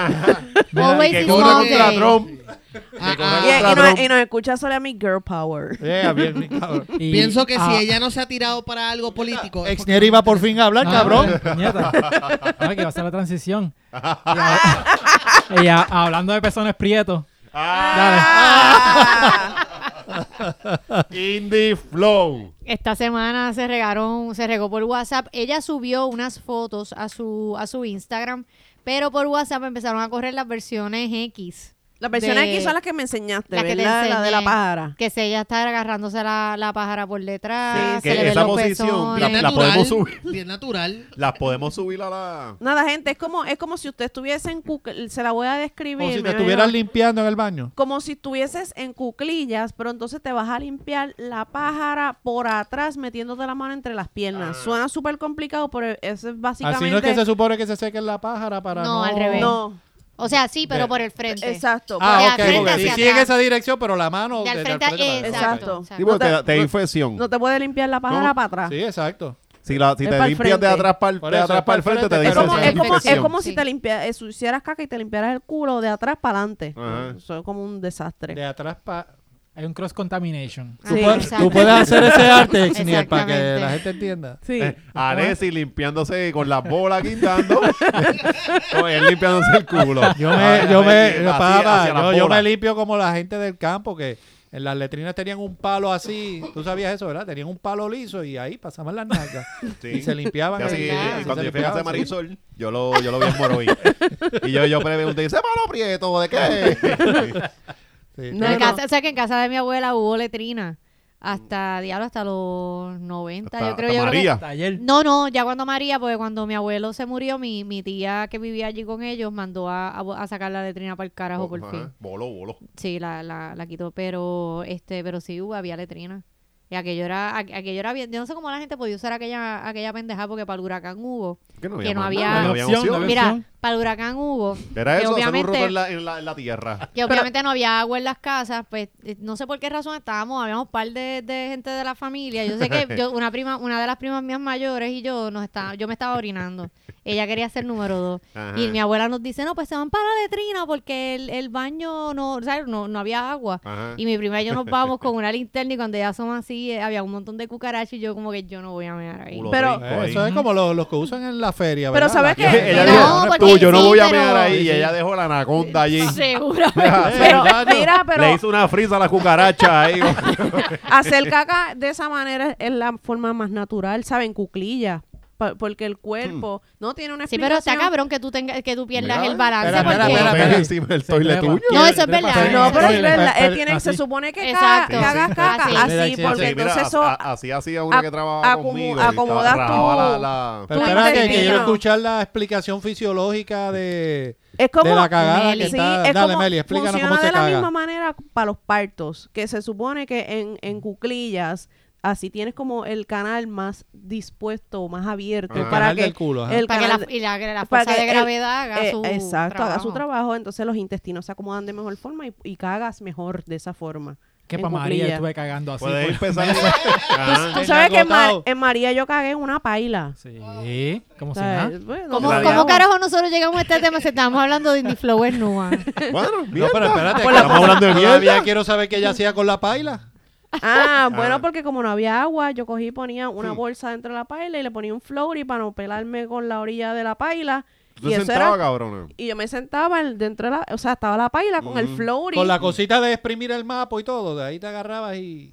S2: Always
S1: que
S2: is
S1: corra
S2: Monday.
S1: contra Trump.
S4: Ah,
S1: corra
S4: ah,
S5: Y, y
S1: Otra
S5: nos,
S1: broma.
S5: y nos escucha sobre a mi girl power.
S3: Eh, bien, mi cabrón.
S6: Y-
S4: Pienso que
S6: ah,
S4: si ella no se ha tirado para algo político. es porque-
S3: Exnier iba por fin a hablar,
S6: ah,
S3: cabrón.
S6: puñeta. Ay, que va a ser la transición. Y, a- y a- hablando de personas prietos.
S5: Ah.
S1: Indie Flow.
S2: Esta semana se regaron, se regó por WhatsApp. Ella subió unas fotos a su, a su Instagram, pero por WhatsApp empezaron a correr las versiones X.
S5: Las versiones
S2: De-
S5: aquí son las que me enseñaste,
S2: la que te
S5: ¿verdad? la de la
S2: enseñé.
S5: pájara.
S2: Que se ella está agarrándose la, la pájara por detrás. se
S5: Sí, que
S2: le ven
S1: esa
S2: los
S1: posición,
S2: pezones.
S4: Bien
S1: La- la podemos
S4: natural, Bien natural.
S1: Las podemos subir a la.
S5: Nada, gente, es como, es como si usted estuviese en cuc- se la voy a describir.
S3: Como si te
S5: me
S3: estuvieras
S5: imagino.
S3: limpiando en el baño.
S5: como si estuvieses en cuclillas, pero entonces te vas a limpiar la pájara por atrás metiéndote la mano entre las
S2: Ah.
S5: piernas. Suena súper complicado, pero eso es básicamente...
S3: Así no es que se supone que se seque la pájara para no...
S2: No, al revés.
S5: No,
S2: O sea, sí, pero
S3: Bien.
S2: por el frente.
S5: exacto.
S3: Ah, ok.
S2: De al frente
S3: porque
S2: hacia
S3: sí, sí, en
S2: atrás.
S3: esa dirección, pero la mano...
S2: De al
S3: desde el
S2: frente,
S3: frente para atrás.
S2: exacto.
S5: Exacto.
S1: Sí, porque
S5: No
S1: te,
S5: te-
S1: te da
S5: no-
S1: infección.
S5: No te puedes limpiar la pájara
S3: No,
S5: para atrás.
S3: Sí, exacto.
S1: si la, si
S5: Es
S1: te
S5: pa'l
S1: limpias de
S5: frente.
S1: atrás para el,
S3: Por
S1: de
S3: eso,
S1: atrás
S3: es
S1: para el
S3: pa'l
S1: frente, te da
S3: frente,
S5: Es como,
S1: infección.
S5: es como, es como
S2: Sí.
S5: si te limpia, eh, su- hicieras caca y te limpiaras el culo de atrás para adelante.
S1: Ajá.
S5: Eso es como un
S3: De
S5: desastre.
S3: atrás para...
S6: Hay un cross contamination.
S2: Ah,
S3: Tú,
S5: Sí.
S3: puedes,
S2: exacto.
S3: tú puedes hacer ese arte, Exnier, para que
S2: Exactamente.
S3: la gente entienda.
S5: Sí.
S1: Eh, Alexis limpiándose con las bolas guindando. o él limpiándose el culo.
S3: Yo
S1: Ah,
S3: me, yo
S1: hacia-
S3: me,
S1: hacia
S3: papá,
S1: las
S3: yo, yo me
S1: bolas.
S3: limpio como la gente del campo que en las letrinas tenían un palo así. Tú sabías eso, ¿verdad? Tenían un palo liso y ahí pasaban las nalgas.
S1: Sí.
S3: Y se limpiaban.
S1: Y así,
S3: ahí,
S1: y
S3: así
S1: cuando
S3: se
S1: yo fui a
S3: limpiaban,
S1: hacer
S3: sí.
S1: Marisol, yo lo, yo lo vi en Moroí. y yo, yo pregunté, ¿ese palo prieto de qué?
S3: Sí.
S5: No,
S2: En
S5: no.
S2: casa- o sea, que en casa de mi abuela hubo letrina. Hasta, diablo, hasta los 90,
S1: Hasta-
S2: yo creo.
S1: hasta
S2: yo creo que-
S1: María.
S6: Taller.
S2: No, no, ya cuando María, porque cuando mi abuelo se murió, mi, mi tía que vivía allí con ellos mandó a, a- a sacar la letrina para el carajo por
S1: Oh, Ajá.
S2: fin.
S1: Voló, voló.
S2: Sí, la, la, la quitó, pero este, pero sí hubo- había letrina. Y aquello era, aqu- aquello era bien, yo no sé cómo la gente podía usar aquella, aquella pendeja porque para el huracán hubo.
S1: Que no
S2: Que no
S1: más
S2: había-
S1: nada, no había
S6: Opción,
S1: opción.
S6: no había-
S2: Mira,
S6: versión?
S2: para el huracán hubo.
S1: Era
S2: que
S1: eso, hacer un
S2: obviamente-
S1: roto en la, en la, en la tierra.
S2: Que obviamente no había agua en las casas, pues eh, no sé por qué razón estábamos, habíamos un par de, de gente de la familia. Yo sé que yo, una prima, una de las primas mías mayores y yo nos estaba, yo me estaba orinando. Ella quería ser número dos.
S1: Ajá.
S2: Y mi abuela nos dice, no, pues se van para la letrina porque el, el baño no, o sea, no, no había agua.
S1: Ajá.
S2: Y mi prima y yo nos vamos con una linterna y cuando ya somos así, eh, había un montón de cucarachas y yo como que yo no voy a mear ahí.
S1: Culo
S5: Pero-
S1: rico
S3: Eh,
S1: ahí.
S3: Eso es como lo- los, que usan en la feria,
S5: Pero
S3: ¿verdad?
S5: ¿sabes
S3: Las-
S5: qué?
S1: Ella
S2: No,
S1: dijo,
S2: porque
S1: tú, yo no
S2: sí,
S1: voy a
S2: pero-
S1: mear ahí. Y ella dejó la anaconda allí.
S2: Seguro.
S5: Pero,
S3: Exacto.
S5: mira, pero
S1: Le hizo una frisa a la cucaracha ahí.
S5: hacer caca de esa manera es la forma más natural, ¿saben? Cuclillas. Pa- Porque el cuerpo
S3: Mm.
S5: no tiene una
S2: Sí, pero
S5: explicación.
S2: está cabrón que tú tengas, que tú pierdas
S1: Mira,
S2: el balance
S3: espera, espera,
S2: porque-
S3: espera,
S1: Cuando
S3: espera.
S1: ves encima del toile
S6: Trepa.
S1: tuyo.
S2: No, eso es
S6: Trepa,
S2: verdad.
S6: trepa,
S5: No, pero
S6: trepa,
S5: él, él- él tiene- se
S6: así.
S5: supone que, ca-
S2: Exacto.
S5: que hagas caca
S2: Así.
S5: así,
S3: Así,
S5: porque
S3: así,
S5: entonces
S1: mira,
S5: eso...
S1: a- a- así hacía una
S5: ac-
S1: que trabajaba
S5: acomu-
S1: conmigo.
S5: acomodas
S1: y estaba-
S5: tú-
S1: rajaba la- la-
S3: Pero
S5: tu
S3: espera, que, que quiero
S5: intestino.
S3: escuchar la explicación fisiológica de,
S5: es como...
S3: de la cagada
S2: Meli.
S3: que
S5: Sí,
S3: está.
S5: es
S3: Dale,
S5: como-
S3: Meli, explícanos
S5: funciona
S3: cómo se
S5: de la
S3: caga.
S5: misma manera para los partos, que se supone que en, en cuclillas así tienes como el canal más dispuesto, más abierto
S1: El
S5: Ah. para
S3: Ah. canal
S5: que
S3: del culo, ajá.
S5: el
S2: para que
S5: canal
S2: la,
S5: de-
S2: y la, la
S5: para
S2: fuerza
S5: que
S2: de
S5: el-
S2: gravedad haga
S5: eh,
S2: su
S5: exacto,
S2: trabajo.
S5: haga su trabajo, entonces los intestinos se acomodan de mejor forma y, y cagas mejor de esa forma.
S6: Que
S5: en
S6: para María
S5: cuclillas.
S6: estuve cagando así. pues.
S1: Puedes
S6: por-
S1: empezar. Ajá.
S5: Tú
S3: El
S5: sabes que en, Ma-
S3: agotado.
S5: en María yo cagué en una paila.
S6: Sí, como
S5: O
S6: si
S5: sea,
S6: nada.
S5: bueno,
S2: ¿Cómo,
S1: La
S5: no
S1: de
S2: cómo
S5: sabía.
S2: carajo nosotros llegamos a este tema si estábamos hablando de Indie Flower Nua?
S1: Bueno,
S3: No, pero
S1: mierda.
S3: espérate.
S1: Estamos hablando de
S3: Todavía
S1: mierda.
S3: quiero saber qué ella hacía con la paila.
S1: Ah.
S5: Ah, bueno, porque como no había agua, yo cogí y ponía una bolsa dentro de la paila y le ponía un floaty para no pelarme con la orilla de la paila.
S1: Tú
S5: y eso
S1: sentaba,
S5: era-
S1: cabrona.
S5: y yo me sentaba el- dentro de la, o sea, estaba la paila con el
S1: Mm.
S5: floaty.
S3: Con la cosita de exprimir el mapa y todo. De ahí te agarrabas y.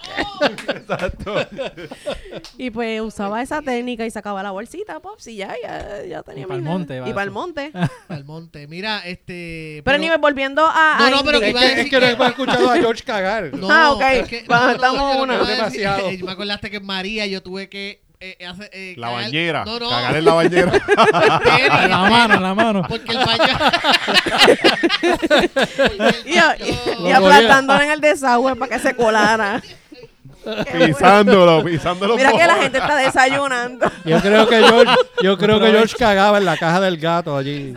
S3: Exacto.
S5: Y pues usaba esa técnica y sacaba la bolsita, pops, y ya, ya, ya tenía
S6: Y pa'l
S5: mi-
S6: monte, va
S5: Y para el
S6: eso.
S5: monte.
S4: Al monte. Mira, este.
S5: Pero ni me volviendo a.
S4: No,
S5: a
S4: no, pero
S5: Indy.
S4: que
S3: es,
S4: iba a
S3: que,
S4: decir
S3: es que no hemos escuchado a George cagar.
S5: Ah, ok. Bueno, estamos
S4: yo lo
S5: una.
S4: que iba a decir-
S3: Demasiado.
S4: eh, me acordaste que en María yo tuve que. eh, hacer, eh,
S1: La
S4: cagar-
S1: bañera.
S4: No, no.
S1: Cagar en la bañera.
S4: tenis,
S6: Ah, En la mano, en la mano.
S4: Porque el baño. Porque
S5: Y,
S4: el baño-
S5: y, y aplastándola en el desagüe para que se colara. Qué bueno.
S1: pisándolo, pisándolo.
S5: Mira que la
S1: por-
S5: gente está desayunando.
S3: Yo creo que George, yo creo que
S6: Aprovecha.
S3: George cagaba en la caja del gato allí.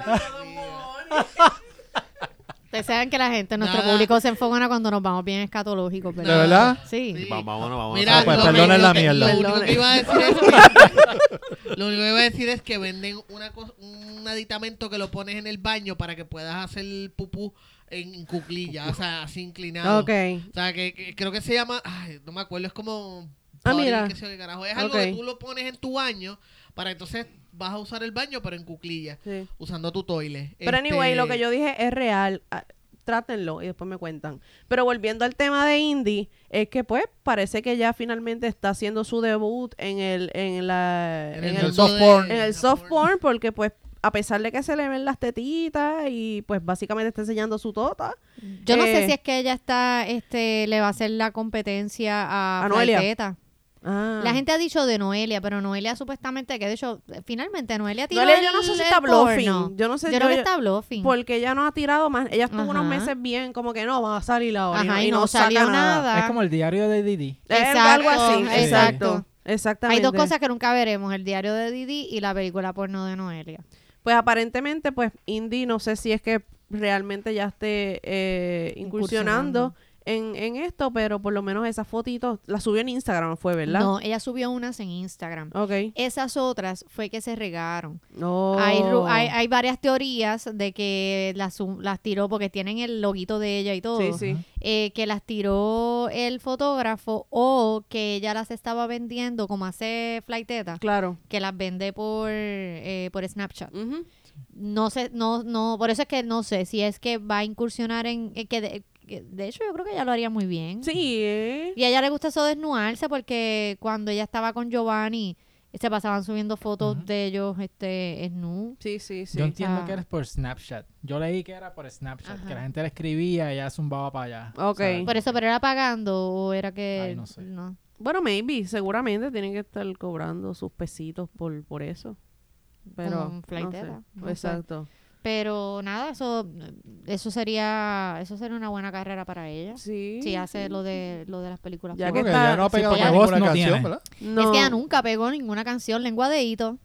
S2: Ustedes saben que la gente, nuestro
S4: Nada.
S2: público se enfogona cuando nos vamos bien escatológicos, ¿verdad?
S3: ¿De verdad?
S2: Sí.
S4: Sí.
S1: Va- Vámonos, vámonos.
S4: Mira,
S3: pues,
S4: lo
S3: perdonen
S4: que-
S3: la
S4: lo que-
S3: mierda.
S4: Lo único que
S5: Perdonen.
S4: iba a decir es que, lo único que iba a decir es que venden una cos- un aditamento que lo pones en el baño para que puedas hacer pupú en cuclilla, o sea, así inclinado.
S5: Ok.
S4: O sea, que, que creo que se llama, ay, no me acuerdo, es como
S5: Ah,
S4: body,
S5: mira.
S4: qué sé yo qué carajo. Es algo
S5: Ok.
S4: que tú lo pones en tu baño para entonces vas a usar el baño pero en cuclilla,
S5: Sí.
S4: usando tu toile.
S5: Pero anyway,
S4: Este,
S5: lo que yo dije es real. Ah, Trátenlo y después me cuentan. Pero volviendo al tema de Indy, es que pues parece que ya finalmente está haciendo su debut en el en la
S4: en
S5: en
S3: el
S5: el,
S4: mundo
S3: soft porn.
S4: de-
S5: en el soft porn porque pues a pesar de que se le ven las tetitas y pues básicamente está enseñando su tota.
S2: Yo no
S5: Eh.
S2: sé si es que ella está, este, le va a hacer la competencia a,
S5: A Noelia.
S2: Noelia.
S5: Ah.
S2: La gente ha dicho de Noelia, pero Noelia supuestamente, que de hecho, finalmente Noelia tiró
S5: Noelia, yo no
S2: el-
S5: sé si
S2: el
S5: está
S2: porno.
S5: bluffing. Yo no sé
S2: Yo creo que
S5: yo-
S2: está bluffing.
S5: porque ella no ha tirado más, ella estuvo unos
S2: Ajá.
S5: meses bien como que no va a salir ahora y no-
S2: Ajá,
S5: y, no,
S2: salió
S5: saca nada.
S2: nada.
S6: Es como el diario de Didi.
S5: Es
S2: Exacto,
S5: algo así,
S2: exacto.
S5: exacto. Exactamente.
S2: Hay dos cosas que nunca veremos, el diario de Didi y la película porno de Noelia.
S5: Pues aparentemente, pues Indy, no sé si es que realmente ya esté eh, incursionando,
S2: Incursionando.
S5: En, en esto, pero por lo menos esas fotitos las subió en Instagram, fue, ¿verdad?
S2: No, ella subió unas en Instagram.
S5: Ok.
S2: Esas otras fue que se regaron.
S5: No.
S2: Hay, ru- hay, hay varias teorías de que las, su- las tiró porque tienen el loguito de ella y todo.
S5: Oh. Sí, sí.
S2: eh, que las tiró el fotógrafo o que ella las estaba vendiendo como hace Flighteta,
S5: Claro.
S2: que las vende por, eh, por Snapchat.
S5: Ujú.
S2: No sé, no, no, por eso es que no sé si es que va a incursionar en, eh, que, de, que de hecho yo creo que ella lo haría muy bien.
S5: Sí. eh.
S2: Y a ella le gusta eso desnudarse porque cuando ella estaba con Giovanni se pasaban subiendo fotos
S6: Ujú.
S2: de ellos este snu.
S5: Sí, sí, sí.
S6: Yo entiendo
S2: Ah.
S6: que era por Snapchat. Yo leí que era por Snapchat, que
S2: Ajá.
S6: la gente le escribía y ella zumbaba para allá.
S5: Ok.
S6: ¿sabes?
S2: Por eso, pero era pagando o era que
S6: Ay, no sé.
S2: no.
S5: Bueno, maybe, seguramente tienen que estar cobrando sus pesitos por, por eso. Pero.
S2: Como
S5: no
S2: flightera,
S5: sé.
S2: no sé.
S5: Exacto.
S2: Pero nada, eso eso sería eso sería una buena carrera para ella.
S5: Sí.
S2: Si hace lo de lo de las películas.
S5: Ya
S3: Sí,
S5: que
S3: porque
S5: está-
S3: ella no ha
S5: sí,
S3: pegado
S2: porque
S3: ninguna
S6: voz no
S3: canción,
S6: tiene.
S3: ¿verdad?
S5: No.
S2: Es que ella nunca pegó ninguna canción, lengua de hito.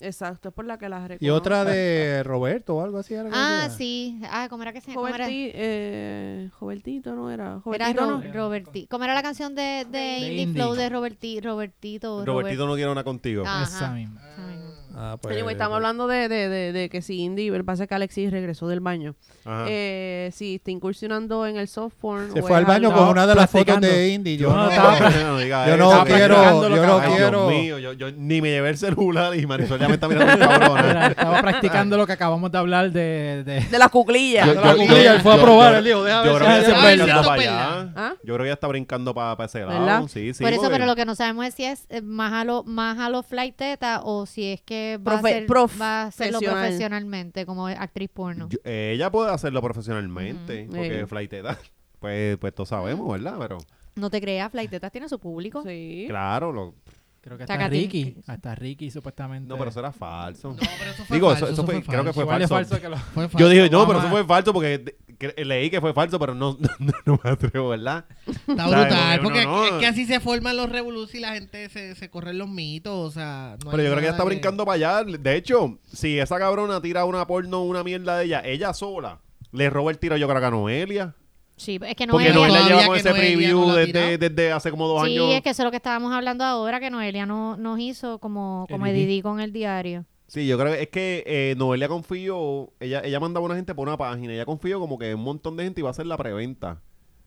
S5: Exacto, es por la que las reconozco.
S3: Y otra de Roberto o algo así. era que
S2: Ah,
S3: decía.
S2: sí. Ah, ¿cómo era que se cómo era?
S5: Joverti, eh, Jovertito, ¿no era?
S2: Era
S5: Jovertito,
S2: Ro-
S5: ¿no?
S2: Roberti- ¿Cómo era la canción de, de, Indie
S6: Indie.
S2: Flow de Roberti, Robertito?
S1: Robertito no quiere una contigo.
S2: Ah.
S6: Esa
S2: Ajá.
S6: misma.
S2: Robert- Ay, no.
S3: Ah, pues,
S5: Anyway, estamos hablando de, de, de, de que si Indy, el pasa es que Alexis regresó del baño.
S1: Ajá.
S5: Eh, si está incursionando en el soft porn.
S3: Ah. Se
S5: o
S3: fue al
S5: es
S3: baño
S5: algo-
S3: con una de las fotos
S6: practicando.
S3: de Indy. Yo no,
S1: No diga
S3: yo
S1: eso,
S3: no
S1: estaba practicando.
S3: quiero,
S6: lo
S3: yo
S6: que-
S3: no
S1: Ay,
S3: quiero.
S1: Dios mío, yo, yo ni me llevé el celular y Marisol ya me está mirando ¿eh? cabrona.
S6: Mira, estaba practicando lo que acabamos de hablar de... de-
S5: De las cuclillas.
S1: Yo-
S3: Yo, la
S1: yo-
S3: cuclilla, él fue a
S1: yo-
S3: probar,
S1: yo-
S3: él dijo, déjame
S1: Yo
S3: ver
S1: creo que
S3: si
S1: se
S3: hay
S1: está
S4: perla.
S1: brincando para
S4: perla.
S1: allá.
S5: ¿Ah?
S1: Yo creo que ya está brincando para, ese lado.
S5: ¿Verdad?
S1: Sí, sí.
S2: Por eso,
S1: porque-
S2: pero lo que no sabemos es si es eh, más a lo, más a lo flight teta o si es que va
S5: Profe-
S2: a, hacer-
S5: prof-
S2: va a hacerlo
S5: profesional.
S2: profesionalmente como actriz porno.
S1: Yo- ella puede hacerlo profesionalmente,
S5: Ujú.
S1: porque
S5: Sí.
S1: flighteta, pues, pues todos sabemos, ¿verdad? Pero
S2: no te creas, flight teta tiene su público.
S5: Sí.
S1: claro, lo-
S6: Creo que hasta
S2: Chacatín.
S6: Ricky. Hasta Ricky supuestamente.
S1: no, pero eso era falso.
S4: No, pero eso fue
S1: Digo,
S4: falso,
S1: eso, eso fue, creo que fue
S6: Igual es
S1: falso.
S6: falso que lo...
S4: Fue falso.
S1: Yo dije, no, pero
S6: Obama-
S1: eso fue falso porque de- que- leí que fue falso, pero no, no, no me atrevo, ¿verdad?
S4: Está
S1: ¿Sabes?
S4: brutal,
S1: Porque
S4: porque
S1: uno no-
S4: es que así se forman los revoluciones y la gente se, se corre los mitos, o sea... no
S1: Pero
S4: hay
S1: yo creo que ella
S4: nada
S1: está brincando para allá. De hecho, si esa cabrona tira una porno, una mierda de ella, ella sola, le roba el tiro yo creo que a Noelia.
S2: Sí, es que no
S1: Porque
S2: es
S1: Noelia
S4: Todavía
S1: lleva con
S4: que
S1: ese
S4: Noelia
S1: preview
S4: no la ha
S1: desde,
S4: tirado.
S1: desde hace como dos
S2: sí,
S1: años.
S2: es que eso es lo que estábamos hablando ahora, que Noelia no, nos hizo como, como
S6: El ID.
S2: Edidí con el diario.
S1: Sí, yo creo que es que eh, Noelia confió, ella, ella mandaba a una gente por una página, ella confió como que un montón de gente iba a hacer la preventa.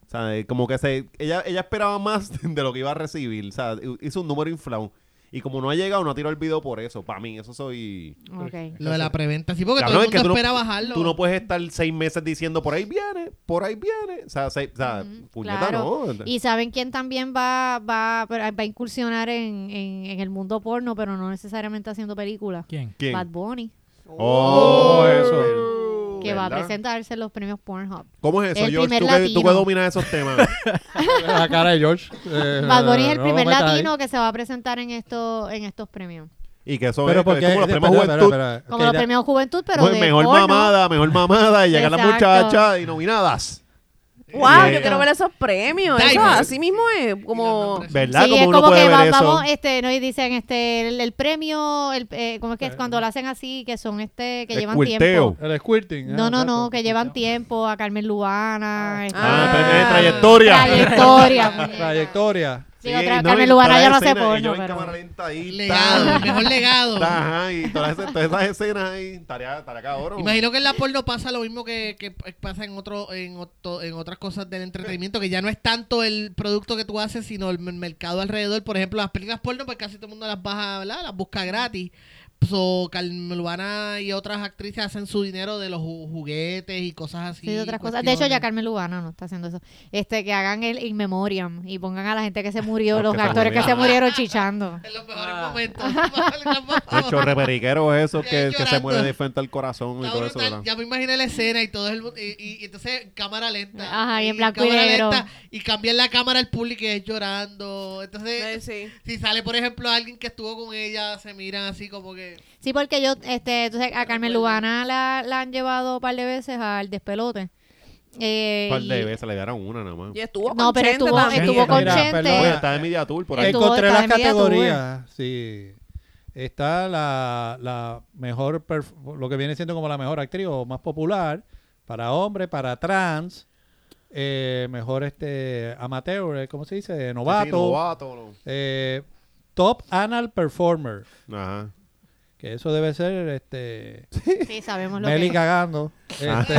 S1: O sea, eh, como que se, ella, ella esperaba más de lo que iba a recibir. O sea, hizo un número inflado. Y como no ha llegado, no ha tirado el video por eso. Para mí, eso soy...
S2: Ok.
S4: Lo de la preventa, sí, porque
S1: Cabrón,
S4: todo el
S1: es que
S4: mundo
S1: tú no-
S4: espera bajarlo.
S1: Tú no puedes estar seis meses diciendo, por ahí viene, por ahí viene. O sea, seis- o sea,
S2: Ujú,
S1: puñeta,
S2: claro.
S1: no.
S2: Y saben quién también va, va, va a incursionar en, en, en el mundo porno, pero no necesariamente haciendo películas.
S6: ¿Quién?
S1: ¿Quién?
S2: Bad Bunny,
S1: Oh,
S3: Oh,
S1: eso.
S2: que va a
S1: ¿Verdad?
S2: presentarse en los premios Pornhub.
S1: ¿Cómo es eso,
S2: El
S1: George?
S2: primer
S1: ¿Tú que, tú
S2: latino.
S1: que dominas esos temas.
S3: La cara de George.
S1: Ah,
S3: eh,
S2: Bad Bunny es el
S3: no
S2: primer
S1: pues,
S3: metas ahí.
S2: latino que se va a presentar en, esto, en estos premios.
S1: y que eso
S3: Pero
S1: es,
S3: porque
S1: es como los
S3: espera,
S1: premios
S3: espera,
S1: juventud.
S3: espera.
S2: Como
S3: Que
S2: los
S3: ya-
S2: premios Juventud, pero
S1: Mue-
S2: de
S1: Pues, mejor
S2: porno.
S1: mamada, mejor mamada. Y llegan las
S2: Exacto.
S1: muchachas y nominadas.
S5: Wow,
S1: Yeah.
S5: yo quiero ver esos premios.
S4: Diamond.
S5: Eso así mismo es como
S4: nombres.
S1: ¿Verdad?
S2: Sí,
S1: como
S2: es
S1: uno
S2: como
S1: puede
S2: que
S1: ver
S2: va-
S1: eso.
S2: vamos, este, no y dicen este el, el premio, el, eh, ¿cómo es que es cuando lo hacen así que son este que
S1: El
S2: llevan
S1: cuirteo.
S2: tiempo?
S3: El squirting.
S2: No,
S3: ah,
S2: no, no,
S3: exacto.
S2: que llevan tiempo a Carmen Lubana, este,
S1: Ah,
S5: Ah.
S1: premio de trayectoria.
S2: trayectoria. muñeca.
S3: Trayectoria.
S2: Sí,
S1: Sí,
S2: otra-
S1: y no,
S2: Carmen
S1: y
S2: Lubana
S1: todas
S2: ya no
S1: las
S2: hace
S1: escenas, y yo
S2: porno,
S1: en cámara
S2: pero...
S1: lenta ahí,
S4: Legado, el
S1: ta,
S4: mejor legado.
S1: ta, ajá, y todas esas, todas esas escenas ahí, tarea, tarea cabrón.
S2: Oh.
S4: Imagino que en la porno pasa lo mismo que, que pasa en otro en, otro- en otras cosas del entretenimiento, que ya no es tanto el producto que tú haces, sino el mer- mercado alrededor. Por ejemplo, las películas porno, pues casi todo el mundo las baja, ¿verdad? Las busca gratis. So, Carmen Urbana y otras actrices hacen su dinero de los ju- juguetes y cosas así.
S2: Sí, de otras cosas. De hecho, ya
S4: cuestiones.
S2: Carmen Lubana no está haciendo eso. Este, que hagan el in memoriam y pongan a la gente que se murió,
S1: Los
S2: los
S1: que se
S2: actores que se
S1: murieron.
S2: murieron chichando.
S4: En los mejores momentos.
S1: De hecho, reperiqueros esos
S4: Ya
S1: que, que se
S4: llorando.
S1: mueren de frente al corazón y
S4: Está
S1: todo eso.
S4: brutal.
S1: ¿verdad?
S4: ya me imaginé la escena y todo el mundo- y, y- y entonces cámara lenta.
S2: Ajá, y en blanco y
S4: cámara
S2: negro.
S4: y cambian la cámara al público y es llorando.
S5: Eh,
S4: Entonces,
S5: sí.
S4: si sale por ejemplo alguien que estuvo con ella, se miran así como que
S2: Sí, porque yo, este, entonces a Carmen Lubana la, la han llevado un par de veces al despelote. Eh,
S1: Un par de
S2: y-
S1: veces le dieron una nada más.
S5: Y estuvo
S2: No, pero
S5: Chente
S2: estuvo-
S5: también.
S2: estuvo con
S3: Mira,
S2: Chente.
S3: perdón,
S1: Oye,
S3: eh,
S1: está de media tour por ahí.
S2: Estuvo-
S3: Encontré
S2: está
S3: las
S2: en media
S3: categorías. Sí. Está la, la mejor, perf- lo que viene siendo como la mejor actriz o más popular para hombre, para trans, eh, mejor este amateur, eh, ¿cómo se dice? Novato.
S1: Sí, novato,
S3: eh, top anal performer,
S1: no. Ajá.
S3: que eso debe ser este
S2: Sí, sabemos lo
S3: Meli
S2: que
S3: cagando. Este,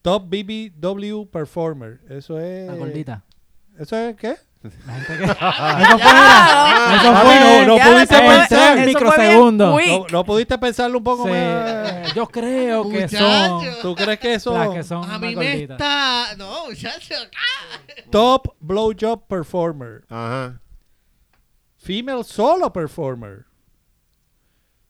S3: top BBW performer, eso
S1: Eh,
S3: es
S6: La gordita.
S3: ¿Eso es qué?
S6: La gente que...
S1: ah.
S6: Eso fue... Eso
S3: Ah,
S6: fue...
S3: no, no
S5: Ya,
S3: pudiste
S5: eso fue-
S3: pensar.
S5: eso fue bien
S6: Microsegundo.
S5: quick.
S3: No, no pudiste pensarlo un poco
S6: Sí,
S3: más.
S6: Yo creo que son...
S4: muchacho.
S3: ¿Tú crees que eso?
S6: Las que son
S4: A
S6: más
S4: mí me
S6: gorditas.
S4: está no, muchacho. ¡ah!
S3: Top blowjob performer.
S1: Ajá.
S3: Female solo performer.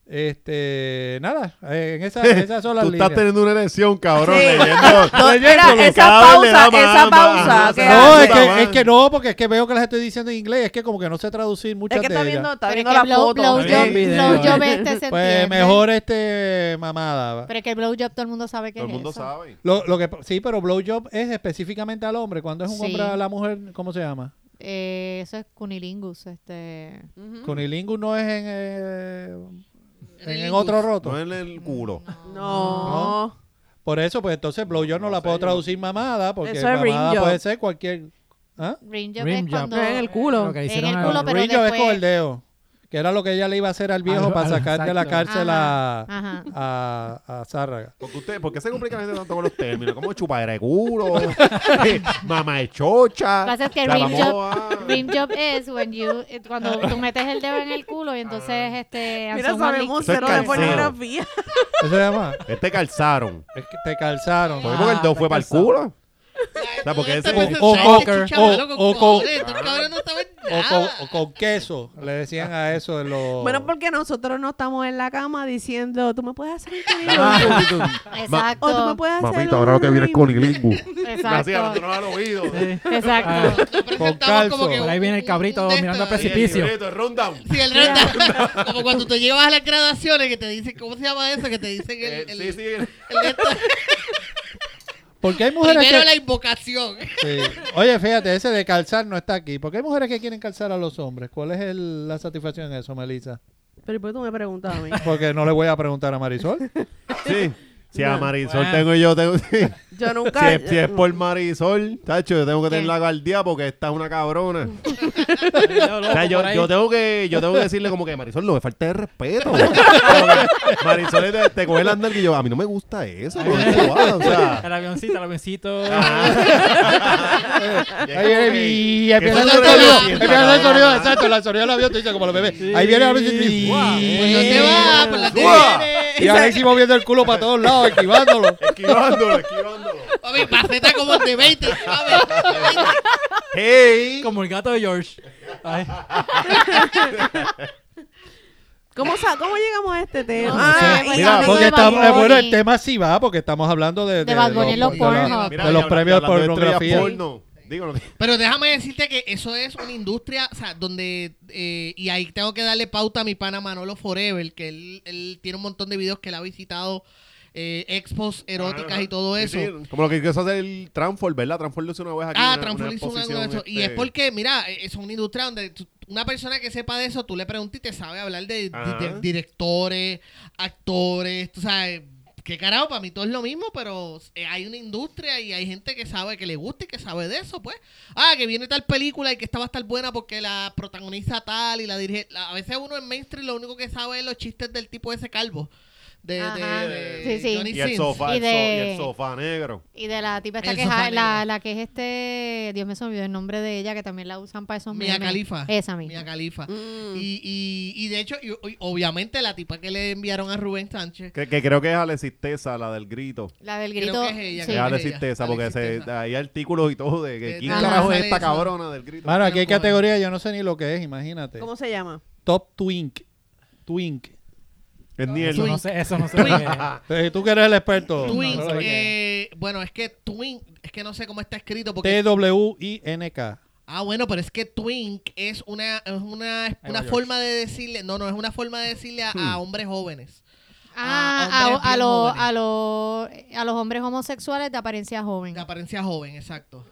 S3: Este, nada, eh, en esa, en esas son las
S1: Tú estás
S3: líneas.
S1: teniendo una erección, cabrón.
S5: Sí.
S1: Leyendo,
S5: No,
S1: leyendo
S5: mira,
S1: lo que
S5: esa
S1: cada vez le da
S5: pausa,
S1: más-
S5: esa
S1: más-
S5: pausa,
S1: más-
S5: que
S3: No,
S5: hace?
S3: es que, es que no, porque es que veo que las estoy diciendo en inglés, es que como que no sé traducir muchas
S5: Es que está
S3: de
S5: viendo,
S3: ellas.
S5: está
S2: Pero es
S5: viendo
S2: que
S5: la
S2: blow-
S5: foto.
S2: blowjob-
S3: Sí, video,
S2: blowjob
S3: eh.
S2: este se
S3: Pues
S2: entiende.
S3: mejor este mamada.
S2: Pero es que el blowjob todo el mundo sabe que
S1: Todo el
S2: es
S1: mundo
S2: eso.
S1: sabe.
S3: Lo, lo que sí, pero blowjob es específicamente al hombre, cuando es un
S2: Sí.
S3: hombre a la mujer, ¿cómo se llama?
S2: Eh, eso es cunilingus, este...
S5: Ujú.
S3: Cunilingus no es en, eh, en,
S4: el
S3: en otro
S4: lingus.
S3: roto.
S1: No en el culo.
S5: No.
S3: Por eso, pues entonces blowjob no,
S1: No
S3: la
S1: sé,
S3: puedo
S1: yo-
S3: traducir mamada, porque
S5: Eso es rim
S3: mamada
S5: job.
S3: puede ser cualquier... ¿Ah?
S2: Rim job
S6: Rim
S2: es
S6: job.
S2: cuando...
S5: No, en el culo.
S6: Lo que
S2: En
S6: hicieron
S2: el
S6: al-
S2: culo, pero
S3: Rim job es
S2: después-
S3: con el dedo, que era lo que ella le iba a hacer al viejo
S1: Ah,
S6: Al-
S3: para
S6: al-
S3: sacar de la
S6: exacto.
S3: cárcel a,
S2: Ajá.
S3: a, a Zárraga.
S1: ¿Por qué, usted, por qué se complica la gente tanto con los términos? ¿Cómo chupadera de culo? Mamá de chocha. ah.
S2: Lo que pasa es que
S1: la
S2: rim
S1: vamos
S2: job,
S1: a-
S2: rim job es when you, eh, cuando tú metes el dedo en el culo y
S1: Ah.
S2: entonces este... and
S5: Mira,
S2: someone
S5: sabemos
S2: licks
S1: Eso es
S5: cero de
S1: calzado.
S5: pornografía.
S3: ¿Eso se llama?
S1: Este calzaron.
S3: Es que te calzaron.
S1: ¿Por qué? Porque el dedo
S6: está
S1: fue para el
S6: calzado.
S1: culo.
S4: O
S1: sea, porque ese-
S3: o- o-
S4: este
S3: o- o-
S4: no saben
S3: O con,
S4: nada.
S3: o con queso, le decían a eso de los...
S5: Bueno, porque nosotros no estamos en la cama diciendo, tú me puedes hacer un cunilingus?
S1: Ah.
S2: Exacto.
S5: O tú me puedes hacer un cunilingus?
S1: cunilingus. Así
S2: Exacto.
S1: hablándonos al oído. Eh,
S6: Sí.
S2: Exacto.
S4: Nos presentamos como
S3: calzo.
S4: que
S6: Por ahí
S4: un-
S6: viene el
S4: un-
S6: cabrito
S4: un de
S6: mirando al
S4: estos.
S1: Sí, el
S6: precipicio.
S1: libreto, el rundown.
S4: Sí, el rata. Como cuando te llevas a las graduaciones que te dicen, ¿cómo se llama eso? Que te dicen el,
S1: Eh,
S4: el-
S1: sí, sí. el-
S4: el de esto.
S3: Porque hay mujeres
S4: primero
S3: que...
S4: la invocación.
S3: Sí. Oye, fíjate, ese de calzar no está aquí. Porque hay mujeres que quieren calzar a los hombres. ¿Cuál es el- la satisfacción en eso, Melissa?
S5: Pero ¿por qué tú me preguntas a mí?
S3: Porque no le voy a preguntar a Marisol.
S1: Sí. Si a Marisol
S6: Bueno.
S1: tengo yo, tengo, si,
S5: Yo nunca.
S1: es, si es por Marisol, tacho, yo tengo que tener
S2: ¿Qué?
S1: la guardia porque esta es una cabrona.
S6: Yo, loco,
S1: O sea, yo,
S6: por ahí.
S1: yo tengo que, yo tengo que decirle como que Marisol, no me falta de respeto. Como que Marisol te, te coge la andar y yo, a mí no me gusta eso. no me gusta, o sea.
S6: El avioncito, el avioncito.
S1: Ajá.
S3: Ahí viene
S2: eh,
S3: mi- ahí
S1: que
S3: viene el
S1: eso no
S3: sonido,
S1: lo
S3: ahí
S1: sienta
S3: viene el
S1: nada
S3: sonido,
S1: más.
S3: exacto, la sonido del avión, tú dices como los bebés. Ahí viene el avión y-
S6: Guau.
S4: Pues no te vas, pues la
S1: Suba.
S4: tienes.
S3: y Alexis moviendo el culo para todos lados, esquivándolo.
S1: Esquivándolo, esquivándolo.
S4: Papi, maceta como de 20, ¿sabes?
S1: Hey.
S6: Como el gato de George. Ay,
S5: ¿Cómo, sa- ¿Cómo llegamos a este tema?
S2: No
S5: Ah,
S2: sé,
S5: y-
S2: pues,
S3: Mira,
S2: hablando
S3: porque
S2: de Bad
S3: estamos, eh, bueno, el
S2: Bunny.
S3: tema sí va, porque estamos hablando de,
S2: De Bad Bunny en los
S3: de
S2: Pornhub.
S3: de
S1: Mira,
S3: los
S1: y habla-
S3: premios
S1: hablando de
S3: de
S1: estrellas
S3: pornografía.
S1: porno. Digo, no-
S4: Pero déjame decirte que eso es una industria, o sea, donde, eh, y ahí tengo que darle pauta a mi pana Manolo Forever, que él, él tiene un montón de videos que él ha visitado, eh, expos eróticas y todo
S1: Ah, Sí,
S4: eso.
S1: sí, como lo que quiso hacer el Transform, ¿verdad? Transform lo hizo una vez aquí.
S4: Ah,
S1: una-
S4: Transform
S1: una
S4: hizo una-
S1: exposición,
S4: una- eso. Y es
S1: este,
S4: porque, mira, eh, es una industria donde tú- una persona que sepa de eso, tú le preguntas y te sabe hablar de, di-
S1: Ajá.
S4: de directores, actores, tú sabes. Qué carajo, para mí todo es lo mismo, pero eh, hay una industria y hay gente que sabe, que le gusta y que sabe de eso, pues. Ah, que viene tal película y que esta va a estar buena porque la protagoniza tal y la dirige. la- a veces uno en mainstream lo único que sabe es los chistes del tipo ese calvo. De,
S2: Ajá.
S4: de, de
S2: Sí, sí.
S4: Johnny
S1: Y el
S4: Sins.
S1: sofá,
S2: Y
S1: el so-
S2: de-
S1: y el sofá negro.
S2: Y de la tipa esta
S4: El
S2: que es
S4: sofá
S2: la,
S4: negro.
S2: la que es este, Dios me se me olvidó el nombre de ella, que también la usan para esos
S4: Mia
S2: memes.
S4: Khalifa.
S2: Esa misma.
S4: Mia Khalifa.
S5: Mm.
S4: Y, y, y de hecho, y- y obviamente la tipa que le enviaron a Rubén Sánchez.
S1: Que, que creo que es Alexis Tesa, la del grito.
S2: la del
S4: Creo
S2: grito.
S4: que es ella,
S2: sí.
S1: Es
S4: creo
S1: Alexis
S4: ella,
S1: Tesa, porque
S4: Alexis
S1: se-
S4: Tesa.
S1: hay artículos y todo de que
S4: De-
S1: quién
S4: Ajá,
S1: carajo es
S4: sale
S1: esta
S4: eso.
S1: cabrona del grito.
S3: Mano, aquí hay
S4: Pero,
S3: categoría, yo no sé ni lo que es, imagínate.
S5: ¿Cómo se llama?
S3: Top Twink. Twink.
S1: Es ni el-
S6: eso no sé, eso no sé. lo que es.
S3: Eh, Tú que eres el experto.
S4: Twin,
S3: No, no, no,
S4: eh, bueno, es que Twin, es que no sé cómo está escrito porque...
S3: T-W-I-N-K.
S4: Ah, bueno, pero es que Twink es una, es una,
S6: va,
S4: una
S6: George.
S4: forma de decirle, no, no, es una forma de decirle a,
S3: Hmm.
S4: a hombres jóvenes.
S2: Ah,
S4: Ah, hombres
S2: a, a
S4: bien
S2: los-
S4: jóvenes.
S2: a los- a los hombres homosexuales de apariencia joven.
S4: De apariencia joven, exacto.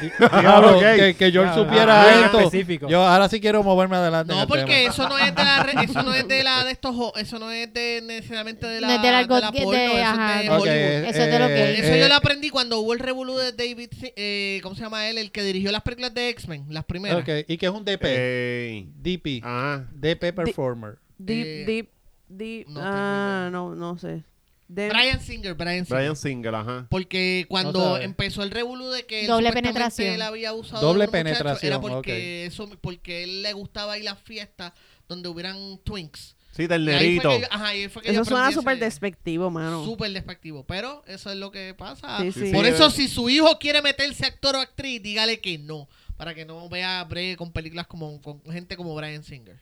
S3: Diablo,
S1: Ah, ok.
S3: que, que George
S6: Ah,
S3: supiera
S6: ah,
S3: esto.
S6: específico.
S3: Yo ahora sí quiero moverme adelante. en
S4: No,
S3: el
S4: porque
S3: tema.
S4: eso no es de la, re- eso no es de la de estos, jo- eso no es de necesariamente de la,
S2: No es del
S4: de la
S2: algo- de-
S4: porno, eso es
S2: ajá,
S4: de
S2: no.
S3: Ok,
S4: Hollywood.
S2: Eso es de lo que-
S4: Eso yo
S3: eh,
S4: lo aprendí cuando hubo el revolú de David, eh, ¿cómo se llama él? El que dirigió las películas de X-Men, las primeras.
S3: ok, ¿Y qué es un DP?
S1: Ey.
S3: DP.
S1: Eh, Ah.
S3: DP Performer.
S5: Deep,
S4: Eh,
S5: deep, deep.
S4: no
S5: ah, no, no sé. De-
S4: Brian Singer, Brian Singer.
S1: Brian Singer, ajá.
S4: Porque cuando
S3: No sabe.
S4: empezó el revolú de que él
S2: Doble
S4: supuestamente
S2: penetración.
S4: él había abusado
S3: Doble
S4: de otro muchacho,
S3: penetración,
S4: era porque
S3: ok.
S4: eso, porque él le gustaba ir a las fiestas donde hubieran twinks.
S1: Sí, del
S4: Y ahí
S1: nerito.
S4: fue que yo- ajá, y ahí fue que yo
S5: Eso suena
S4: aprendí
S5: súper
S4: ese-
S5: despectivo, mano.
S4: Súper despectivo, pero eso es lo que pasa.
S5: Sí, sí.
S4: Por
S1: Sí,
S4: eso,
S1: eh.
S4: si su hijo quiere meterse actor o actriz, dígale que no. Para que no vea breve con películas como con gente como Brian Singer.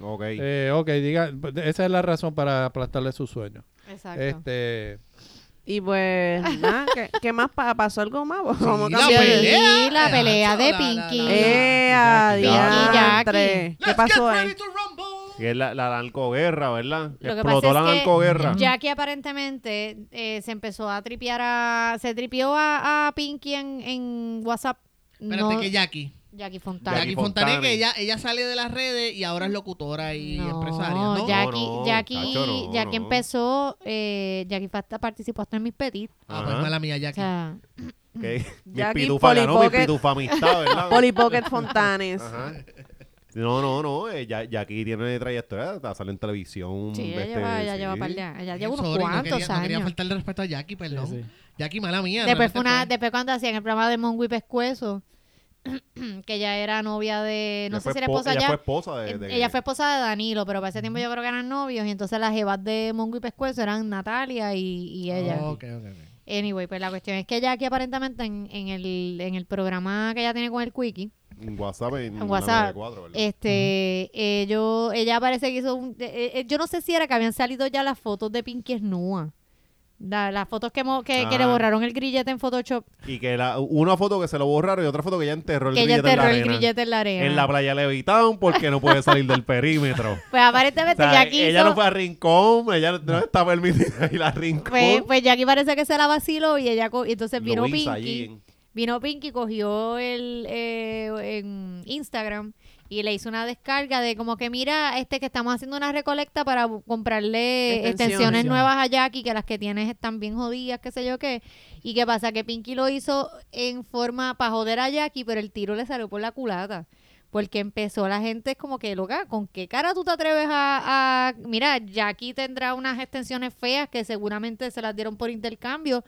S1: Ok.
S3: Eh, ok, diga, esa es la razón para aplastarle su sueño.
S2: Exacto.
S3: Este,
S5: Y pues, nada, ¿qué, qué más pa- pasó? ¿Algo más? Vamos
S4: Sí,
S5: a
S4: la
S5: cambiar de-
S4: pelea.
S2: Sí, la pelea de
S4: La- la- la-
S2: Pinky.
S4: la-
S5: ¡Eh,
S6: Jackie,
S5: adiantre!
S2: Jackie.
S5: ¿Qué pasó ahí?
S4: to rumble.
S1: Que es la, la narcoguerra, ¿verdad?
S2: Lo que
S1: Explotó
S2: pasa es
S1: la
S2: que
S1: narcoguerra.
S2: Jackie aparentemente eh, se empezó a tripear a... Se tripió a, a Pinky en, en WhatsApp.
S4: Espérate
S2: No,
S4: que Jackie.
S2: Jackie Fontana.
S1: Jackie
S4: Jackie Fontané,
S1: Fontane.
S4: que ella, ella sale de las redes y ahora es locutora y
S2: No,
S4: empresaria. ¿no?
S1: ya-
S2: Jackie,
S1: No, no,
S2: Jackie,
S1: cacho, no,
S2: Jackie
S1: no.
S2: empezó, eh, Jackie Fasta participó hasta en mis petit.
S4: Ah, pues
S1: Ajá.
S4: mala mía,
S2: O
S4: Jackie.
S2: sea,
S1: Que- Mi
S5: Jackie
S1: pitufa ganó mi
S5: Polipocket.
S1: pitufa amistad, ¿verdad?
S5: Polly Pocket Fontanes.
S1: Ajá. No, no, no. eh, ya, ya aquí tiene trayectoria. está- Sale en televisión.
S2: sí, ella
S1: este,
S2: lleva, ella
S1: sí.
S2: lleva par de, ella lleva unos
S4: Sorry, no
S2: cuantos
S4: quería- No quería
S2: años.
S4: faltarle respeto a Jackie, perdón.
S6: Sí, sí.
S4: Jackie, mala mía.
S2: después fue una,
S4: realmente
S2: después cuando hacían el programa de Mongui Pescuezo, que ella era novia de, no
S1: Ella
S2: sé
S1: fue
S2: si era
S1: espo-
S2: esposa
S1: ella
S2: ya.
S1: fue esposa de,
S2: Eh,
S1: de-
S2: Ella fue esposa de Danilo, pero para ese tiempo yo creo que eran novios y entonces las jevas de Mongo y Pescuezo eran Natalia y, y
S1: Oh,
S2: ella.
S4: Ok, ok, ok.
S2: Anyway, pues la cuestión es que Jackie aparentemente en, en el, en el programa que ella tiene con el Quickie,
S1: en WhatsApp. En,
S2: En WhatsApp,
S1: 94, ¿verdad?
S2: Este, ellos- ella parece que hizo un, eh, eh, yo no sé si era que habían salido ya las fotos de Pinky Snua. las fotos que, mo- que, que le
S1: Ah.
S2: borraron el grillete en Photoshop,
S1: Y que la, una foto que se lo borraron y otra foto que ella enterró el
S2: que ella
S1: grillete en la
S2: enterró el
S1: arena.
S2: grillete en la arena.
S1: En la playa Levitown porque no puede salir del perímetro.
S2: Pues
S1: O
S2: aparentemente
S1: sea,
S2: Jackie
S1: ella
S2: hizo-
S1: no fue a Rincón, ella no está permitida ir a Rincón.
S2: pues, pues Jackie parece que se la vaciló y ella co- y entonces
S1: Lo
S2: vino
S1: hizo
S2: Pinky.
S1: allí en-
S2: Vino Pinky, cogió el eh, en Instagram y y le hizo una descarga de como que mira, este que estamos haciendo una recolecta para bu- comprarle
S5: Extensiones.
S2: extensiones, nuevas a Jackie, que las que tienes están bien jodidas, qué sé yo qué. Y qué pasa, que Pinky lo hizo en forma para joder a Jackie, pero el tiro le salió por la culata. Porque empezó la gente como que loca, ¿con qué cara tú te atreves a, a- Mira, Jackie tendrá unas extensiones feas que seguramente se las dieron por intercambio,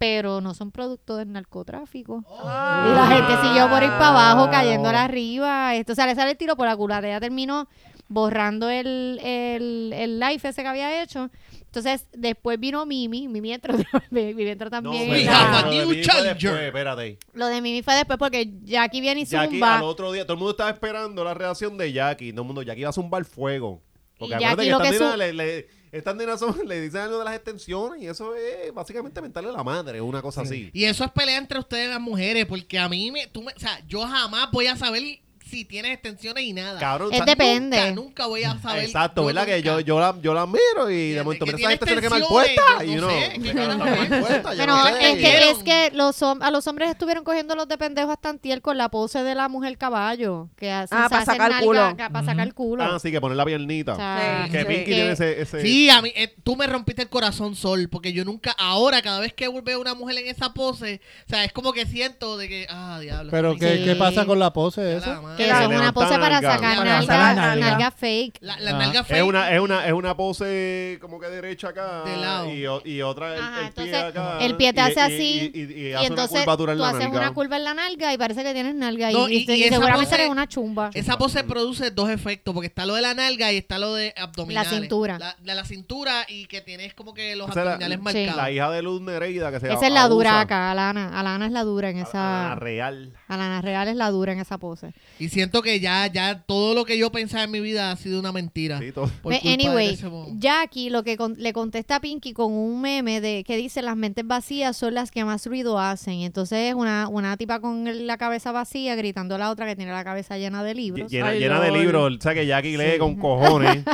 S2: pero no son producto del narcotráfico. Y la gente siguió por ir para abajo, cayéndola arriba. Esto, o sea, le sale el tiro por la culata. Ella terminó borrando el, el, el live ese que había hecho. Entonces, después vino Mimi. Mimi entró, Mimi entró también.
S1: No,
S2: en
S4: We
S2: la-
S4: have a
S1: pero
S4: new
S1: de mí fue
S4: challenger.
S1: después, espérate.
S2: Lo de Mimi fue después porque Jackie viene y
S1: Jackie ah,
S2: zumba.
S1: al otro día, todo el mundo estaba esperando la reacción de Jackie. Todo el mundo, Jackie va a zumbar fuego. Porque
S2: Y
S1: acuérdate
S2: Jackie lo
S1: que
S2: que
S1: estas nenas
S2: su-
S1: le, le, estas nenas son- le dicen algo de las extensiones y eso es básicamente mentarle la madre, una cosa así.
S4: Y eso es pelea entre ustedes las mujeres, porque a mí me, tú me, o sea, yo jamás voy a saber si tienes extensiones y nada.
S1: Cabrón,
S2: Es
S1: sa-
S2: depende.
S4: Nunca, nunca voy a saber.
S1: Exacto,
S4: No,
S1: ¿verdad? Que
S4: nunca.
S1: yo, yo, la, yo la miro y de
S4: Desde
S1: momento
S4: que
S1: me esa gente tiene
S4: tiene
S1: que mal
S4: extensiones,
S1: puesta.
S4: yo
S1: Y
S4: no
S1: uno,
S4: sé,
S1: "Qué
S4: yo
S1: cara
S4: no
S1: tan
S4: sé".
S1: mal puesta, yo
S2: Pero
S1: no sé.
S2: es que, es
S4: Dijeron.
S2: que los hom- a los hombres estuvieron cogiendo los de pendejos hasta antier con la pose de la mujer caballo. Que hacen,
S5: Ah,
S2: se
S5: pa'
S2: hacen
S5: sacar
S2: nalga-
S5: culo.
S2: ca- pa' sacar culo.
S1: Ah, sí, que poner la
S2: O
S1: piernita.
S2: sea,
S5: Sí,
S1: Que
S5: sí.
S1: Pinky
S2: que-
S1: tiene ese... ese-
S4: Sí, a mí, eh, tú me rompiste el corazón, Sol, porque yo nunca, ahora cada vez que veo una mujer en esa pose, o sea, es como que siento de que, ah, diablo.
S3: Pero
S4: esto
S3: ¿qué,
S2: Sí.
S3: qué pasa con la pose
S4: me hizo la
S3: esa?
S4: madre.
S2: que
S5: Claro.
S2: es una pose
S1: Levantar
S2: para
S1: nalga.
S2: sacar
S4: Para
S2: nalga,
S6: sacar
S2: nalga,
S6: nalga.
S2: fake.
S4: La, la
S6: Ah.
S4: nalga
S1: Es
S4: fake.
S1: una, es, una, es una pose como que derecha acá.
S4: De lado.
S1: Y, o- y otra el,
S2: Ajá,
S1: el pie
S2: entonces,
S1: acá.
S2: el pie te
S1: y-
S2: hace
S1: y-
S2: así,
S1: Y, y- y
S2: Y,
S1: hace
S2: entonces
S1: una curvatura en
S2: tú
S1: la
S2: haces
S1: nalga.
S2: una curva en la nalga y parece que tienes nalga. y-
S4: No,
S2: y,
S4: y-
S2: te-
S4: y
S2: y
S4: esa
S2: seguramente
S4: pose-
S2: eres una chumba.
S4: Esa pose produce dos efectos, porque está lo de la nalga y está lo de abdominales.
S2: La cintura.
S4: La, la- la cintura y que tienes como que los
S1: Esa era-
S4: abdominales
S1: Sí.
S4: marcados.
S1: La hija de Luz Nereida que se
S2: Esa es la
S1: abusa.
S2: dura acá, Alana. Alana es la dura en
S1: A-
S2: esa...
S1: a la real.
S2: Alana Real es la dura en esa pose.
S4: Y siento que ya, ya todo lo que yo pensaba en mi vida ha sido una
S2: Ah.
S4: mentira.
S1: Sí, todo.
S4: Por
S2: Ve,
S4: culpa de
S2: anyway,
S4: ese mo-
S2: Jackie lo que con- le contesta a Pinky con un meme de que dice las mentes vacías son las que más ruido hacen. Y entonces una, una tipa con el- la cabeza vacía gritando a la otra que tiene la cabeza llena de
S1: Lle-
S2: libros.
S1: Llena,
S5: Ay,
S1: llena de
S5: Lord.
S1: libros. O sea que Jackie lee con cojones.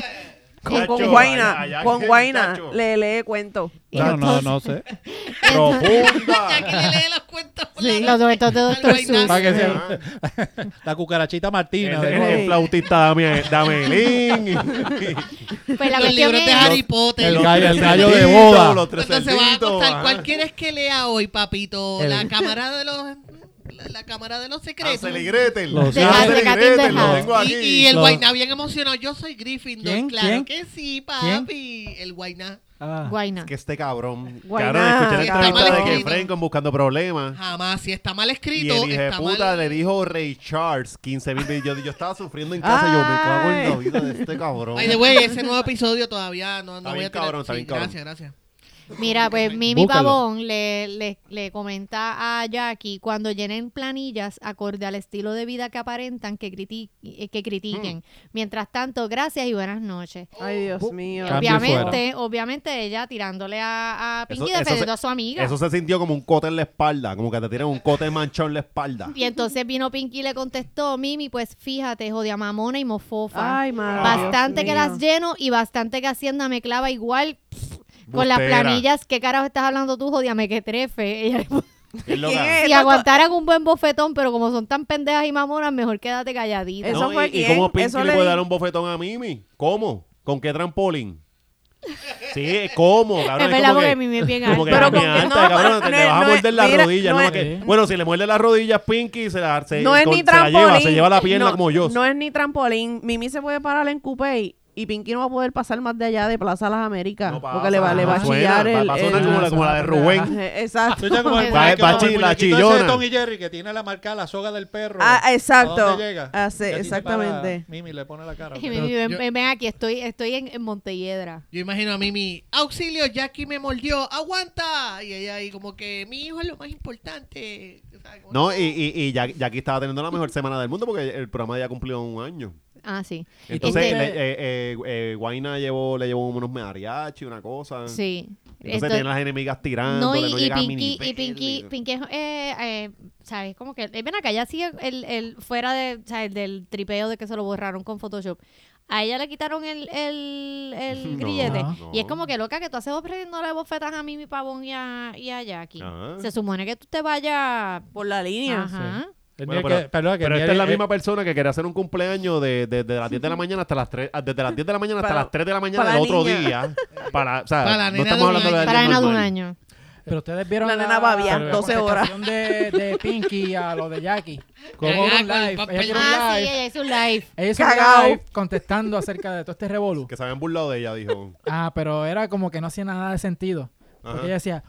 S5: Con, con
S1: Chacho, a- a
S5: Guaina,
S1: Jackie,
S5: con Guaina
S1: chacho.
S5: le lee cuento.
S2: Y
S3: No, no,
S2: entonces-
S3: no sé.
S4: Ya que
S1: Profunda.
S4: le lee las cuentas por
S2: Sí,
S4: la
S2: los duetos de
S4: Al
S2: Doctor
S4: vainazo.
S2: Seuss.
S3: Para que sea-
S1: Ah,
S3: La cucarachita
S1: El,
S3: Martina.
S1: el-
S3: de-
S1: el flautista Dame, Damelín.
S2: Pues la
S4: los
S2: cuestión
S4: libros de
S2: es-
S4: Harry Potter.
S3: El gallo- el gallo de
S1: Cerditos,
S3: boda.
S1: Los tres
S4: Entonces se va a
S1: cerditos,
S4: acostar.
S1: ajá.
S4: ¿Cuál quieres que lea hoy, papito?
S3: El-
S4: La cámara de los la, la cámara de los secretos.
S1: Hansel y Gretel.
S3: Los
S1: Hansel
S2: de
S1: y
S2: Catherine
S1: Gretel,
S2: Bejar.
S1: lo tengo aquí.
S4: Y, y el
S3: Los-
S4: Guainá bien emocionado. Yo soy Gryffindor.
S6: ¿Quién?
S4: Claro
S6: ¿Quién?
S4: que sí, papi. El Guainá.
S6: Ah.
S2: Guayna.
S1: que este cabrón.
S5: Guayná.
S1: Cabrón, escuché
S4: Está
S1: la entrevista
S4: mal
S1: de que
S4: escrito.
S1: Franco buscando problemas.
S4: Jamás. Si está mal
S1: Y
S4: escrito,
S1: el hijo de
S4: está
S1: puta
S4: mal.
S1: le dijo Ray Charles 15 mil yo, yo estaba sufriendo en casa. y Yo me cago en la vida de este cabrón.
S4: Ay, de wey, ese nuevo episodio todavía no, no
S1: Está
S4: voy
S1: bien
S4: a tirar.
S1: cabrón, está
S4: Sí,
S1: bien cabrón.
S4: Gracias, gracias.
S2: Mira, pues Mimi
S3: Búscalo.
S2: Pavón le, le, le comenta a Jackie cuando llenen planillas acorde al estilo de vida que aparentan que, criti- eh, que critiquen.
S1: Mm.
S2: Mientras tanto, gracias y buenas noches.
S4: Oh,
S5: Ay, Dios mío.
S3: Cambio
S2: obviamente, obviamente ella tirándole a, a Pinky
S1: Eso- eso
S2: defendiendo
S1: se-
S2: a su amiga.
S1: Eso se sintió como un cote en la espalda, como que te tiran un cote manchón en la espalda.
S2: Y entonces vino Pinky y le contestó, Mimi, pues fíjate, jodia mamona y mofofa.
S5: Ay, madre.
S2: bastante
S5: Dios
S2: que
S5: mío.
S2: las lleno y bastante que Hacienda me clava igual pff, con las
S1: Bustera.
S2: planillas. ¿Qué carajo estás hablando tú, jodia me que trefe? Ella le puso-
S1: Es loca.
S5: ¿Quién es?
S2: Si
S5: Esto-
S2: aguantaran un buen bofetón, pero como son tan pendejas y mamonas, mejor quédate calladita.
S5: Eso
S1: No,
S5: fue
S1: y, y
S5: quién,
S1: cómo Pinky
S5: eso
S1: le
S5: le
S1: puede
S5: di-
S1: dar un bofetón a Mimi? ¿Cómo? ¿Con qué trampolín? Sí, ¿cómo? Cabrón,
S2: es verdad
S1: como
S2: porque
S1: que-
S2: mi mía es bien
S1: Como que era
S2: alta.
S5: Pero
S1: muy
S5: con que
S1: alta,
S5: no,
S1: cabrón, te
S5: no
S1: le
S5: es-
S1: vas a
S5: no es-
S1: morder las
S5: mira,
S1: rodillas.
S5: no
S1: ¿no?
S5: es- eh.
S1: Que- bueno, si le muerde las rodillas, Pinky se la, se,
S5: no es
S1: con-
S5: ni
S1: se la
S5: trampolín.
S1: lleva, se lleva la pierna
S5: no,
S1: como yo.
S5: No es ni trampolín. Mimi se puede parar en coupé y, y Pinky no va a poder pasar más de allá de Plaza Las Américas.
S1: No pasa,
S5: porque le va, le va a
S1: no Ah, suena,
S5: chillar el.
S1: va- va a sonar
S5: el-
S1: como la- como la de Rubén.
S5: Ajá, Exacto.
S3: Tú ya como el
S2: Va-
S3: muñequito-
S1: va
S3: como el
S1: chi- la
S3: muñequito ese de
S1: chillona.
S3: Tom y Jerry que tiene la marca la soga del perro.
S5: Ah, exacto.
S3: ¿A dónde llega?
S5: Ah, sí,
S3: Y a ti te
S5: exactamente.
S3: para- Mimi le pone la cara.
S2: Y mi- mi- ven, ven- ven aquí, estoy, estoy en, en Montelledra.
S4: Yo imagino a Mimi, auxilio, Jackie me mordió, aguanta. Y ella ahí como que, mi hijo es lo más importante. O sea, como-
S1: No, y, y, y ya, ya aquí estaba teniendo la mejor semana del mundo porque el programa ya cumplió un año.
S2: Ah, sí.
S1: Entonces,
S2: Este-
S1: le, eh, eh, eh, Guaina llevó, le llevó unos mariachi, una cosa.
S2: Sí.
S1: Entonces,
S2: Esto-
S1: tiene las enemigas tirando.
S2: no, y,
S1: no
S2: y
S1: llega a
S2: Pinky,
S1: mini pues,
S2: y Pinky,
S1: pelo.
S2: Pinky es, eh, eh, ¿sabes? Como que, eh, ven acá, ya sigue el, el- fuera de, ¿sabes? del tripeo de que se lo borraron con Photoshop. A ella le quitaron el, el, el
S1: No,
S2: grillete.
S1: no.
S2: Y es como que loca que tú haces ofreciéndole bofetas a Mimi Pavón y a, y a Jackie.
S1: Ajá.
S2: Se supone que tú te vayas
S5: Por la línea.
S2: Ajá.
S3: Él
S1: Bueno,
S3: tiene
S1: pero
S3: que- perdona, que
S1: pero
S3: él
S1: esta es la
S3: tiene-
S6: eh,
S1: misma persona que quería hacer un cumpleaños de, de- desde las 10 de la mañana hasta las 3, desde las 10 de la mañana hasta
S5: Para-
S1: las 3 de la mañana
S5: para
S1: del
S5: la
S1: otro
S5: niña.
S1: día. Para, o sea,
S4: Para la
S1: no
S4: nena de
S1: estamos
S4: un
S1: hablando de
S4: año.
S1: alguien
S2: Para nena de un
S1: normal.
S2: año.
S6: Pero ustedes vieron
S5: La nena babia,
S6: la
S5: 12 horas.
S6: contestación De, de Pinky a lo de Jackie.
S3: ¿Cómo?
S6: Ella hizo un
S4: Ah, con el
S6: live,
S4: papel.
S6: ella hizo un
S2: Ah, sí,
S6: live,
S2: ella hizo un live.
S6: ella hizo un
S5: Cagao.
S6: live contestando acerca de todo este revolú.
S1: Que se habían burlado de ella, dijo.
S6: Ah, pero era como que no hacía nada de sentido. Porque
S1: Ajá.
S6: ella decía,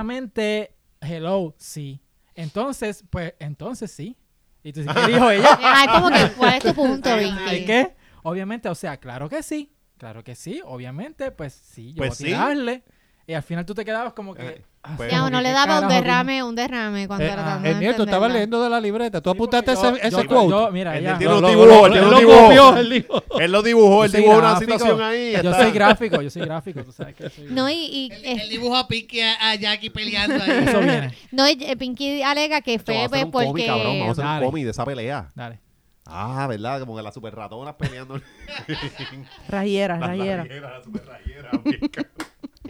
S6: obviamente, hello, sí. Entonces, pues, entonces sí. Y tú dices, ¿qué dijo ella?
S2: Eh, Ay, como que, ¿cuál es tu punto,
S6: ¿Y
S2: Vicky?
S6: qué? Obviamente, o sea, claro que sí. Claro que sí, obviamente, pues sí, yo
S1: Pues
S6: voy a
S1: sí.
S6: tirarle. Y al final tú te quedabas como que...
S1: Eh,
S6: ah,
S1: pues-
S2: Ya,
S6: como
S2: uno
S6: que,
S2: le
S6: ¿qué
S2: daba un
S6: carajo dijo?
S2: derrame, un derrame cuando
S6: Eh,
S2: era
S6: ah,
S2: tratando de
S3: El nieto estaba
S2: entenderla.
S3: leyendo de la libreta. Tú
S6: Sí, porque
S3: apuntaste
S6: yo-
S3: ese, ese
S6: yo-
S3: quote.
S6: yo- mira,
S1: Él
S6: ya.
S1: tiene
S3: Lo-
S1: un
S3: lo-
S1: dibujo,
S3: lo-
S1: tiene un
S3: lo
S1: dibujo.
S3: copió, él dijo.
S1: Él lo dibujó, él
S6: Yo soy
S1: dibujó una
S6: gráfico.
S1: situación ahí.
S6: Yo
S1: está.
S6: soy gráfico, yo soy gráfico, tú sabes que soy-
S2: No, y, y,
S4: El,
S2: eh,
S4: el dibujo a Pinky a, a Jackie peleando ahí.
S6: Eso viene.
S2: no, y, eh, Pinky alega que
S1: Esto va
S2: fue
S1: a ser
S2: pues,
S1: un cómic,
S2: porque...
S1: cabrón. Vamos a hacer
S6: Dale.
S1: un cómic de esa pelea.
S6: Dale.
S1: Ah, ¿verdad? Como que las super ratonas peleando.
S5: Rayeras,
S1: Las
S5: rayeras.
S1: rayeras, las super rayeras, bien cabrón.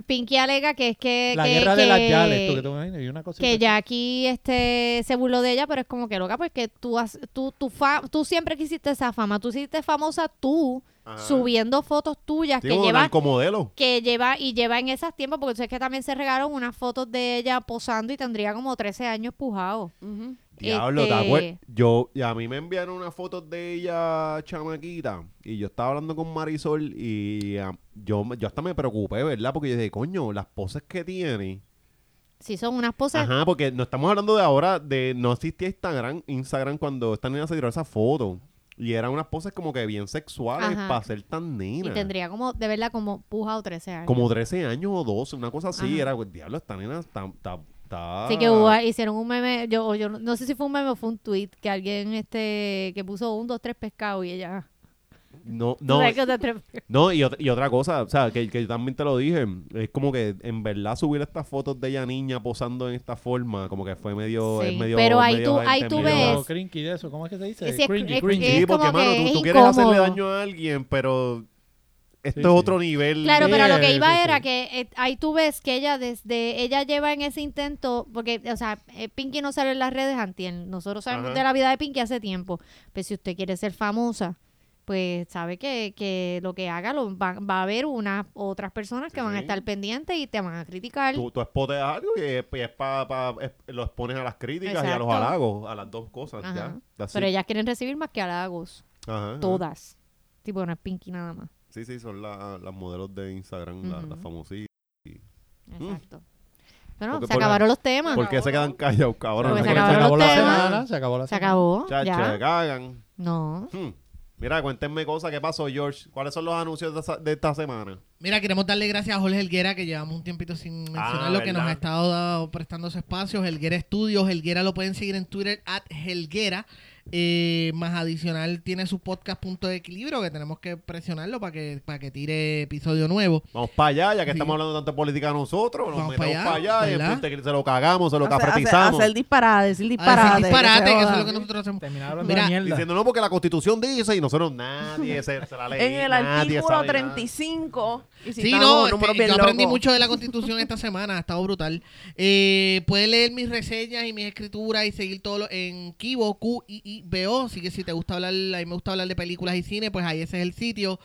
S2: Pinky alega que es que...
S3: La
S2: que-
S3: guerra de las
S2: que-
S3: yales. Tú que pues. te imaginas, y una cosita
S2: que
S3: así.
S2: Jackie este se burló de ella, pero es como que loca, porque tú has- tú tú, fa- tú siempre quisiste esa fama, tú hiciste famosa tú
S1: Ajá.
S2: subiendo fotos tuyas
S1: Sí,
S2: que
S1: como
S2: llevas
S1: narcomodelo.
S2: que lleva y lleva en esas tiempos, porque tú sabes que también se regaron unas fotos de ella posando y tendría como 13 años pujado.
S5: Ujú.
S1: Diablo,
S2: Este-
S1: ¿te acuer- Yo, y a mí me enviaron unas fotos de ella chamaquita y yo estaba hablando con Marisol y ah, yo, me- yo hasta me preocupé, ¿verdad? Porque yo dije, coño, las poses que tiene.
S2: Sí, son unas poses.
S1: Ajá, porque no estamos hablando de ahora, de no existía Instagram, Instagram cuando esta nena se tiró esa foto. Y eran unas poses como que bien sexuales
S2: Ajá.
S1: para ser tan
S2: Y
S1: nena.
S2: tendría como, de verdad, como pujado 13 años.
S1: Como 13 años o 12, una cosa así.
S2: Ajá.
S1: Era, pues, diablo, esta nena está... está, está-
S2: Así que hubo- hicieron un meme, yo, o yo no- no sé si fue un meme o fue un tweet que alguien este que puso un, dos, tres pescados y ella. ah.
S1: No,
S2: O
S1: no,
S2: sea, que de tres-
S1: No, y, ot- y otra cosa, o sea, que, que yo también te lo dije, es como que en verdad subir estas fotos de ella niña posando en esta forma, como que fue medio...
S2: Sí,
S1: es medio
S2: pero ahí
S1: medio
S2: tú- ahí
S1: gente
S2: tú
S1: mierda.
S2: ves-
S3: Pero crinky de eso. ¿Cómo es que se dice?
S2: Que sí, es-
S3: Cringy,
S2: es-
S3: cringy.
S1: Sí, porque,
S2: como
S1: mano,
S2: que
S1: tú,
S2: es
S1: tú quieres hacerle
S2: incómodo.
S1: daño a alguien, pero esto
S3: Sí,
S1: es
S3: sí.
S1: otro nivel.
S2: Claro, pero a lo que
S3: Sí,
S2: iba
S3: sí,
S2: era
S3: sí.
S2: que eh, ahí tú ves que ella desde ella lleva en ese intento porque o sea, eh, Pinky no salió en las redes antiel. Nosotros sabemos
S1: Ajá.
S2: de la vida de Pinky hace tiempo. Pero si usted quiere ser famosa, pues sabe que, que lo que haga lo va, va a haber unas otras personas que van a
S1: Sí.
S2: estar pendientes y te van a criticar.
S1: Tú, tú expones algo y es, y es pa- pa- es- lo expones a las críticas y a los
S2: Exacto.
S1: halagos, a las dos cosas,
S2: Ajá.
S1: ya. That's
S2: Pero
S1: it.
S2: ellas quieren recibir más que halagos,
S1: Ajá, ajá.
S2: todas. Tipo, no es Pinky nada más.
S1: Sí, sí, son la- las modelos de Instagram, la-
S2: Ujú.
S1: las famosas.
S2: Exacto. Bueno,
S1: Mm. Porque por
S2: se
S1: la-
S2: acabaron los temas.
S1: ¿Por qué se quedan callados, cabrón?
S2: Ah. Porque
S3: Porque
S2: se
S3: se
S2: acabaron
S3: acabó
S2: los
S3: la
S2: temas.
S3: semana. Se acabó la
S2: Se
S3: semana.
S2: acabó.
S1: Chacha,
S2: ya.
S1: cagan.
S2: No.
S1: Hmm. Mira, cuéntenme cosas. ¿Qué pasó, George? ¿Cuáles son los anuncios de, esa- de esta semana?
S4: Mira, queremos darle gracias a Jorge Helguera, que llevamos un tiempito sin mencionar lo que
S1: ¿verdad?
S4: nos ha estado da- prestando su espacio. Helguera Estudios, Helguera lo pueden seguir en Twitter, at Helguera. Eh, más adicional tiene su podcast Punto de Equilibrio, que tenemos que presionarlo para que, para que tire episodio nuevo.
S1: Vamos para allá, ya que
S4: Sí.
S1: estamos hablando tanto de política nosotros. Nos
S4: Vamos pa'
S1: metemos para
S4: allá,
S1: allá, y
S4: ¿verdad?
S1: en punto que se lo cagamos, se lo
S5: Hacer- hacer-
S1: cafretizamos.
S5: Hacer disparate,
S4: A
S5: decir
S4: decir
S5: disparate.
S4: disparate, que
S5: se
S4: eso es lo
S5: jodan.
S4: que nosotros hacemos.
S6: Terminar hablando
S4: Mira,
S6: de mierda.
S1: Diciendo no porque la constitución dice y nosotros nadie se, se la leí.
S5: En el
S1: nadie
S5: artículo
S1: sabe nada.
S5: 35. Y
S4: Sí,
S5: citamos
S4: no,
S5: números
S4: este,
S5: bien
S4: yo aprendí
S5: locos.
S4: mucho de la Constitución esta semana, ha estado brutal. Eh, puedes leer mis reseñas y mis escrituras y seguir todo lo, en Kibo, q i I B O, así que si te gusta hablar, a mí me gusta hablar de películas y cine, pues ahí ese es el sitio.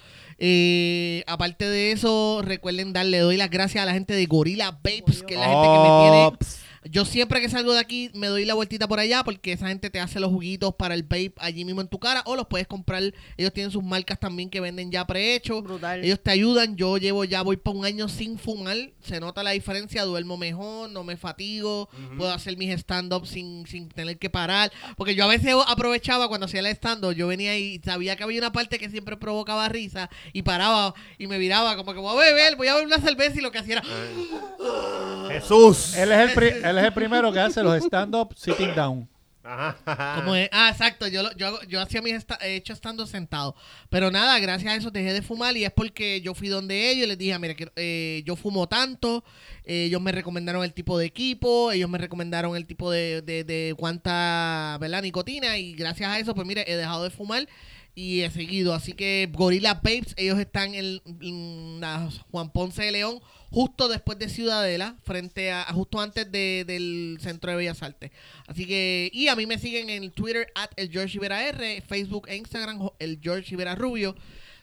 S4: Eh, aparte de eso, recuerden darle, doy las gracias a la gente de Gorilla Babes, que es la gente que me tiene...
S1: Ops.
S4: Yo siempre que salgo de aquí me doy la vueltita por allá porque esa gente te hace los juguitos para el vape allí mismo en tu cara o los puedes comprar. Ellos tienen sus marcas también que venden ya prehechos.
S5: Brutal.
S4: Ellos te ayudan. Yo llevo ya, voy para un año sin fumar. Se nota la diferencia. Duermo mejor, no me fatigo. Puedo hacer mis stand-up sin, sin tener que parar. Porque yo a veces aprovechaba cuando hacía el stand-up. Yo venía y sabía que había una parte que siempre provocaba risa y paraba y me viraba como que voy a beber, voy a beber una cerveza y lo que hacía era.
S1: Jesús.
S3: Él es, el pri- él es el primero que hace los stand-up sitting down.
S1: Ajá, ajá.
S4: ¿Cómo es? Ah, exacto. Yo, lo- yo, hago- yo hacía mis esta- he hecho estando sentado. Pero nada, gracias a eso dejé de fumar y es porque yo fui donde ellos y les dije, mira, que, eh, yo fumo tanto, eh, ellos me recomendaron el tipo de equipo, ellos me recomendaron el tipo de, de, de cuánta, ¿verdad? Nicotina y gracias a eso, pues mire, he dejado de fumar y he seguido. Así que Gorilla Babes, ellos están en, en la Juan Ponce de León, justo después de Ciudadela, frente a, justo antes de- del Centro de Bellas Artes. Así que, y a mí me siguen en Twitter, at el George Rivera R, Facebook e Instagram, jo- el George Rivera Rubio.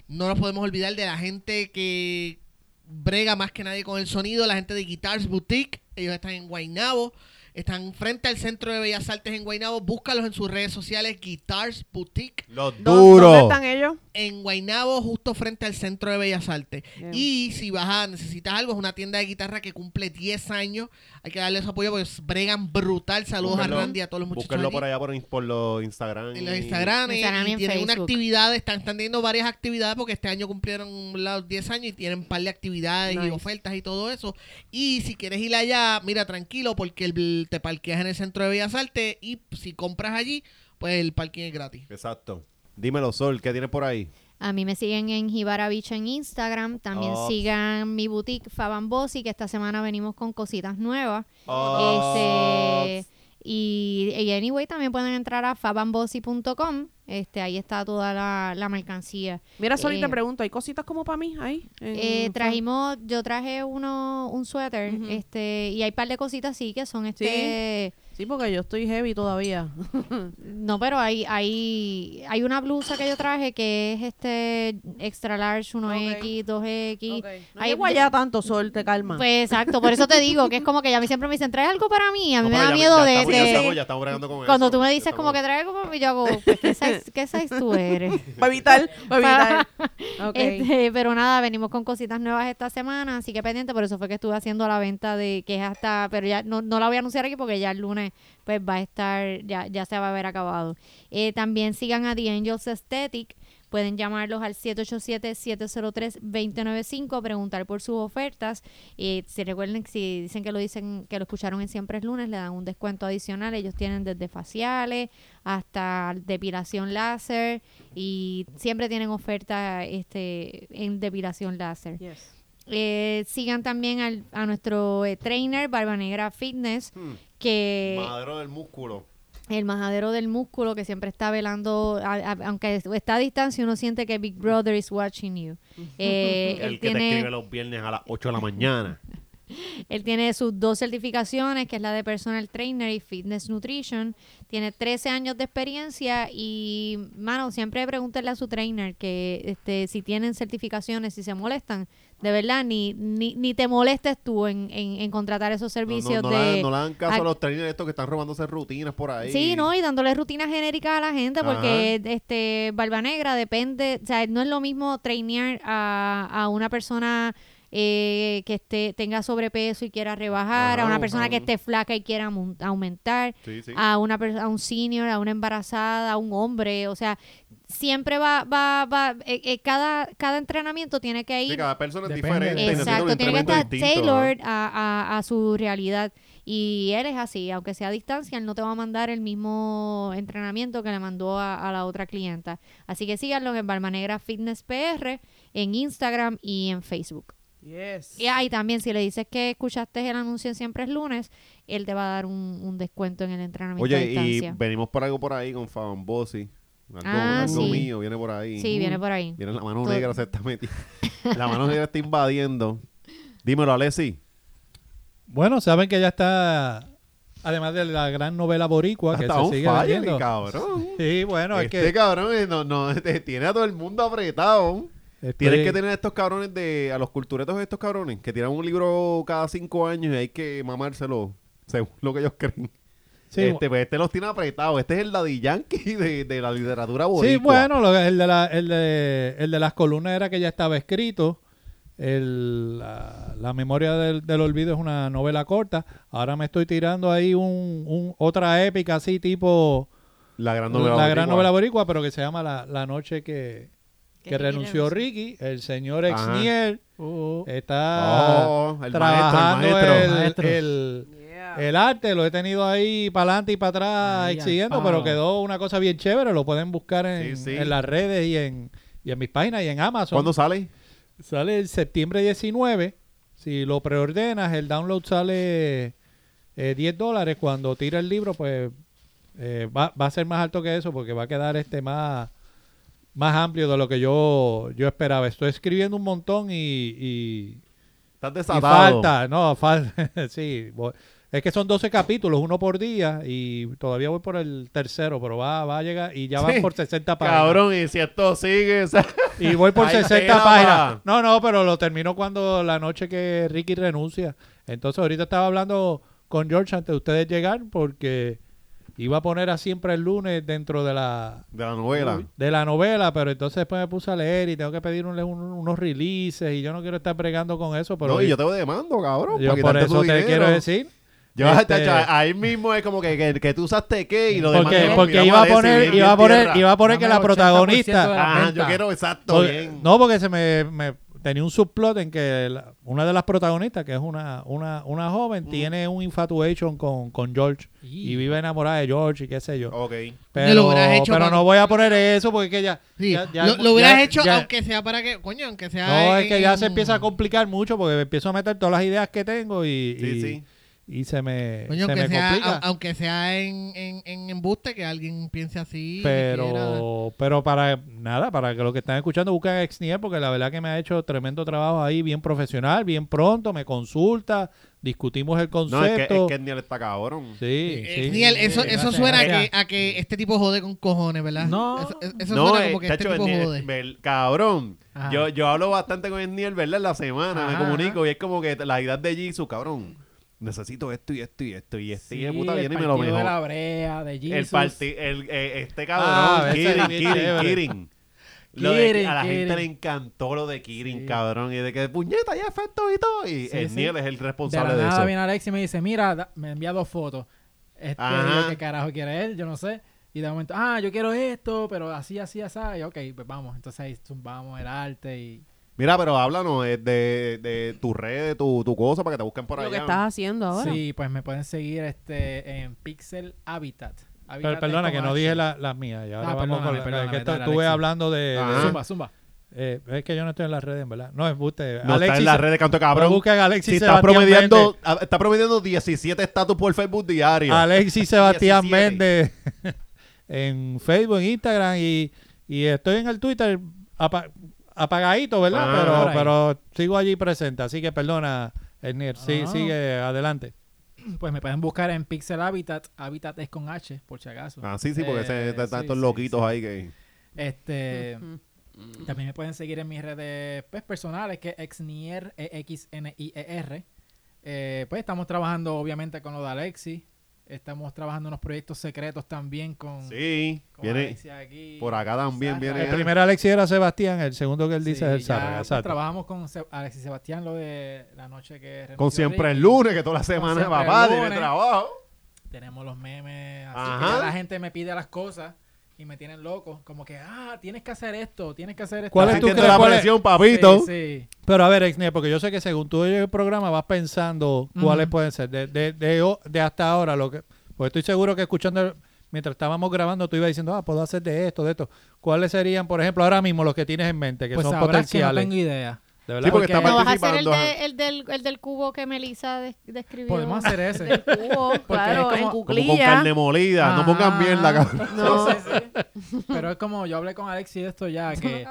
S4: No nos podemos olvidar de la gente que brega más que nadie con el sonido, la gente de Guitars Boutique, ellos están en Guaynabo, están frente al Centro de Bellas Artes en Guaynabo, búscalos en sus redes sociales, Guitars Boutique
S1: Los
S5: ¿Dó-
S3: Duro.
S5: ¿Dónde están ellos?
S4: en Guaynabo, justo frente al Centro de Bellas Artes.
S5: Bien.
S4: Y si vas a necesitas algo, es una tienda de guitarra que cumple 10 años. Hay que darle su apoyo porque bregan brutal. Saludos
S1: Búsquenlo.
S4: a Randy y a todos los muchachos.
S1: Búsquenlo
S4: allí.
S1: por allá por, in- por los Instagram.
S4: En los
S1: y-
S4: Instagram,
S2: Instagram y
S4: y
S2: en
S4: tienen una
S2: Facebook.
S4: actividad, están, están teniendo varias actividades porque este año cumplieron los 10 años y tienen un par de actividades y
S5: Nice.
S4: ofertas y todo eso. Y si quieres ir allá, mira, tranquilo, porque el, te parqueas en el centro de Bellas Artes y si compras allí, pues el parking es gratis.
S1: Exacto. Dímelo, Sol, ¿qué tienes por ahí?
S2: A mí me siguen en Jibara Beach en Instagram. También
S1: Oh.
S2: sigan mi boutique Faban Bossi, que esta semana venimos con cositas nuevas.
S1: Oh,
S2: Este, y, y anyway, también pueden entrar a fabanbossi.com. Este, ahí está toda la, la mercancía.
S5: Mira, Sol, y te
S2: Eh,
S5: pregunto, ¿hay cositas como para mí ahí? En-
S2: Eh, trajimos, yo traje uno, un suéter,
S5: Ujú.
S2: este, y hay par de cositas sí que son este
S5: Sí, porque yo estoy heavy todavía.
S2: no, pero hay, hay, hay una blusa que yo traje que es este extra large 1X,
S5: Ok.
S2: 2X.
S5: No
S2: Hay-
S5: llego allá tanto, Sol, te calma.
S2: Pues exacto, por eso te digo que es como que ya a mí siempre me dicen, trae algo para mí. A mí
S1: No,
S2: me
S1: pero
S2: da
S1: ya-
S2: miedo
S1: ya
S2: de.
S1: estamos- ya
S2: de-
S1: estamos- ya estamos bregando con
S2: cuando
S1: pues, eso.
S2: tú me
S1: Ya
S2: dices como
S1: estamos-
S2: que trae algo para mí, yo hago, pues, ¿qué size, qué size tú eres?
S5: para evitar, para evitar. Ok.
S2: Este, pero nada, venimos con cositas nuevas esta semana, así que pendiente, por eso fue que estuve haciendo la venta de que es hasta, pero ya no, no la voy a anunciar aquí porque ya el lunes pues va a estar, ya, ya se va a haber acabado. Eh, también sigan a The Angels Aesthetic, pueden llamarlos al 787-703-2095, preguntar por sus ofertas. Eh, si recuerden, que si dicen que lo dicen, que lo escucharon en Siempre es Lunes, le dan un descuento adicional. Ellos tienen desde faciales hasta depilación láser y siempre tienen oferta este, en depilación láser.
S5: Yes.
S2: Eh, sigan también al- a nuestro eh, trainer, Barbanegra Fitness,
S1: Hmm,
S2: que
S1: Madero del músculo.
S2: el majadero del músculo que siempre está velando, a- a- aunque está a distancia, uno siente que Big Brother is watching you. Eh,
S1: El
S2: él
S1: que te
S2: tiene-
S1: escribe los viernes a las 8 de la mañana.
S2: Él tiene sus dos certificaciones, que es la de Personal Trainer y Fitness Nutrition. Tiene 13 años de experiencia y, mano, siempre pregúntenle a su trainer que este, si tienen certificaciones, si se molestan. De verdad, ni, ni, ni te molestes tú en, en- en contratar esos
S1: No, no,
S2: servicios
S1: no
S2: de...
S1: le, no le dan caso a
S2: ac-
S1: los trainers estos que están robándose rutinas por ahí.
S2: Sí, no, y dándole rutinas genéricas a la gente, porque este Barba Negra depende, o sea, no es lo mismo trainear a, a una persona eh, que esté, tenga sobrepeso y quiera rebajar, a
S1: Claro,
S2: una persona que
S1: claro.
S2: esté flaca y quiera mun- aumentar,
S1: Sí, sí.
S2: a una per- a un senior, a una embarazada, a un hombre, o sea, siempre va, va, va, eh, eh, cada, cada entrenamiento tiene que
S1: Sí,
S2: ir
S1: cada persona es
S6: Depende.
S1: diferente. y necesita
S2: Exacto,
S1: un
S2: tiene que
S1: entrenamiento
S2: estar
S1: distinto, ¿no?
S2: tailored a, a- a su realidad. Y él es así, aunque sea a distancia, él no te va a mandar el mismo entrenamiento que le mandó a, a la otra clienta. Así que síganlo en Balmanegra Fitness PR, en Instagram y en Facebook.
S5: Yes.
S2: Y ahí también, si le dices que escuchaste el anuncio en Siempre es Lunes, él te va a dar un, un descuento en el entrenamiento a
S1: Oye, y
S2: distancia.
S1: venimos por algo por ahí con Faban Bossi. Algo,
S2: Ah,
S1: algo
S2: sí.
S1: mío viene por ahí.
S2: Sí, viene por ahí.
S1: Mira, la mano
S2: Todo.
S1: negra se está metiendo. La mano negra está invadiendo. Dímelo, Alessi.
S3: Bueno, saben que ya está, además de la gran novela boricua que
S1: Hasta
S3: se
S1: un
S3: sigue
S1: fire,
S3: vendiendo.
S1: cabrón.
S3: Sí, bueno,
S1: este
S3: es que
S1: cabrón eh, no, no, te tiene a todo el mundo apretado.
S3: estoy-
S1: Tienes que tener a estos cabrones de. a los culturetos de estos cabrones que tiran un libro cada cinco años y hay que mamárselo según lo que ellos creen.
S3: sí,
S1: este, pues este los tiene apretados. Este es el Daddy Yankee de, de la literatura
S3: bu-
S1: boricua.
S3: sí, bueno, lo- el, de la- el, de, el de las columnas era que ya estaba escrito. El- la, la memoria del, del olvido es una novela corta. Ahora me estoy tirando ahí un, un- otra épica así tipo
S1: La gran novela
S3: la gran
S1: boricua.
S3: novela boricua, pero que se llama La, la noche que, que
S2: Ricky
S3: renunció Ricky, el señor
S1: Ajá.
S3: Exnier
S6: Uh,
S3: está
S1: Oh, el
S3: trabajando
S1: maestro, el maestro.
S3: el-
S6: Maestro.
S3: el-
S5: Yeah.
S3: el arte, lo he tenido ahí para adelante y para atrás
S6: Ahí al
S3: exigiendo,
S6: palo.
S3: pero quedó una cosa bien chévere, lo pueden buscar en,
S1: Sí, sí.
S3: en las redes y en, y en mis páginas y en Amazon.
S1: ¿Cuándo sale?
S3: Sale el septiembre 19, si lo preordenas, el download sale eh, 10 dólares, cuando tira el libro pues eh, va, va a ser más alto que eso porque va a quedar este más, más amplio de lo que yo, yo esperaba. Estoy escribiendo un montón y, y,
S1: Estás
S3: y
S1: desatado.
S3: falta, no, falta, sí. voy- Es que son 12 capítulos, uno por día, y todavía voy por el tercero, pero va, va a llegar y ya van
S1: Sí.
S3: por 60 páginas.
S1: Cabrón, y si esto sigue... o sea,
S3: Y voy por
S1: Ahí
S3: 60
S1: pegaba.
S3: páginas. No, no, pero lo termino cuando la noche que Ricky renuncia. Entonces ahorita estaba hablando con George antes de ustedes llegar porque iba a poner a siempre el lunes dentro de la
S1: De la novela.
S3: de la novela, pero entonces después me puse a leer y tengo que pedir un- un- unos releases y yo no quiero estar bregando con eso, pero
S1: no, y yo te demando, cabrón.
S3: yo
S1: para
S3: por
S1: quitarte tu
S3: eso te
S1: dinero.
S3: quiero decir
S1: Yo,
S3: Este-
S1: chacha, ahí mismo es como que, que, que tú usaste qué y lo demás.
S3: porque,
S1: no,
S3: porque
S1: miramos
S3: iba a
S1: ver si
S3: poner
S1: bien,
S3: iba a
S1: bien
S3: poner
S1: tierra.
S3: iba a poner que
S6: Dame
S3: la
S6: el 80% de
S3: protagonista
S6: la
S1: Ah, yo
S6: venta.
S1: quiero exacto
S3: Porque-
S1: bien.
S3: No, porque se me, me- tenía un subplot en que la- una de las protagonistas, que es una, una, una joven,
S1: Mm.
S3: tiene un infatuation con, con George y vive enamorada de George y qué sé yo.
S1: Ok.
S3: Pero,
S4: lo hubieras hecho,
S3: pero
S4: mano.
S3: no voy a poner eso porque es que ya...
S4: Sí,
S3: ya- ya-
S4: lo, lo hubieras
S3: ya-
S4: hecho
S3: ya-
S4: aunque sea para que, coño, aunque sea...
S3: No, es
S4: en-
S3: que ya se empieza a complicar mucho porque me empiezo a meter todas las ideas que tengo y,
S1: Sí,
S3: y,
S1: sí.
S3: y se me,
S4: Coño,
S3: se
S4: aunque,
S3: me
S4: sea,
S3: complica.
S4: au- aunque sea en, en, en embuste, que alguien piense así. le quiera-
S3: Pero, pero para nada, para que los que están escuchando busquen a Exnier, porque la verdad que me ha hecho tremendo trabajo ahí, bien profesional, bien pronto, me consulta, discutimos el
S1: No, es que,
S3: concepto.
S1: es que Niel está cabrón.
S3: Sí, sí.
S4: Eh, Niel, eso,
S6: sí,
S4: eso
S6: gracias,
S4: suena a que,
S6: gracias.
S4: a que este tipo jode con cojones, ¿verdad?
S6: No.
S4: Eso, es- eso
S1: no,
S4: suena
S1: eh,
S4: como que este
S1: chacho,
S4: tipo
S1: Esniel-
S4: jode.
S1: Bel- cabrón.
S6: Ajá.
S1: Yo, yo hablo bastante con Esniel, ¿verdad? En la semana me
S6: Ajá,
S1: comunico y es como que la edad de Jesus, cabrón. Necesito esto y esto y esto. Y este hijo de puta
S6: el
S1: viene y me lo
S6: partido de la
S1: mejor.
S6: brea, de Jesus.
S1: El parti, el, eh, este cabrón,
S3: Ah, ese
S1: Kirin,
S3: era bien
S1: Kirin,
S3: chévere.
S1: Kirin. Lo de-
S6: Kirin,
S1: a la gente
S6: Kirin.
S1: le encantó lo de Kirin,
S6: Sí.
S1: cabrón. Y de que puñeta y efectos y todo. Y
S6: Sí,
S1: Esniel
S6: sí.
S1: es el
S6: De la
S1: responsable de,
S6: nada
S1: eso.
S6: viene Alex y me dice, mira, da- me envía dos fotos. Este,
S1: Ajá.
S6: yo, ¿qué carajo quiere él? Yo no sé. Y de momento, ah, yo quiero esto, pero así, así, así. Y ok, pues vamos. Entonces ahí zumbamos el arte y...
S1: Mira, pero háblanos eh, de, de tu red, de tu, tu cosa, para que te busquen por
S5: Lo que
S1: allá.
S5: estás haciendo ahora.
S6: Sí, pues me pueden seguir este en Pixel Habitat. Habitat
S3: Pero
S6: es
S3: perdona que
S6: como
S3: no
S6: H.
S3: dije la- las mías. Y ahora
S6: Ah,
S3: vamos con
S6: perdóname,
S3: la-
S6: perdóname,
S3: que esto-
S6: dale,
S3: estuve
S6: Alexis.
S3: hablando de.
S1: Ajá.
S3: de-
S6: Zumba, zumba.
S3: eh, es que yo no estoy en las redes, en verdad. No, es usted.
S1: No está en la red de canto cabrón.
S3: Busquen a Alexis
S1: Si está
S3: Sebastián
S1: promediando,
S3: Méndez.
S1: a- está promediando 17 estatus por Facebook diario.
S3: Alexis Sebastián
S1: 17.
S3: Méndez en Facebook, en Instagram y, y estoy en el Twitter apa- apagadito, ¿verdad?
S1: Ah,
S3: pero,
S6: por ahí.
S3: pero sigo allí presente, así que perdona, Ernier. Sí,
S6: Ah.
S3: sigue adelante.
S6: Pues me pueden buscar en Pixel Habitat. Habitat es con H, por si acaso.
S1: Ah, sí, sí, porque
S6: Eh,
S1: se- están
S6: sí,
S1: estos
S6: sí,
S1: loquitos
S6: sí.
S1: ahí que...
S6: Este,
S5: Ujú.
S6: también me pueden seguir en mis redes pues, personales, que es E Xnier, E-X-N-I-E-R. Eh, pues estamos trabajando, obviamente, con lo de Alexi. Estamos trabajando unos proyectos secretos también con,
S1: Sí,
S6: con
S1: viene
S6: Alexi aquí.
S1: por acá también,
S6: Sarra.
S1: viene...
S3: El
S1: Ah.
S3: primero Alexis era Sebastián, el segundo que él
S6: Sí,
S3: dice es el
S6: ya,
S3: Sarra,
S6: pues,
S3: exacto.
S6: Trabajamos con Se- Alexis Sebastián lo de la noche que
S1: Con
S6: renunció
S1: siempre el
S6: Ricky.
S1: lunes, que toda la semana,
S6: siempre el
S1: papá, tiene
S6: lunes.
S1: trabajo.
S6: tenemos los memes. Así
S1: Ajá.
S6: que ya la gente me pide las cosas y me tienen loco. Como que, ah, tienes que hacer esto, tienes que hacer esto.
S3: ¿Cuál
S1: Está
S3: es tu
S1: sintiendo
S3: crees?
S1: la
S3: ¿Cuál es?
S1: presión,
S6: Sí,
S1: papito?
S6: sí.
S3: Pero a ver, Exnier, porque yo sé que según tú oyes el programa vas pensando cuáles pueden ser. De, de, de, o- de hasta ahora, lo que. Pues estoy seguro que escuchando, el- mientras estábamos grabando, tú ibas diciendo, ah, puedo hacer de esto, de esto. ¿Cuáles serían, por ejemplo, ahora mismo los que tienes en mente, que
S6: Pues
S3: son
S6: sabrás que no
S3: potenciales?
S6: tengo idea.
S3: De
S1: Sí,
S3: verdad.
S1: porque
S6: Porque
S1: está
S2: No, vas a hacer el,
S1: participando. ajá.
S2: de- el del, el del cubo que Melissa des- describió.
S6: Podemos hacer
S2: El
S6: ese.
S2: cubo.
S5: claro, en
S6: es como- como
S1: Como con
S5: cuclilla.
S1: carne molida, no pongan mierda, cabrón.
S6: No. Pero es como yo hablé con Alex y esto ya, que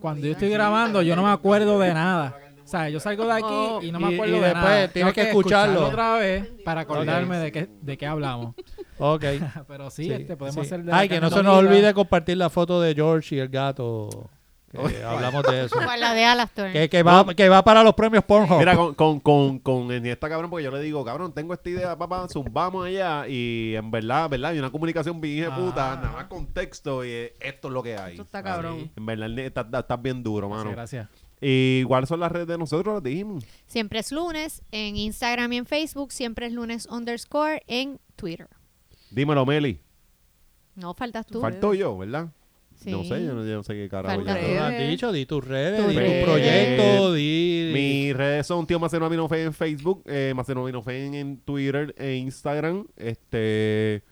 S6: cuando yo estoy grabando yo no me acuerdo de nada. O sea, yo salgo de
S5: Oh.
S6: aquí y no
S3: Y-
S6: me
S3: y
S6: acuerdo de
S3: después
S6: nada.
S3: tienes
S6: Tengo
S3: que escucharlo.
S6: otra vez para acordarme de qué, de qué hablamos.
S3: Ok.
S6: Pero sí,
S3: Sí,
S6: este podemos
S3: sí.
S6: hacer de
S3: Ay,
S6: la
S3: que no se
S6: carne
S3: nos
S6: molida.
S3: olvide compartir la foto de George y el gato. que hablamos de eso.
S2: Con la de Alastor.
S3: que, que va, que va para los premios Pornhub.
S1: Mira, con, con, con, con Iniesta, cabrón, porque yo le digo, cabrón, tengo esta idea, papá, zumbamos allá. Y en verdad, ¿verdad? Hay una comunicación bien hija de puta,
S6: Ah.
S1: nada más contexto y eh, esto es lo que hay.
S5: Esto está cabrón.
S1: En verdad, Ernie, estás estás bien duro,
S6: Sí,
S1: mano.
S6: gracias.
S1: ¿Y cuáles son las redes de nosotros? Las dijimos.
S2: Siempre es lunes en Instagram y en Facebook. Siempre es lunes underscore en Twitter.
S1: Dímelo, Meli.
S2: No faltas tú.
S1: Faltó yo, ¿verdad?
S2: Sí.
S1: No sé, yo no, yo no sé qué carajo.
S2: Falta
S1: yo-
S2: tú.
S3: Tú lo has dicho, di tus redes,
S2: Tus
S3: di
S2: redes.
S3: tu proyecto, di...
S1: Mis redes son Tío Maceno Aminofe en Facebook, eh, Maceno Aminofe en- en Twitter e Instagram. Este.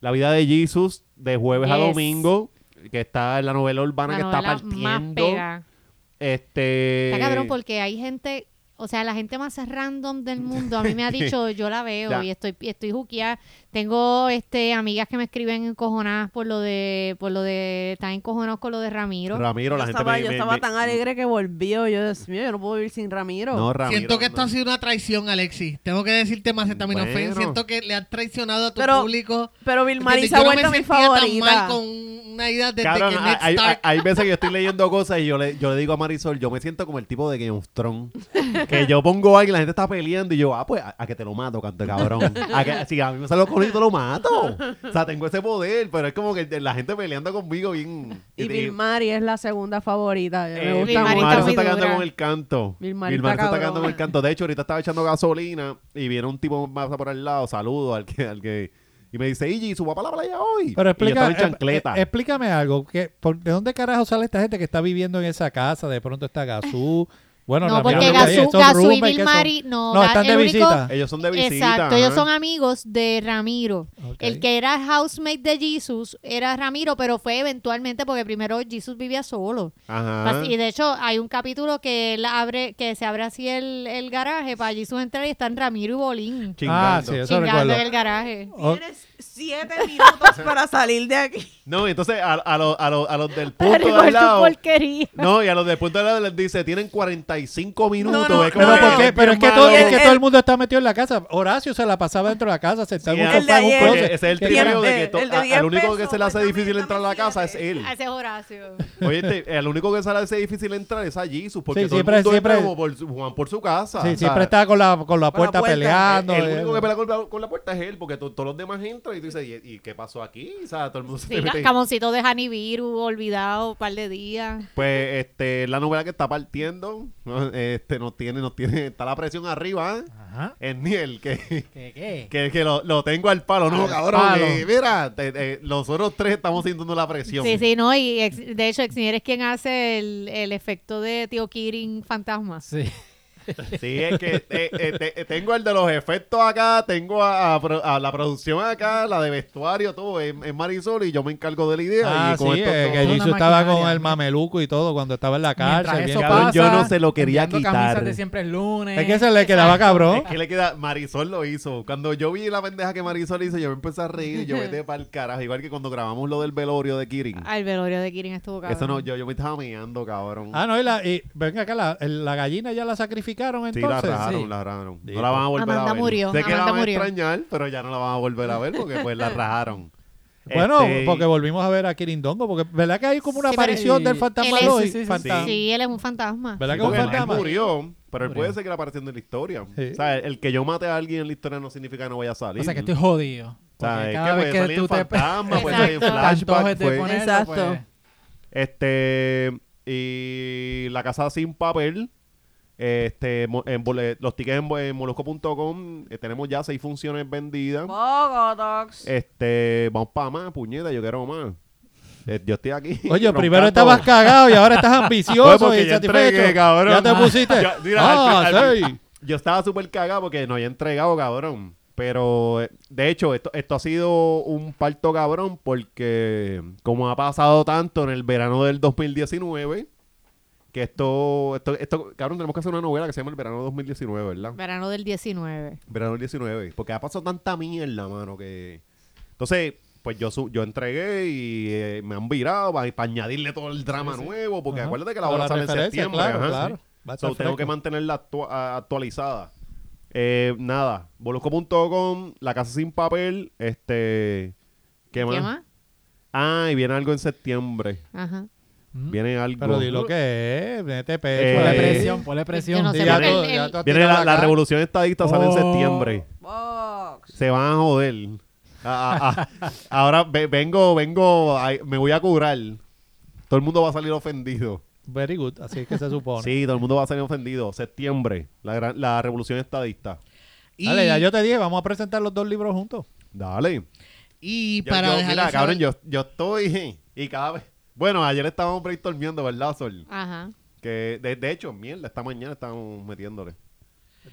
S1: La vida de Jesus, de jueves a
S2: Yes.
S1: domingo, que está en la novela urbana
S2: La
S1: que
S2: novela
S1: está
S2: más
S1: partiendo.
S2: pega.
S1: Este.
S2: Está cabrón porque hay gente, o sea, la gente más random del mundo a mí me ha dicho, yo la veo
S1: Ya.
S2: y estoy estoy juqueada. Tengo este amigas que me escriben encojonadas por lo de por lo de están encojonados con lo de Ramiro.
S1: Ramiro,
S5: Yo
S1: la gente
S5: estaba,
S1: me-
S5: yo
S1: me-
S5: estaba
S1: me-
S5: tan alegre que volvió. Yo, Dios mío, yo no puedo vivir sin Ramiro.
S1: No, Ramiro,
S4: Siento que esto
S1: no.
S4: ha sido una traición, Alexis. Tengo que decirte más acetaminofén.
S1: Bueno.
S4: Siento que le has traicionado a tu
S5: Pero-
S4: público.
S5: Pero Vilmarín se
S4: Yo
S5: ha
S4: no
S5: vuelto
S4: me
S5: mi
S4: sentía tan mal
S5: favorita.
S4: con una idea desde
S1: Cabrón,
S4: que
S1: hay,
S4: Ned
S1: hay-
S4: Stark...
S1: hay veces que yo estoy leyendo cosas y yo le, yo le digo a Marisol, yo me siento como el tipo de Game of Thrones. Que yo pongo ahí y la gente está peleando y yo, ah, pues a, a que te lo mato, canto de cabrón. A que- si a mí me sale los cojones, yo te lo mato. O sea, tengo ese poder, pero es como que la gente peleando conmigo bien.
S5: Y
S1: y-
S5: Vilmari es la segunda favorita. Yo
S1: Eh,
S5: me gusta
S2: Vilmari
S1: Vilmar
S5: mucho.
S2: está
S1: se
S2: muy
S1: está quedando
S2: dura.
S1: con el canto.
S5: Vilmar
S1: Vilmar,
S5: está
S1: se está quedando con el
S5: cabrona.
S1: canto. De hecho, ahorita estaba echando gasolina y viene un tipo más por al lado, saludo al que, al que y me dice, Igi, suba para la playa hoy. y yo estaba
S3: Pero explica,
S1: en chancleta.
S3: eh, eh, explícame algo. ¿qué- por- ¿De dónde carajo sale esta gente que está viviendo en esa casa? De pronto está Gazú. Bueno,
S2: No,
S3: Ramiro
S2: porque
S3: no está ahí,
S2: Gazú,
S3: son
S2: Gazú y
S3: roommates, ¿qué son?
S2: Vilmari, no,
S3: No,
S2: Ga-
S3: están de
S2: el único-
S3: visita.
S1: ellos son de visita.
S2: Exacto, ellos
S1: ajá.
S2: son amigos de Ramiro.
S3: Ok.
S2: El que era housemate de Jesus era Ramiro, pero fue eventualmente porque primero Jesus vivía solo.
S1: Ajá.
S2: Y Pues de hecho hay un capítulo que él abre, que se abre así el, el garaje pues para Jesus entrar y están Ramiro y Bolín
S3: Ah,
S1: Chingando.
S3: sí, eso
S2: chingando
S3: recuerdo.
S2: en el garaje.
S1: Oh,
S3: O-
S5: Tienes siete minutos para salir de aquí.
S1: No, entonces a, a los- a los- a los del
S2: Para
S1: punto de al lado.
S2: porquería.
S1: No, y a los del punto de al lado les dice, tienen 45 minutos.
S5: no,
S1: es como que-
S3: Pero, ¿por qué? Pero es que,
S1: bien
S3: todo,
S1: malo.
S3: es que
S5: El-
S3: todo el mundo está metido en la casa. Horacio se la pasaba dentro de la casa, sentado en un
S1: Sí,
S5: el
S3: sofá, en
S5: de
S3: un
S5: ayer.
S1: Oye, ese
S3: closet.
S1: es el
S3: ¿Qué
S1: trineo
S5: Tiene-
S1: de que to-
S5: el de
S1: a-
S5: 10
S1: al único que
S5: pesos,
S1: se le hace
S5: pues,
S1: difícil
S5: dame-
S1: entrar a
S5: dame
S1: la casa es
S5: siete.
S1: él.
S2: Ese es Horacio.
S1: Oye, este, el único que se le hace difícil entrar es a Jesus, porque
S3: Sí,
S1: todo
S3: siempre-
S1: el mundo entra
S3: siempre-
S1: como por su, Juan por su casa.
S3: Sí,
S1: o sea,
S3: siempre estaba con la, con la
S5: Con la
S3: puerta
S5: puerta.
S3: peleando.
S1: El único
S3: eh.
S1: que pelea con la, con la puerta es él, porque to- todos los demás entran y tú dices, ¿y, y qué pasó aquí? O sea, todo el mundo se
S2: Sí,
S1: te mete.
S2: camoncito de Hanibiru, olvidado un par de días.
S1: Pues este, la novela que está partiendo, ¿no? este, nos tiene, nos tiene, está la presión arriba, ¿eh?
S6: Ajá.
S1: en Niel, que,
S6: ¿Qué, qué?
S1: que, que lo, lo tengo al palo, no,
S3: Al
S1: cabrón.
S3: palo.
S1: que, mira, te- te- nosotros tres estamos sintiendo la presión.
S2: Sí, sí, no, y ex- de hecho Exnier es quien hace el, el efecto de Tío Kirin fantasma.
S6: Sí.
S1: Sí, es que eh, eh, te- eh, tengo el de los efectos acá, tengo a, a pro- a la producción acá, la de vestuario, todo es, es Marisol y yo me encargo de la idea.
S3: Ah,
S1: y
S3: sí,
S1: con esto
S3: eh,
S1: todo-
S3: que
S6: Una
S3: Jesus estaba con
S6: maquinaria.
S3: el mameluco y todo cuando estaba en la cárcel.
S6: Mientras
S3: bien
S6: eso
S1: cabrón,
S6: pasa,
S3: cabrón.
S1: yo no se lo quería
S6: enviando
S1: quitar.
S6: camisas de siempre el lunes.
S3: Es que se le quedaba cabrón.
S1: ¿Qué le queda? Marisol lo hizo. Cuando yo vi la pendeja que Marisol hizo, yo me empecé a reír y yo vete para el carajo. Igual que cuando grabamos lo del velorio de Kirin.
S2: Al velorio de Kirin estuvo cabrón.
S1: Eso no, yo, yo me estaba meando, cabrón.
S3: Ah, no, y, la, y venga acá, la, el- la gallina ya la sacrificaron
S1: sí, la
S3: entonces.
S1: rajaron,
S6: sí.
S1: la rajaron.
S3: Sí.
S1: No la van a volver a
S2: Amanda
S1: ver.
S2: murió,
S1: Sé que la
S2: Amanda
S1: van a
S2: murió.
S1: extrañar, pero ya no la van a volver a ver porque pues la rajaron.
S3: Bueno,
S1: Este,
S3: porque volvimos a ver a Kirindongo, porque ¿verdad que hay como una
S2: Sí, pero-
S3: aparición del
S6: Sí,
S3: fantasma
S2: él
S3: de
S2: es-
S3: hoy?
S6: sí, sí, sí,
S3: fantasma.
S2: Sí, él es un fantasma.
S3: ¿Verdad
S1: Sí,
S3: que es un
S1: porque él
S3: fantasma?
S1: murió, pero él
S6: Murió.
S1: puede seguir apareciendo en la historia.
S3: Sí.
S1: O sea, el, el que yo mate a alguien en la historia no significa que no vaya a salir.
S6: O sea que estoy jodido.
S1: O sea,
S6: Porque
S1: es
S6: cada
S1: que
S6: vez
S1: puede
S6: que
S1: salir en
S6: tú te
S1: fantasma, puede salir en
S2: Exacto.
S1: flashback.
S6: antojes de
S1: puede-
S6: ponerlo,
S5: Exacto.
S6: pues,
S1: Este. Y la casa sin papel. Este, mo- en bole- los tickets en, bo- en molusco.com. eh, tenemos ya seis funciones vendidas.
S5: Bogotox.
S1: Este, vamos para más, puñeta, yo quiero más. Eh, yo estoy aquí.
S3: Oye,
S1: roncando.
S3: primero estabas cagado y ahora estás
S1: Oye,
S3: ambicioso
S1: porque
S3: y
S1: ya
S3: satisfecho.
S1: entregué, cabrón.
S3: Ya te pusiste.
S1: Ya, mira,
S3: ah,
S1: al- al-
S3: sí.
S1: Yo estaba súper cagado porque no había entregado, cabrón. Pero, eh, de hecho, esto, esto ha sido un parto cabrón porque, como ha pasado tanto en el verano del 2019, que esto, esto, esto, cabrón, tenemos que hacer una novela que se llama El verano 2019, ¿verdad?
S2: Verano del 19.
S1: Verano del 19. Porque ha pasado tanta mierda, mano, que... Entonces, pues yo su- yo entregué y eh, me han virado para añadirle todo el drama nuevo. Porque
S3: Ajá.
S1: acuérdate que la
S3: Con
S1: obra sale en
S3: referencia,
S1: septiembre.
S3: Claro,
S1: ajá,
S3: claro.
S1: sí.
S3: Va a estar
S1: So, tengo que
S3: fresco.
S1: mantenerla actua- a- actualizada. Eh, nada, bolusco.com, La Casa Sin Papel, este... ¿Qué más?
S2: ¿Qué más?
S1: Ah, y viene algo en septiembre.
S2: Ajá.
S1: Viene algo...
S3: Pero di lo que es, mete pecho.
S1: Eh,
S6: Ponle
S3: ahí.
S6: presión, ponle presión.
S2: Yo no
S3: Sí,
S2: sé
S3: ya
S2: por qué
S3: tú-
S2: el-
S3: ya
S2: el-
S3: tú has
S1: Viene
S3: tirado
S1: la, la
S3: cara.
S1: revolución estadista, sale en
S6: Oh.
S1: septiembre.
S5: Box.
S1: Se van a joder. Ah, ah, ah. Ahora ve- vengo, vengo, ay, me voy a curar. Todo el mundo va a salir ofendido.
S3: Very good, así es que se supone.
S1: Sí, todo el mundo va a salir ofendido. Septiembre, la, gran- la revolución estadista.
S4: Y,
S3: Dale, ya yo te dije, vamos a presentar los dos libros juntos.
S1: Dale.
S4: y
S1: Yo-
S4: para
S1: yo-
S4: dejarles
S1: mira,
S4: saber-
S1: cabrón, yo, yo estoy y cada vez... Bueno, ayer estábamos brainstormiendo, ¿verdad, Sol?
S2: Ajá.
S1: Que de, de hecho, mierda, esta mañana estábamos metiéndole.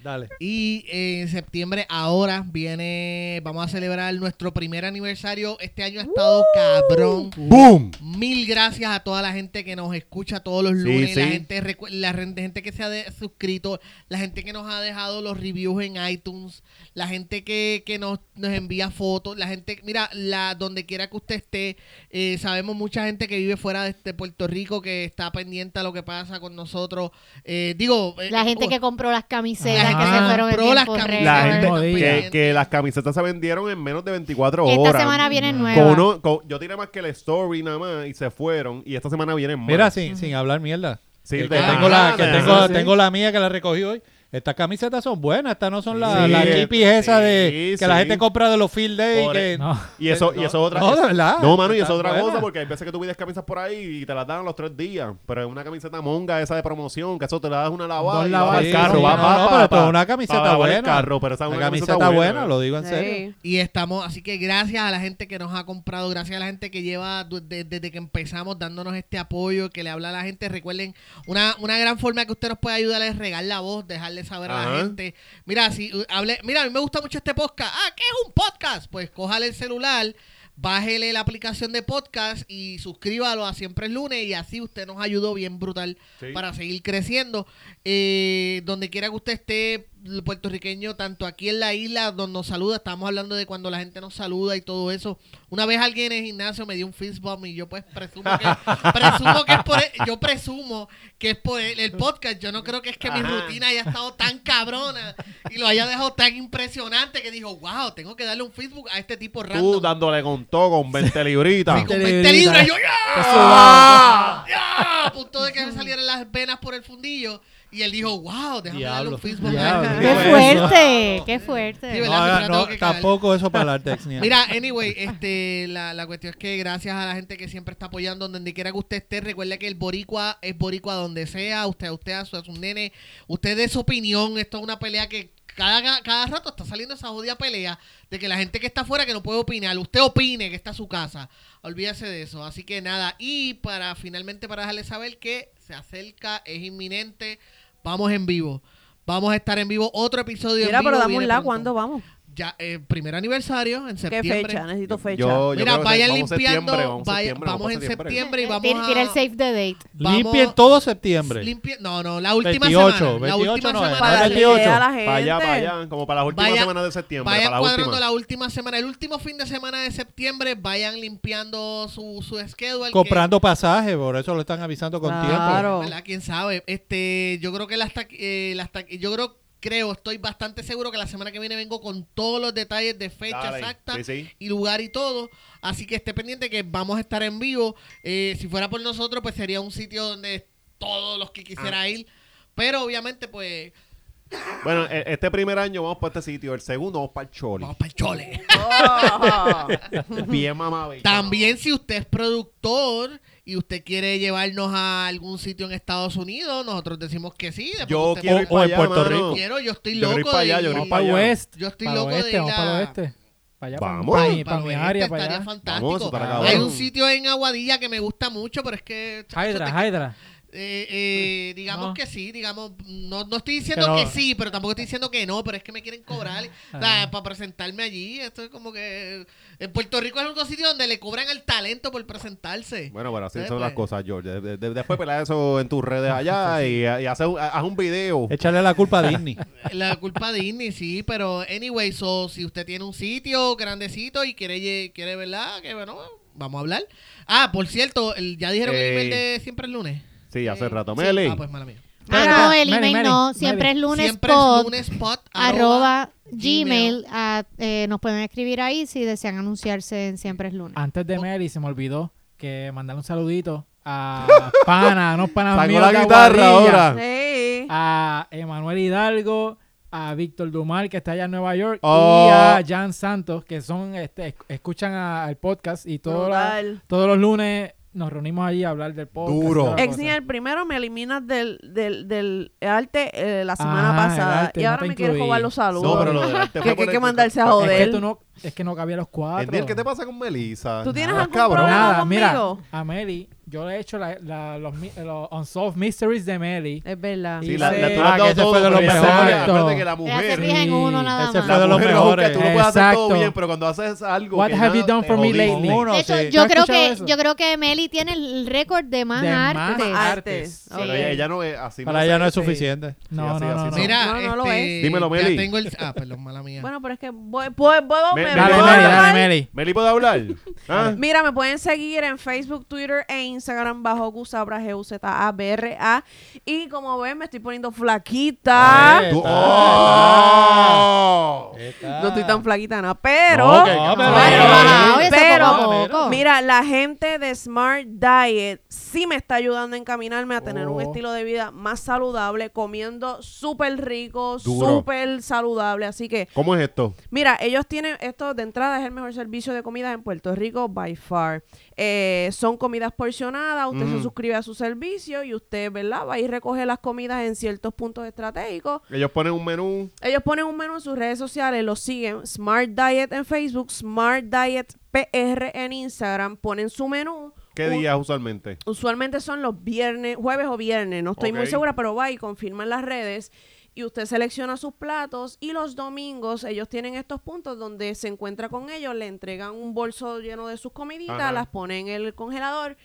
S3: Dale.
S4: Y eh, en septiembre ahora viene, vamos a celebrar nuestro primer aniversario. Este año ha estado cabrón.
S1: ¡Boom!
S4: Mil gracias a toda la gente que nos escucha todos los
S1: Sí,
S4: lunes, La,
S1: sí.
S4: gente, recu- la ren- gente que se ha de- suscrito, la gente que nos ha dejado los reviews en iTunes, la gente que, que nos, nos envía fotos, la gente, mira, la donde quiera que usted esté, eh, sabemos mucha gente que vive fuera de este Puerto Rico que está pendiente a lo que pasa con nosotros. Eh, digo, eh,
S2: La gente
S4: oh,
S2: que compró las camisetas
S6: La
S2: que
S6: gente
S2: se fueron en
S4: compró las
S2: tiempo
S4: camisetas.
S1: La
S6: Ese
S2: récord.
S1: gente
S6: mismo día.
S1: que, que las camisetas se vendieron en menos de 24 horas.
S2: Esta semana viene
S1: Con
S2: nueva.
S1: uno- con- yo tiré más que el story nada más y se fueron. Y esta semana vienen más.
S3: Mira, sin, sin hablar mierda.
S1: Sí,
S3: Que
S1: de
S3: tengo, la,
S1: nada,
S3: que
S1: de
S3: tengo,
S1: nada.
S3: tengo la mía que la recogí hoy. Estas camisetas son buenas, estas no son las
S1: Sí, eh,
S3: la hippies esas de que
S1: sí,
S3: la
S1: sí.
S3: gente compra de los field day.
S1: Por- e-,
S3: que-
S6: No.
S1: Y eso, y
S3: No,
S1: eso es otra
S3: no, de verdad.
S1: No, mano, y eso
S3: Está
S1: es otra
S3: buena.
S1: cosa, porque hay veces que tú pides camisas por ahí y te las dan a los tres días. Pero es una camiseta monga esa de promoción, que eso te la das una lavada
S6: Dos
S1: y va
S6: lavadas,
S1: al carro.
S6: sí,
S1: va,
S6: no,
S1: va,
S3: no,
S1: pa-
S3: pero esto
S1: pa-
S3: es una camiseta
S1: pa- va al
S3: buena.
S1: carro, pero esa es
S3: La
S1: una
S3: camiseta, buena, lo digo en serio.
S5: Sí.
S4: Y estamos, así que gracias a la gente que nos ha comprado, gracias a la gente que lleva du- de- desde que empezamos dándonos este apoyo, que le habla a la gente. Recuerden, una, una gran forma que usted nos puede ayudar es regar la voz, dejarle saber a la
S1: Ajá.
S4: gente. Mira, si uh, hable, mira, a mí me gusta mucho este podcast. Ah, ¿qué es un podcast? Pues cójale el celular. Bájele la aplicación de podcast y suscríbalo a Siempre es Lunes y así usted nos ayudó bien brutal
S1: Sí.
S4: para seguir creciendo. Eh, donde quiera que usted esté, el puertorriqueño, tanto aquí en la isla, donde nos saluda, estábamos hablando de cuando la gente nos saluda y todo eso. Una vez alguien en el gimnasio me dio un fist bump y yo pues presumo que, presumo que es por el- yo presumo que es por el, el podcast. Yo no creo que es que mi rutina haya estado tan cabrona y lo haya dejado tan impresionante que dijo, wow, tengo que darle un Facebook a este tipo random.
S1: Tú dándole con todo, con 20 libritas.
S4: Con
S6: Te
S4: 20
S6: debilita.
S4: libras, yo ¡ya!
S6: Te sudaba.
S4: ¡Ya! A punto de que me salieran las venas por el fundillo. Y él dijo, wow, déjame darle
S3: Diablo,
S4: un fist bump
S3: diablo,
S4: a
S2: ¡Qué
S4: este tipo".
S2: fuerte! ¡Qué
S4: Sí,
S2: fuerte!
S4: ¿verdad?
S3: No, haga-
S4: Pero tengo
S3: no,
S4: que cagar.
S3: tampoco eso para la texnia.
S4: Mira, anyway, este, la, la cuestión es que gracias a la gente que siempre está apoyando donde quiera que usted esté, recuerde que el boricua es boricua donde sea, usted, usted a su, a su nene, usted de su opinión, esto es una pelea que cada, cada rato está saliendo esa jodida pelea de que la gente que está afuera que no puede opinar, usted opine que está a su casa, olvídese de eso, así que nada, y para finalmente para dejarle saber que se acerca, es inminente, vamos en vivo. Vamos a estar en vivo otro episodio. en
S5: Mira,
S4: vivo
S5: pero dame
S4: viene
S5: un la
S4: pronto.
S5: cuándo vamos.
S4: Ya, eh, primer aniversario en
S5: ¿Qué
S4: septiembre.
S5: fecha? Necesito fecha.
S1: Yo- yo
S4: Mira,
S1: creo que
S4: vayan
S1: vamos en
S4: limpiando.
S1: septiembre, vamos en
S4: vaya-
S1: septiembre,
S4: vamos en septiembre y vamos
S2: Tiene
S4: a.
S2: tiene el save the date.
S4: vamos-
S3: Limpien todo septiembre.
S4: limpie- no, no, la última
S3: 28,
S4: semana. la
S3: 28
S4: última
S3: no es,
S4: semana.
S5: Para darle
S3: 28.
S5: idea a la gente.
S1: Para allá, para allá, como para las últimas
S4: Vaya-
S1: semanas de septiembre.
S4: Vayan
S1: para la
S4: cuadrando
S1: última.
S4: la última semana. El último fin de semana de septiembre, vayan limpiando su, su schedule. que-
S3: Comprando pasajes, por eso lo están avisando con
S5: Claro.
S4: ¿verdad? ¿Quién sabe? Este, yo creo que las taqu- eh, las taqu- yo creo, creo, estoy bastante seguro que la semana que viene vengo con todos los detalles de fecha
S1: Dale,
S4: exacta
S1: sí, sí.
S4: y lugar y todo. Así que esté pendiente que vamos a estar en vivo. Eh, si fuera por nosotros, pues sería un sitio donde todos los que quisiera
S1: Ah.
S4: ir. Pero obviamente, pues,
S1: Bueno, e- este primer año vamos para este sitio, el segundo vamos para el Choli.
S4: vamos para el chole.
S5: Oh.
S1: Bien mamabicho.
S4: También si usted es productor y usted quiere llevarnos a algún sitio en Estados Unidos, nosotros decimos que sí. después
S1: Yo
S4: este, usted
S1: quiero
S4: me-
S1: ir para
S3: en
S1: allá,
S3: Puerto
S1: mano.
S3: Rico.
S4: Quiero, yo estoy
S1: Yo
S4: loco.
S1: quiero ir para allá,
S4: de
S1: yo quiero
S6: Vamos
S1: ir
S6: para el
S1: allá.
S6: oeste.
S4: Yo estoy
S6: para el
S4: loco de
S6: oeste,
S4: ir
S6: Este. vamos para
S4: a-
S6: el oeste. Para allá,
S1: Vamos.
S6: para,
S4: Ay,
S6: mi- para
S4: para
S6: mi
S4: oeste
S6: área, para
S4: estaría
S6: allá.
S4: fantástico.
S1: Vamos, eso está cabrón.
S4: Hay un sitio en Aguadilla que me gusta mucho, pero es que... chacho,
S6: Hydra,
S4: te-
S6: Hydra.
S4: eh, eh, digamos
S6: No.
S4: que sí, digamos... No, no estoy diciendo
S6: Que no.
S4: que, sí, pero tampoco estoy diciendo que no, pero es que me quieren cobrar o sea, para presentarme allí. Esto es como que... En Puerto Rico es el único sitio donde le cobran al talento por presentarse.
S1: Bueno, bueno, así
S4: Eh,
S1: son las
S4: pues.
S1: cosas, George. De- de- después pelea eso en tus redes allá y, y hace un- haz un video.
S3: Echarle la culpa a Disney.
S4: La culpa de Disney, sí, pero anyway, so, si usted tiene un sitio grandecito y quiere, lle- quiere ¿verdad? Que bueno, vamos a hablar. Ah, por cierto, el- ya dijeron el
S1: Eh,
S4: email de siempre el lunes.
S1: Sí, hace
S4: Eh,
S1: rato.
S4: sí,
S1: Meli.
S4: Ah, pues mala mía.
S2: Ah,
S6: Mary,
S2: no, el
S6: Mary,
S2: email
S6: Mary,
S2: no.
S6: Mary.
S2: Siempre es lunes
S4: Siempre es
S2: pod,
S4: lunespod,
S2: arroba
S4: gmail.
S2: gmail. ah, eh, nos pueden escribir ahí si desean anunciarse en Siempre es lunes.
S6: Antes de Mary se me olvidó que mandar un saludito a Pana, no Pana
S1: Sacó
S6: mío.
S1: la
S6: de
S1: guitarra
S6: Aguadilla.
S1: ahora.
S5: Sí.
S1: Ah,
S6: A Emanuel Hidalgo, a Víctor Dumar, que está allá en Nueva York,
S1: Oh.
S6: y a Jan Santos, que son, este, esc- escuchan a- al podcast y todo la-
S5: Brutal.
S6: todos los lunes nos reunimos allí a hablar del podcast.
S1: Duro.
S6: y toda la cosa.
S5: Exni, el primero me eliminas del, del, del arte eh, la semana
S6: Ajá, Ah, el
S5: pasada.
S6: arte,
S5: y
S6: no
S5: ahora
S6: te
S5: me quieres
S6: incluí.
S5: robar los saludos.
S1: No, pero lo del arte fue
S5: que, que hay
S1: por
S5: que
S1: el-
S5: mandarse a
S6: Es que,
S5: joder.
S6: tú no, es que no cabía los cuatro.
S1: Endiel, ¿qué te pasa con Melissa? Ah,
S5: ¿Tú tienes
S1: Nada,
S5: algún problema?
S6: Nada,
S5: conmigo?
S6: mira, a Meli yo he hecho la- la- los, mi- los Unsolved Mysteries de Meli.
S5: Es verdad.
S1: Sí,
S6: Y
S1: la,
S6: se-
S1: la, tú
S3: Ah,
S1: la has
S3: que
S1: dado
S3: ese
S1: todo,
S3: fue de los
S1: pero esa-
S6: mejores.
S1: acuérdate que la
S2: Ella se
S1: mujer...
S2: fija en uno nada
S3: Ese
S2: más.
S3: fue de
S1: la
S3: los
S1: mujer es juzga,
S3: mejores.
S1: tú no puedes hacer todo
S6: Exacto.
S1: bien, pero cuando haces algo
S6: What
S1: que
S6: have you
S1: nada,
S6: done
S1: te
S6: for me
S1: jodiste.
S6: lately?
S3: Uno,
S2: De hecho,
S3: sí.
S6: ¿Has
S2: yo creo
S6: escuchado
S2: que
S6: eso?
S2: yo creo que Meli tiene el récord de más
S6: De más
S2: artes.
S5: artes.
S2: Sí.
S1: Pero ella, ella no es así.
S3: Para ella no es
S1: se-
S3: suficiente.
S6: No,
S1: así, así
S6: no, no, no.
S1: son.
S4: Mira,
S5: No, no lo
S4: este,
S1: es. Dímelo, Meli.
S4: Ya tengo el... Ah, perdón, mala mía.
S5: Bueno, pero es que voy, voy, voy,
S1: Me-
S5: me-
S1: dale,
S6: Dale,
S1: Meli,
S5: voy-
S1: dale,
S6: Meli, dale, Meli.
S1: ¿Meli puede hablar? ¿Ah?
S5: Mira, me pueden seguir en Facebook, Twitter e Instagram bajo Gusabra G U Z A B R A y como ven me estoy poniendo flaquita.
S6: Eh.
S3: Ay,
S1: Tú-
S3: está,
S1: ¡Oh!
S3: está.
S5: No estoy tan flaquita, no, pero
S1: No,
S3: No,
S1: que-
S3: Ah, pero-
S2: Bueno, bajado,
S5: Pero-
S2: ese poco a
S3: pero-
S2: poco.
S5: Mira, la gente de Smart Diet sí me está ayudando a encaminarme a tener un
S6: Oh.
S5: estilo de vida más saludable, comiendo súper rico,
S1: Duro.
S5: súper saludable. Así que,
S1: ¿Cómo es esto?
S5: mira, ellos tienen esto de entrada, es el mejor servicio de comida en Puerto Rico, by far. Eh, son comidas porcionadas, usted
S1: Ujú.
S5: se suscribe a su servicio y usted, ¿verdad? Va a ir a recoger las comidas en ciertos puntos estratégicos
S1: Ellos ponen un menú.
S5: ellos ponen un menú en sus redes sociales, los siguen, Smart Diet en Facebook, Smart Diet PR en Instagram, ponen su menú.
S1: ¿Qué
S5: U-
S1: días usualmente?
S5: Usualmente son los viernes, jueves o viernes, no estoy muy
S1: Ok.
S5: segura, pero va y confirma en las redes. Y usted selecciona sus platos y los domingos ellos tienen estos puntos donde se encuentra con ellos, le entregan un bolso lleno de sus comiditas,
S1: Ajá.
S5: las pone en el congelador.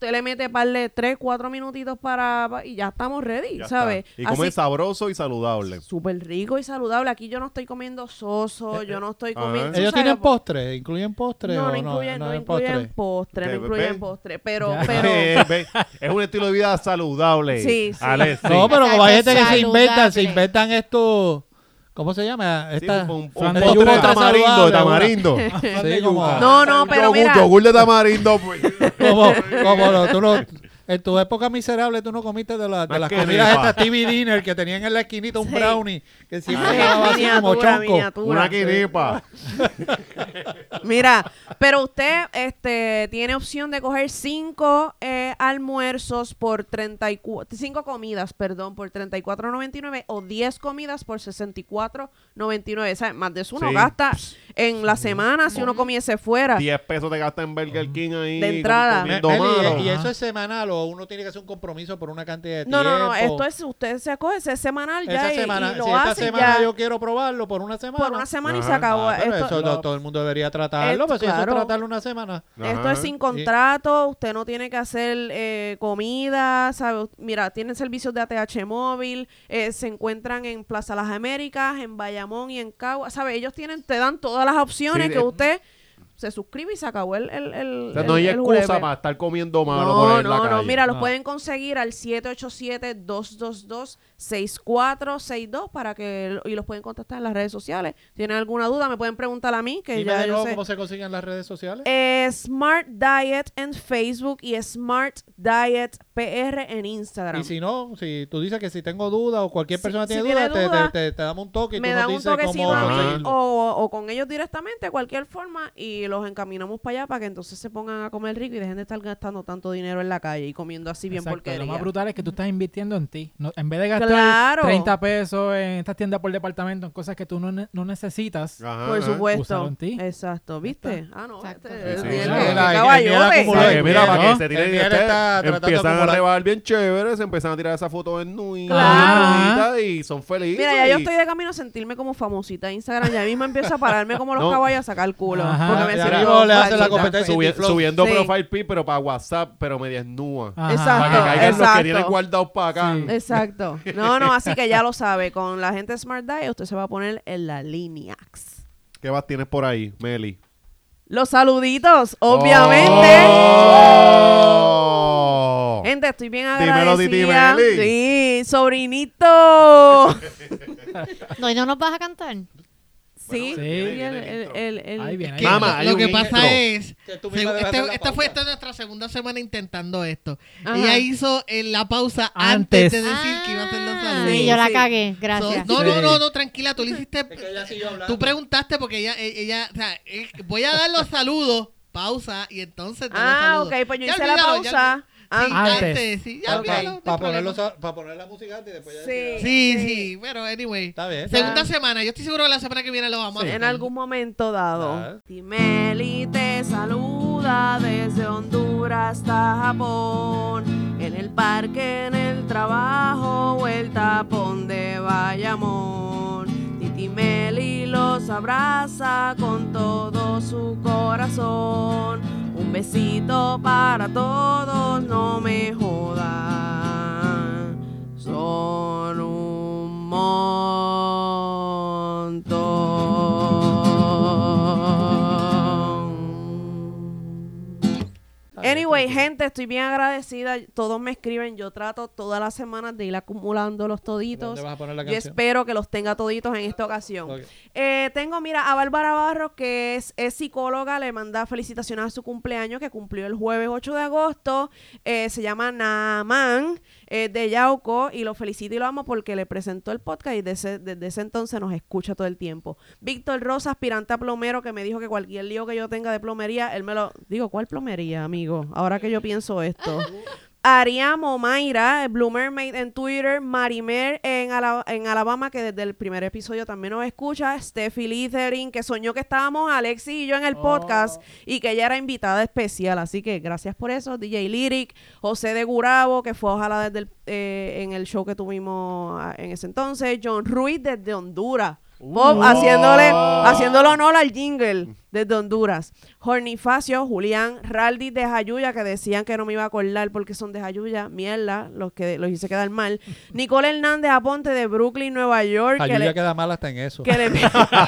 S5: Usted le mete par de 3, 4 minutitos para... pa- y ya estamos ready,
S1: Ya está.
S5: ¿sabes?
S1: Y
S5: Así
S1: comen sabroso y saludable.
S5: Súper rico y saludable. Aquí yo no estoy comiendo soso,
S1: Eh,
S5: yo no estoy
S1: Ajá.
S5: comiendo...
S3: Ellos
S5: tú sabes,
S3: tienen postres, incluyen postres
S5: No,
S3: o
S5: no incluyen, no,
S3: hay
S5: incluyen postre, no
S1: Ve, ve, ve.
S5: incluyen postre. Pero,
S6: Ya.
S5: pero...
S1: Eh, Ve, ve, es un estilo de vida saludable.
S5: Sí, sí.
S1: Alex, sí.
S3: No, pero como hay gente que se
S2: Saludable.
S3: inventan, se inventan estos, ¿cómo se llama?
S1: Sí,
S3: Esta,
S1: un, un
S3: estos
S1: postre de
S3: postres
S1: tamarindo, de
S3: saludables,
S1: tamarindo.
S3: una- Sí, como,
S5: No, no, pero
S1: yogur,
S5: mira...
S1: yogur de tamarindo. pues.
S3: como, como lo- tú no, en tu época miserable tú no comiste de, la- de
S1: Más
S3: las
S1: que
S3: comidas
S1: rifa.
S3: estas TV dinner que tenían en la esquinita un
S5: Sí.
S3: brownie que siempre
S5: Ay,
S3: estaba así como
S5: miniatura,
S3: chonco.
S5: miniatura.
S1: Una quinipa.
S5: Mira, pero usted este, tiene opción de coger cinco eh, almuerzos por 34, cinco comidas, perdón, por 34.99 o 10 comidas por 64.99. O sea, más de eso uno
S1: Sí.
S5: gasta en la semana si uno comiese fuera.
S1: 10 pesos te gastas en Burger King ahí.
S5: De entrada.
S3: Me-
S1: comiendo malo.
S3: Meli, ¿Y y
S6: Ajá.
S3: eso es semanal o uno tiene que hacer un compromiso por una cantidad de
S5: No,
S3: tiempo?
S5: no, no, esto es, usted se acoge, ese es semanal ya
S3: Esa
S5: y-
S3: semana,
S5: y, lo
S3: si esta
S5: hace
S3: semana
S5: ya
S3: yo quiero probarlo por una semana.
S5: por una semana y se
S1: Ajá.
S5: acabó.
S3: Ah, pero
S5: esto,
S3: eso to- todo el mundo debería tratarlo,
S5: Esto,
S3: pero si eso es
S5: claro.
S3: tratarlo una semana.
S5: Esto
S1: Ajá.
S5: es sin contrato, usted no tiene que hacer eh, comida, ¿sabe? U- Mira, tienen servicios de ATH móvil, eh, se encuentran en Plaza Las Américas, en Bayamón y en Cagua, ¿sabe? Ellos tienen, te dan todas las opciones
S1: Sí,
S5: que
S1: eh.
S5: usted se suscribe y se acabó el... el, el-
S1: O sea,
S5: el-
S1: no hay
S5: el
S1: excusa
S5: jueves.
S1: para estar comiendo malo por ahí
S5: No,
S1: en la
S5: no, no,
S1: calle.
S5: mira, los
S3: No.
S5: pueden conseguir al 787-222-6462 para que, y los pueden contactar en las redes sociales. ¿Tienen alguna duda? Me pueden preguntar a mí, que
S3: Dime
S5: ya
S3: de
S5: yo
S3: nuevo
S5: sé.
S3: cómo se consiguen las redes sociales.
S5: Eh, Smart Diet en Facebook y Smart Diet PR en Instagram.
S3: y si no, si tú dices que si tengo duda o cualquier
S5: Si-
S3: persona
S5: si
S3: tiene,
S5: tiene
S3: duda, te-
S5: duda,
S3: te, te- te damos un toque y
S5: me
S3: tú
S5: da
S3: nos
S5: un
S3: dices
S5: toquecito
S3: cómo
S5: a mí
S3: conseguirlo.
S5: o, o con ellos directamente, cualquier forma, y los encaminamos para allá para que entonces se pongan a comer rico y dejen de estar gastando tanto dinero en la calle y comiendo así bien
S6: Exacto,
S5: porquería.
S6: Lo más brutal es que tú estás invirtiendo en ti. No- en vez de gastar
S5: Claro.
S6: 30 pesos en estas tiendas por departamento, en cosas que tú no, ne- no necesitas.
S1: Ajá,
S5: Por
S1: ajá.
S5: supuesto.
S6: Úsalo en ti.
S5: Exacto, ¿viste? Ah, no,
S2: Exacto.
S5: este-
S1: Sí, sí.
S5: tiene
S1: Sí,
S5: que-
S1: la-
S5: que
S3: la-
S5: caballote.
S3: la- acumuló.
S1: Para que, mira,
S3: Bien,
S1: para
S3: ¿no?
S1: que se tiren
S3: El dinero
S1: ustedes,
S3: está tratando de
S1: empiezan a
S3: acumular.
S1: rebajar bien chéveres, empiezan a tirar esas fotos en nu
S5: Claro.
S1: y son felices.
S5: Mira, ya yo
S1: y-
S5: estoy de camino a sentirme como famosita en Instagram. Ya mismo empiezo a pararme como los
S1: No.
S5: caballos a sacar el culo.
S6: Ajá.
S5: porque me
S3: Ya
S5: siento
S3: mismo le hacen la
S5: faldita.
S3: competencia.
S1: subi-
S3: City Flow.
S1: subiendo
S5: Sí.
S1: profile pic, pero para WhatsApp, pero media nua.
S6: Ajá.
S5: Exacto.
S1: Para que caigan los que
S5: exacto.
S1: tienen guardados para acá.
S6: Sí.
S5: Exacto. No, no, así que ya lo sabe. Con la gente de Smart Diet usted se va a poner en la línea.
S1: ¿Qué más tienes por ahí, Meli?
S5: Los saluditos, obviamente.
S1: Oh.
S5: Gente, estoy bien
S1: Dímelo, Titi
S5: agradecida.
S1: Meli.
S5: Sí, sobrinito.
S2: No, ¿y no nos vas a cantar.
S5: Sí.
S6: Sí.
S5: Sí, el- el- el- el-
S6: Ahí viene, ahí
S4: Que
S6: viene.
S1: Mamá, hay
S4: lo,
S1: un
S4: que
S1: intro.
S4: pasa es
S3: Que tú misma
S4: según-
S3: debes
S4: este-
S3: hacer la
S4: esta fue
S3: pausa.
S4: esta nuestra segunda semana intentando esto
S5: Ajá.
S4: ella hizo eh, la pausa antes, de
S6: Antes.
S4: decir que iba a hacer los
S2: Ah,
S4: saludos
S2: y yo la
S5: Sí.
S2: cagué,
S4: So,
S2: gracias.
S4: no, no,
S6: Sí.
S4: no, no, tranquila, tú le hiciste.
S3: Es que ella siguió hablando.
S4: Tú preguntaste porque ella, eh, ella, o sea, eh, voy a dar los saludos, pausa, y entonces. doy los
S5: Ah,
S4: saludos.
S5: ok, pues yo
S4: Ya
S5: hice la
S4: olvídalo, ya
S5: pausa.
S6: Antes.
S4: sí, ya,
S3: Para
S4: olvídalo, no hay problema.
S3: ponerlos a- pa poner la música antes y después ya decir,
S4: Sí, sí, bueno, anyway.
S3: Está bien.
S4: Segunda semana, yo estoy seguro que la semana que viene lo vamos a
S5: En
S4: hacer.
S5: algún momento dado.
S3: Ah.
S5: Timeli te saluda desde Honduras hasta Japón. En el parque, en el trabajo o el tapón de Bayamón. Titi Meli los abraza con todo su corazón. Un besito para todos, no me jodan son un montón. Anyway, gente, estoy bien agradecida. Todos me escriben. Yo trato todas las semanas de ir acumulando los toditos.
S3: ¿Dónde vas a poner la
S5: Yo
S3: canción?
S5: espero que los tenga toditos en esta ocasión.
S3: Ok.
S5: Eh, tengo, mira, a Bárbara Barros, que es, es psicóloga, le manda felicitaciones a su cumpleaños, que cumplió el jueves 8 de agosto. Eh, se llama Naamán eh, de Yauco, y lo felicito y lo amo porque le presentó el podcast y desde, desde ese entonces nos escucha todo el tiempo. Víctor Rosa, aspirante a plomero, que me dijo que cualquier lío que yo tenga de plomería, él me lo... Digo, ¿cuál plomería, amigo? Ahora que yo pienso esto. Ariamo Mayra, Blue Mermaid en Twitter, Marimer en, Ala- en Alabama, que desde el primer episodio también nos escucha, Steffi Litherin, que soñó que estábamos Alexis y yo en el
S6: Oh.
S5: podcast y que ella era invitada especial, así que gracias por eso, DJ Lyric, José de Gurabo, que fue ojalá desde el, eh, en el show que tuvimos ah, en ese entonces, John Ruiz desde Honduras. Bob haciéndole, haciéndole honor al jingle desde Honduras. Jornifacio, Julián, Raldi de Jayuya, que decían que no me iba a acordar porque son de Jayuya, mierda, los que los hice quedar mal. Nicole Hernández Aponte de Brooklyn, Nueva York, que
S3: Ayuda
S5: le,
S3: queda mal hasta en eso.
S5: que le,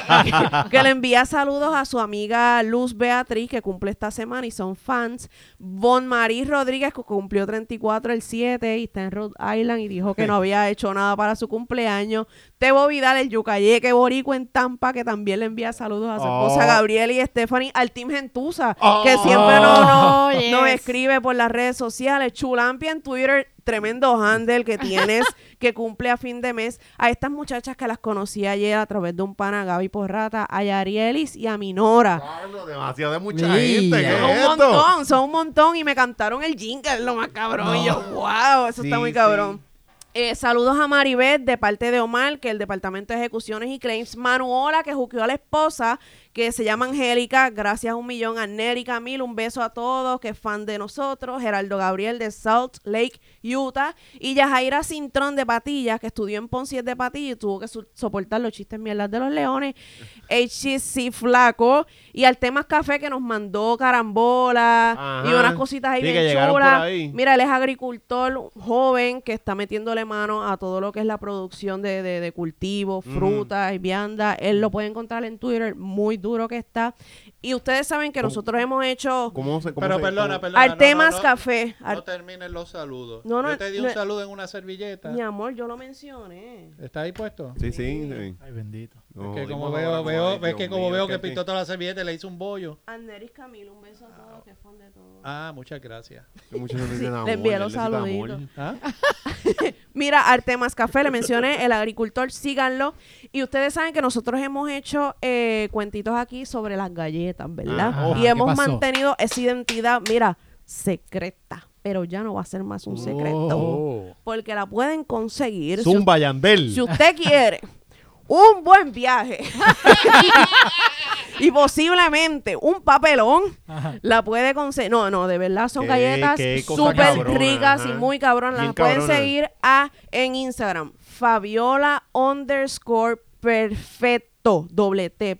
S5: que le envía saludos a su amiga Luz Beatriz, que cumple esta semana y son fans. Von Marie Rodríguez, que cumplió 34 el 7 y está en Rhode Island y dijo que no había hecho nada para su cumpleaños. Tebo Vidal, el yucayeque boricua en Tampa, que también le envía saludos a su
S1: Oh.
S5: esposa Gabriel y Stephanie, al Team Gentuza, que
S1: Oh.
S5: siempre no- no-
S2: Oh, yes.
S5: nos escribe por las redes sociales. Chulampia en Twitter, tremendo handle que tienes, que cumple a fin de mes. A estas muchachas que las conocí ayer a través de un pana, a Gaby Porrata, a Yarielis y a Minora.
S1: Pablo, demasiada mucha
S3: Mira.
S1: gente. ¿Qué
S5: Son un
S1: es esto?
S5: montón, son un montón y me cantaron el jingle, lo más cabrón. Y yo, wow, eso está
S1: Sí,
S5: muy
S1: sí.
S5: cabrón. Eh, saludos a Maribeth de parte de Omar, que el Departamento de Ejecuciones y Claims Manuola, que juzgó a la esposa, que se llama Angélica. Gracias un millón a Neri Camil, un beso a todos, que es fan de nosotros. Geraldo Gabriel de Salt Lake, Utah. Y Yajaira Cintrón de Patillas, que estudió en Ponciet de Patillas y tuvo que su- soportar los chistes mierdas de los leones. HC Flaco. Y al tema Café, que nos mandó carambola y
S1: Ajá.
S5: unas cositas ahí
S1: Sí, que
S5: bien
S1: llegaron por
S5: chulas.
S1: ahí.
S5: Mira, él es agricultor joven que está metiéndole mano a todo lo que es la producción de, de, de cultivos,
S1: Ujú.
S5: frutas y viandas. Él lo puede encontrar en Twitter, muy duro que está. Y ustedes saben que
S1: ¿Cómo?
S5: nosotros hemos hecho
S1: ¿Cómo se, cómo
S3: Pero
S1: se-
S3: perdona,
S1: cómo-
S3: perdona. no,
S5: Artemas
S3: no, no,
S5: Café. Ar-
S3: No terminen los saludos.
S5: No, no,
S3: Yo te di
S5: no.
S3: un saludo en una servilleta.
S5: Mi amor, yo lo mencioné.
S3: ¿Está ahí puesto?
S1: Sí, sí. sí.
S6: Ay, bendito.
S1: No,
S3: es que como
S1: dime
S3: veo,
S1: ahora,
S3: veo,
S1: ay,
S3: ves que
S1: Dios
S3: como
S1: mío,
S3: veo
S1: es
S3: que
S1: sí.
S3: pintó toda la servilleta y le hizo un bollo.
S5: Anderis Camilo, un beso a todos, que fan de todos.
S3: Ah, muchas gracias.
S1: Que muchos no tienen amor,
S5: le envié los
S1: él necesita amor.
S5: saluditos.
S3: ¿Ah?
S5: Mira, Artemas Café, le mencioné, el agricultor, síganlo. Y ustedes saben que nosotros hemos hecho eh, cuentitos aquí sobre las galletas, ¿verdad?
S6: Ajá,
S5: y
S6: Ah, ¿qué
S5: hemos
S6: pasó?
S5: mantenido esa identidad, mira, secreta. Pero ya no va a ser más un secreto.
S3: Oh.
S5: Porque la pueden conseguir. Si us-
S1: Zumba Yandel.
S5: si usted quiere un buen viaje y posiblemente un papelón,
S6: Ajá.
S5: la puede conseguir. No, no, de verdad son
S1: Qué-
S5: galletas
S1: qué cosa
S5: súper
S1: cabrona,
S5: ricas y
S1: ajá.
S5: muy cabronas.
S1: Bien
S5: Las pueden
S1: cabrona.
S5: seguir a, en Instagram, Fabiola underscore perfecto, doble T, E,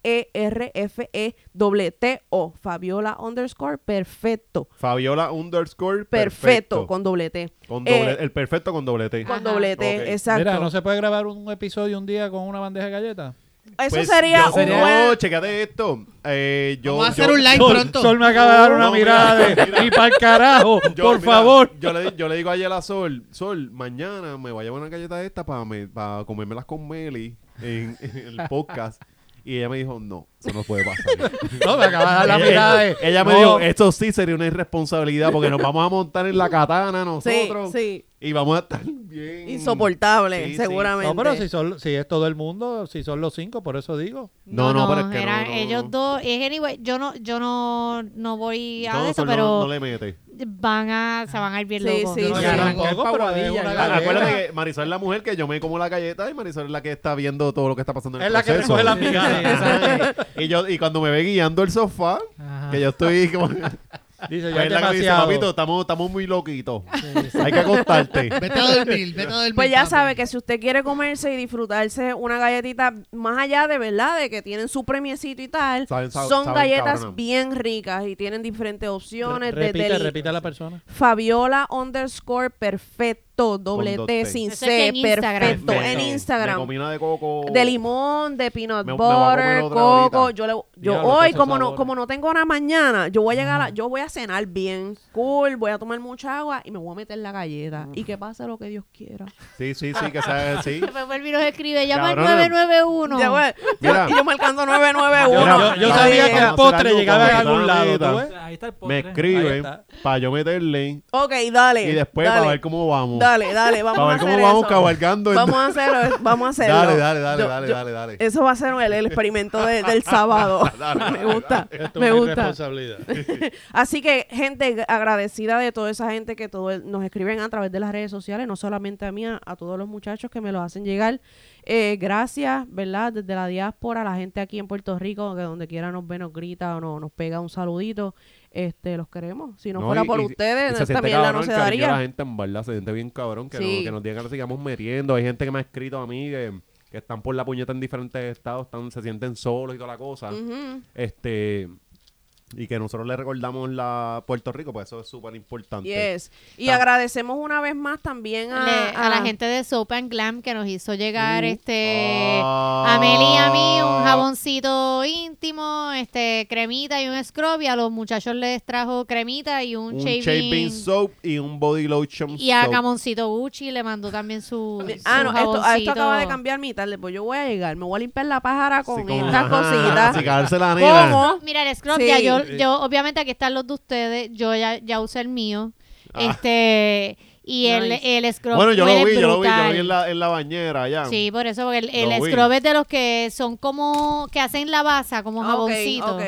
S5: P-E-R-F-E, E, doble T, O, Fabiola underscore perfecto.
S1: Fabiola underscore
S5: Perfecto,
S1: perfecto.
S5: con doble T.
S1: Con
S5: Eh,
S1: doble- el perfecto con doble T.
S5: Con
S2: Ajá.
S5: doble T,
S1: Ok.
S5: exacto.
S3: Mira, ¿no se puede grabar un episodio un día con una bandeja de galletas?
S5: Eso
S1: Pues,
S5: sería
S1: yo-
S5: un
S6: sería-
S5: buen...
S1: No, checate esto. Eh, yo,
S4: Vamos a
S1: yo-
S4: hacer un live pronto.
S3: Sol me acaba de dar una
S1: No,
S3: mirada
S1: mira,
S3: de... ¡Y para el carajo!
S1: yo-
S3: ¡Por
S1: mira,
S3: favor!
S1: Yo le, yo le digo ayer a Sol, Sol, mañana me voy a llevar una galleta esta para para comérmelas con Meli en, en el podcast. Y ella me dijo, no, eso no puede pasar.
S3: No, me acaba de dar la
S1: Ella-
S3: mirada de...
S1: ella, ella me
S3: No,
S1: dijo, esto sí sería una irresponsabilidad porque nos vamos a montar en la katana
S5: Sí,
S1: nosotros
S5: sí.
S1: y vamos a estar bien.
S5: Insoportable,
S1: Sí, sí.
S5: seguramente.
S3: No, pero si, son, si es todo el mundo, si son los cinco, por eso digo.
S1: No, no, pero es que no,
S2: eran
S1: no,
S2: ellos
S1: no.
S2: dos. Es anyway, yo no, yo no, no voy a
S1: No,
S2: eso,
S1: Sol, no-
S2: pero
S1: no le mete.
S2: van a, se van a ir bien
S5: Sí,
S2: locos.
S5: sí,
S6: No,
S5: sí.
S6: ya arrancó
S3: Tampoco,
S6: el
S3: pero es
S6: pavadilla,
S3: una
S6: ya.
S1: Claro,
S3: galleta.
S1: acuérdate que Marisol es la mujer que yo me como la galleta y Marisol es la que está viendo todo lo que está pasando en el
S3: Es la que
S1: proceso.
S3: recoge la
S6: Sí, sí,
S3: picada.
S1: Ajá. y, yo, y cuando me ve guiando el sofá,
S6: Ajá.
S1: que yo estoy como...
S3: Dice,
S1: Ahí
S3: ya
S1: es
S3: Pues es
S1: la que me dice, papito,
S3: demasiado.
S1: estamos, estamos muy loquitos. Hay que acostarte.
S4: Vete a dormir, vete a dormir.
S5: Pues ya
S4: papi.
S5: sabe que si usted quiere comerse y disfrutarse una galletita, más allá de verdad, de que tienen su premiecito y tal,
S1: Saben- sab-
S5: son
S1: saben
S5: galletas
S1: cabrón.
S5: bien ricas y tienen diferentes opciones. de
S3: Repite,
S5: deli-
S3: repite a la persona.
S5: Fabiola underscore perfecto, doble
S1: dos
S5: T
S1: T.
S5: sin
S2: Eso es que
S5: C,
S2: en Instagram.
S5: perfecto,
S1: Me-
S5: en
S1: me- me
S5: Instagram.
S1: comina de coco.
S5: De limón, de peanut
S1: Me- me voy a comer
S5: butter,
S1: otra
S5: coco.
S1: ahorita.
S5: Yo, le, yo
S3: Diablo,
S5: hoy,
S3: todos
S5: como no,
S3: esos
S5: como no tengo nada mañana, yo voy a llegar, a- yo voy a cenar bien, cool, voy a tomar mucha agua y me voy a meter la galleta. Y que pase lo que Dios quiera.
S1: Sí, sí, sí, que sea sí.
S2: Después Melvin nos escribe, llama al
S1: Cabrona.
S2: 991.
S5: Ya, güey.
S1: Mira.
S5: Y yo marcando 991.
S3: Yo,
S1: Ahora,
S3: yo- yo
S1: vamos a
S3: sabía
S1: hacer
S3: que el
S1: algo,
S3: postre
S1: vamos a
S3: llegaba a
S1: hacer
S3: algún
S1: algo,
S3: lado. ¿tú
S1: vamos a
S3: ves?
S6: Ahí está el postre.
S1: Me
S3: Ahí
S1: escriben
S3: está.
S1: para yo meterle
S5: Ok, dale.
S1: y después
S5: Eh, dale,
S1: para ver cómo vamos.
S5: Dale, dale, vamos
S1: para
S5: a
S1: ver
S5: hacer
S1: cómo vamos
S5: eso.
S1: cabalgando. en-
S5: Vamos a hacerlo, vamos a hacerlo.
S1: Dale, dale, dale,
S5: Yo-
S1: dale,
S5: yo-
S1: dale, dale.
S5: Eso va a ser el, el experimento de- del sábado. me gusta,
S3: Esto
S5: me
S3: es mi
S5: gusta.
S3: responsabilidad.
S5: Así que, gente, g- agradecida de toda esa gente que todo el- nos escriben a través de las redes sociales, no solamente a mí, a, a todos los muchachos que me los hacen llegar. Eh, gracias, ¿verdad? Desde la diáspora, la gente aquí en Puerto Rico, que donde quiera nos ve, nos grita o no, nos pega un saludito. Este, los queremos. Si no, fuera
S1: y-
S5: por
S1: y- y
S5: ustedes,
S1: se
S5: esta
S1: siente
S5: mierda no
S1: cabrón
S5: se
S1: el cariño de
S5: daría.
S1: La gente en verdad se siente bien cabrón que,
S5: Sí.
S1: no- que nos digan que lo sigamos metiendo. Hay gente que me ha escrito a mí que, que están por la puñeta en diferentes estados, están, se sienten solos y toda la cosa.
S5: Ujú.
S1: Este y que nosotros le recordamos la Puerto Rico, pues eso es súper importante.
S5: Yes. Y
S1: Tam-
S5: agradecemos una vez más también a,
S2: Le- a la
S5: a-
S2: gente de Soap and Glam que nos hizo llegar
S1: Mm.
S2: este
S1: Uh, Ah.
S2: a Meli y a mí un jaboncito íntimo, este cremita y un scrub y a los muchachos les trajo cremita y un,
S1: un
S2: shaving,
S1: shaving soap y un body lotion
S2: y a
S1: soap.
S2: Camoncito Gucci le mandó también su,
S5: Ah,
S2: su
S5: no, esto, a esto acaba de
S2: jaboncito.
S5: cambiar mi tarde, pues yo voy a llegar, me voy a limpiar la pájara con
S1: Sí,
S5: estas
S1: ajá,
S5: cositas.
S1: acicalarse la nena.
S5: ¿Cómo?
S2: Mira, el scrub,
S5: Sí.
S2: ya yo,
S1: Eh,
S2: yo, obviamente aquí están los de ustedes, yo ya, ya usé el mío, este, y el,
S5: Nice.
S2: el scrub
S1: Ah. Bueno, yo lo
S2: huele
S1: vi, yo lo vi, yo lo
S2: brutal.
S1: vi en la, en la bañera allá.
S2: Sí, por eso, porque el, el
S1: Lo vi.
S2: scrub es de los que son como, que hacen la basa, como
S5: Ah, ok,
S2: jaboncito.
S5: ok.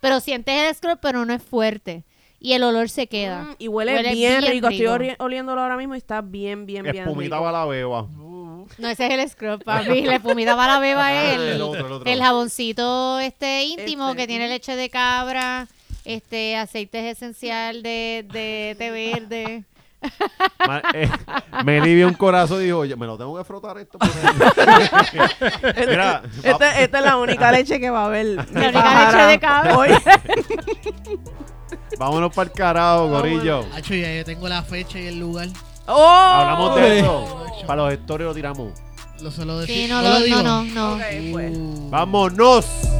S2: Pero sientes el scrub, pero no es fuerte. Y el olor se queda.
S5: Mm, y huele,
S2: Huele
S5: bien,
S2: bien
S5: rico. Estoy
S2: rico.
S5: ori- oliéndolo ahora mismo y está bien, bien, bien
S1: Espumita
S5: rico.
S1: para la
S2: Ah,
S1: beba.
S2: No, ese es el scrub, papi. La espumita para la beba es el,
S1: Ah, el otro, el otro.
S2: el jaboncito este íntimo
S5: Este.
S2: que tiene leche de cabra, este aceite esencial de, de té verde.
S1: Ma- eh, Meli vio un corazón y dijo, oye, me lo tengo que frotar esto. porque- Mira, va-
S5: Este, Esta, esta es la única leche que va a haber. La
S2: única leche de cabra.
S1: vámonos para el carajo, gorillo.
S4: Acho, ya yo tengo la fecha y el lugar.
S2: Oh.
S1: Hablamos de eso. Para los gestores lo tiramos.
S4: Lo Uh. solo de
S2: Sí, no, lo- no, no, no.
S5: Ok, pues.
S1: ¡Vámonos!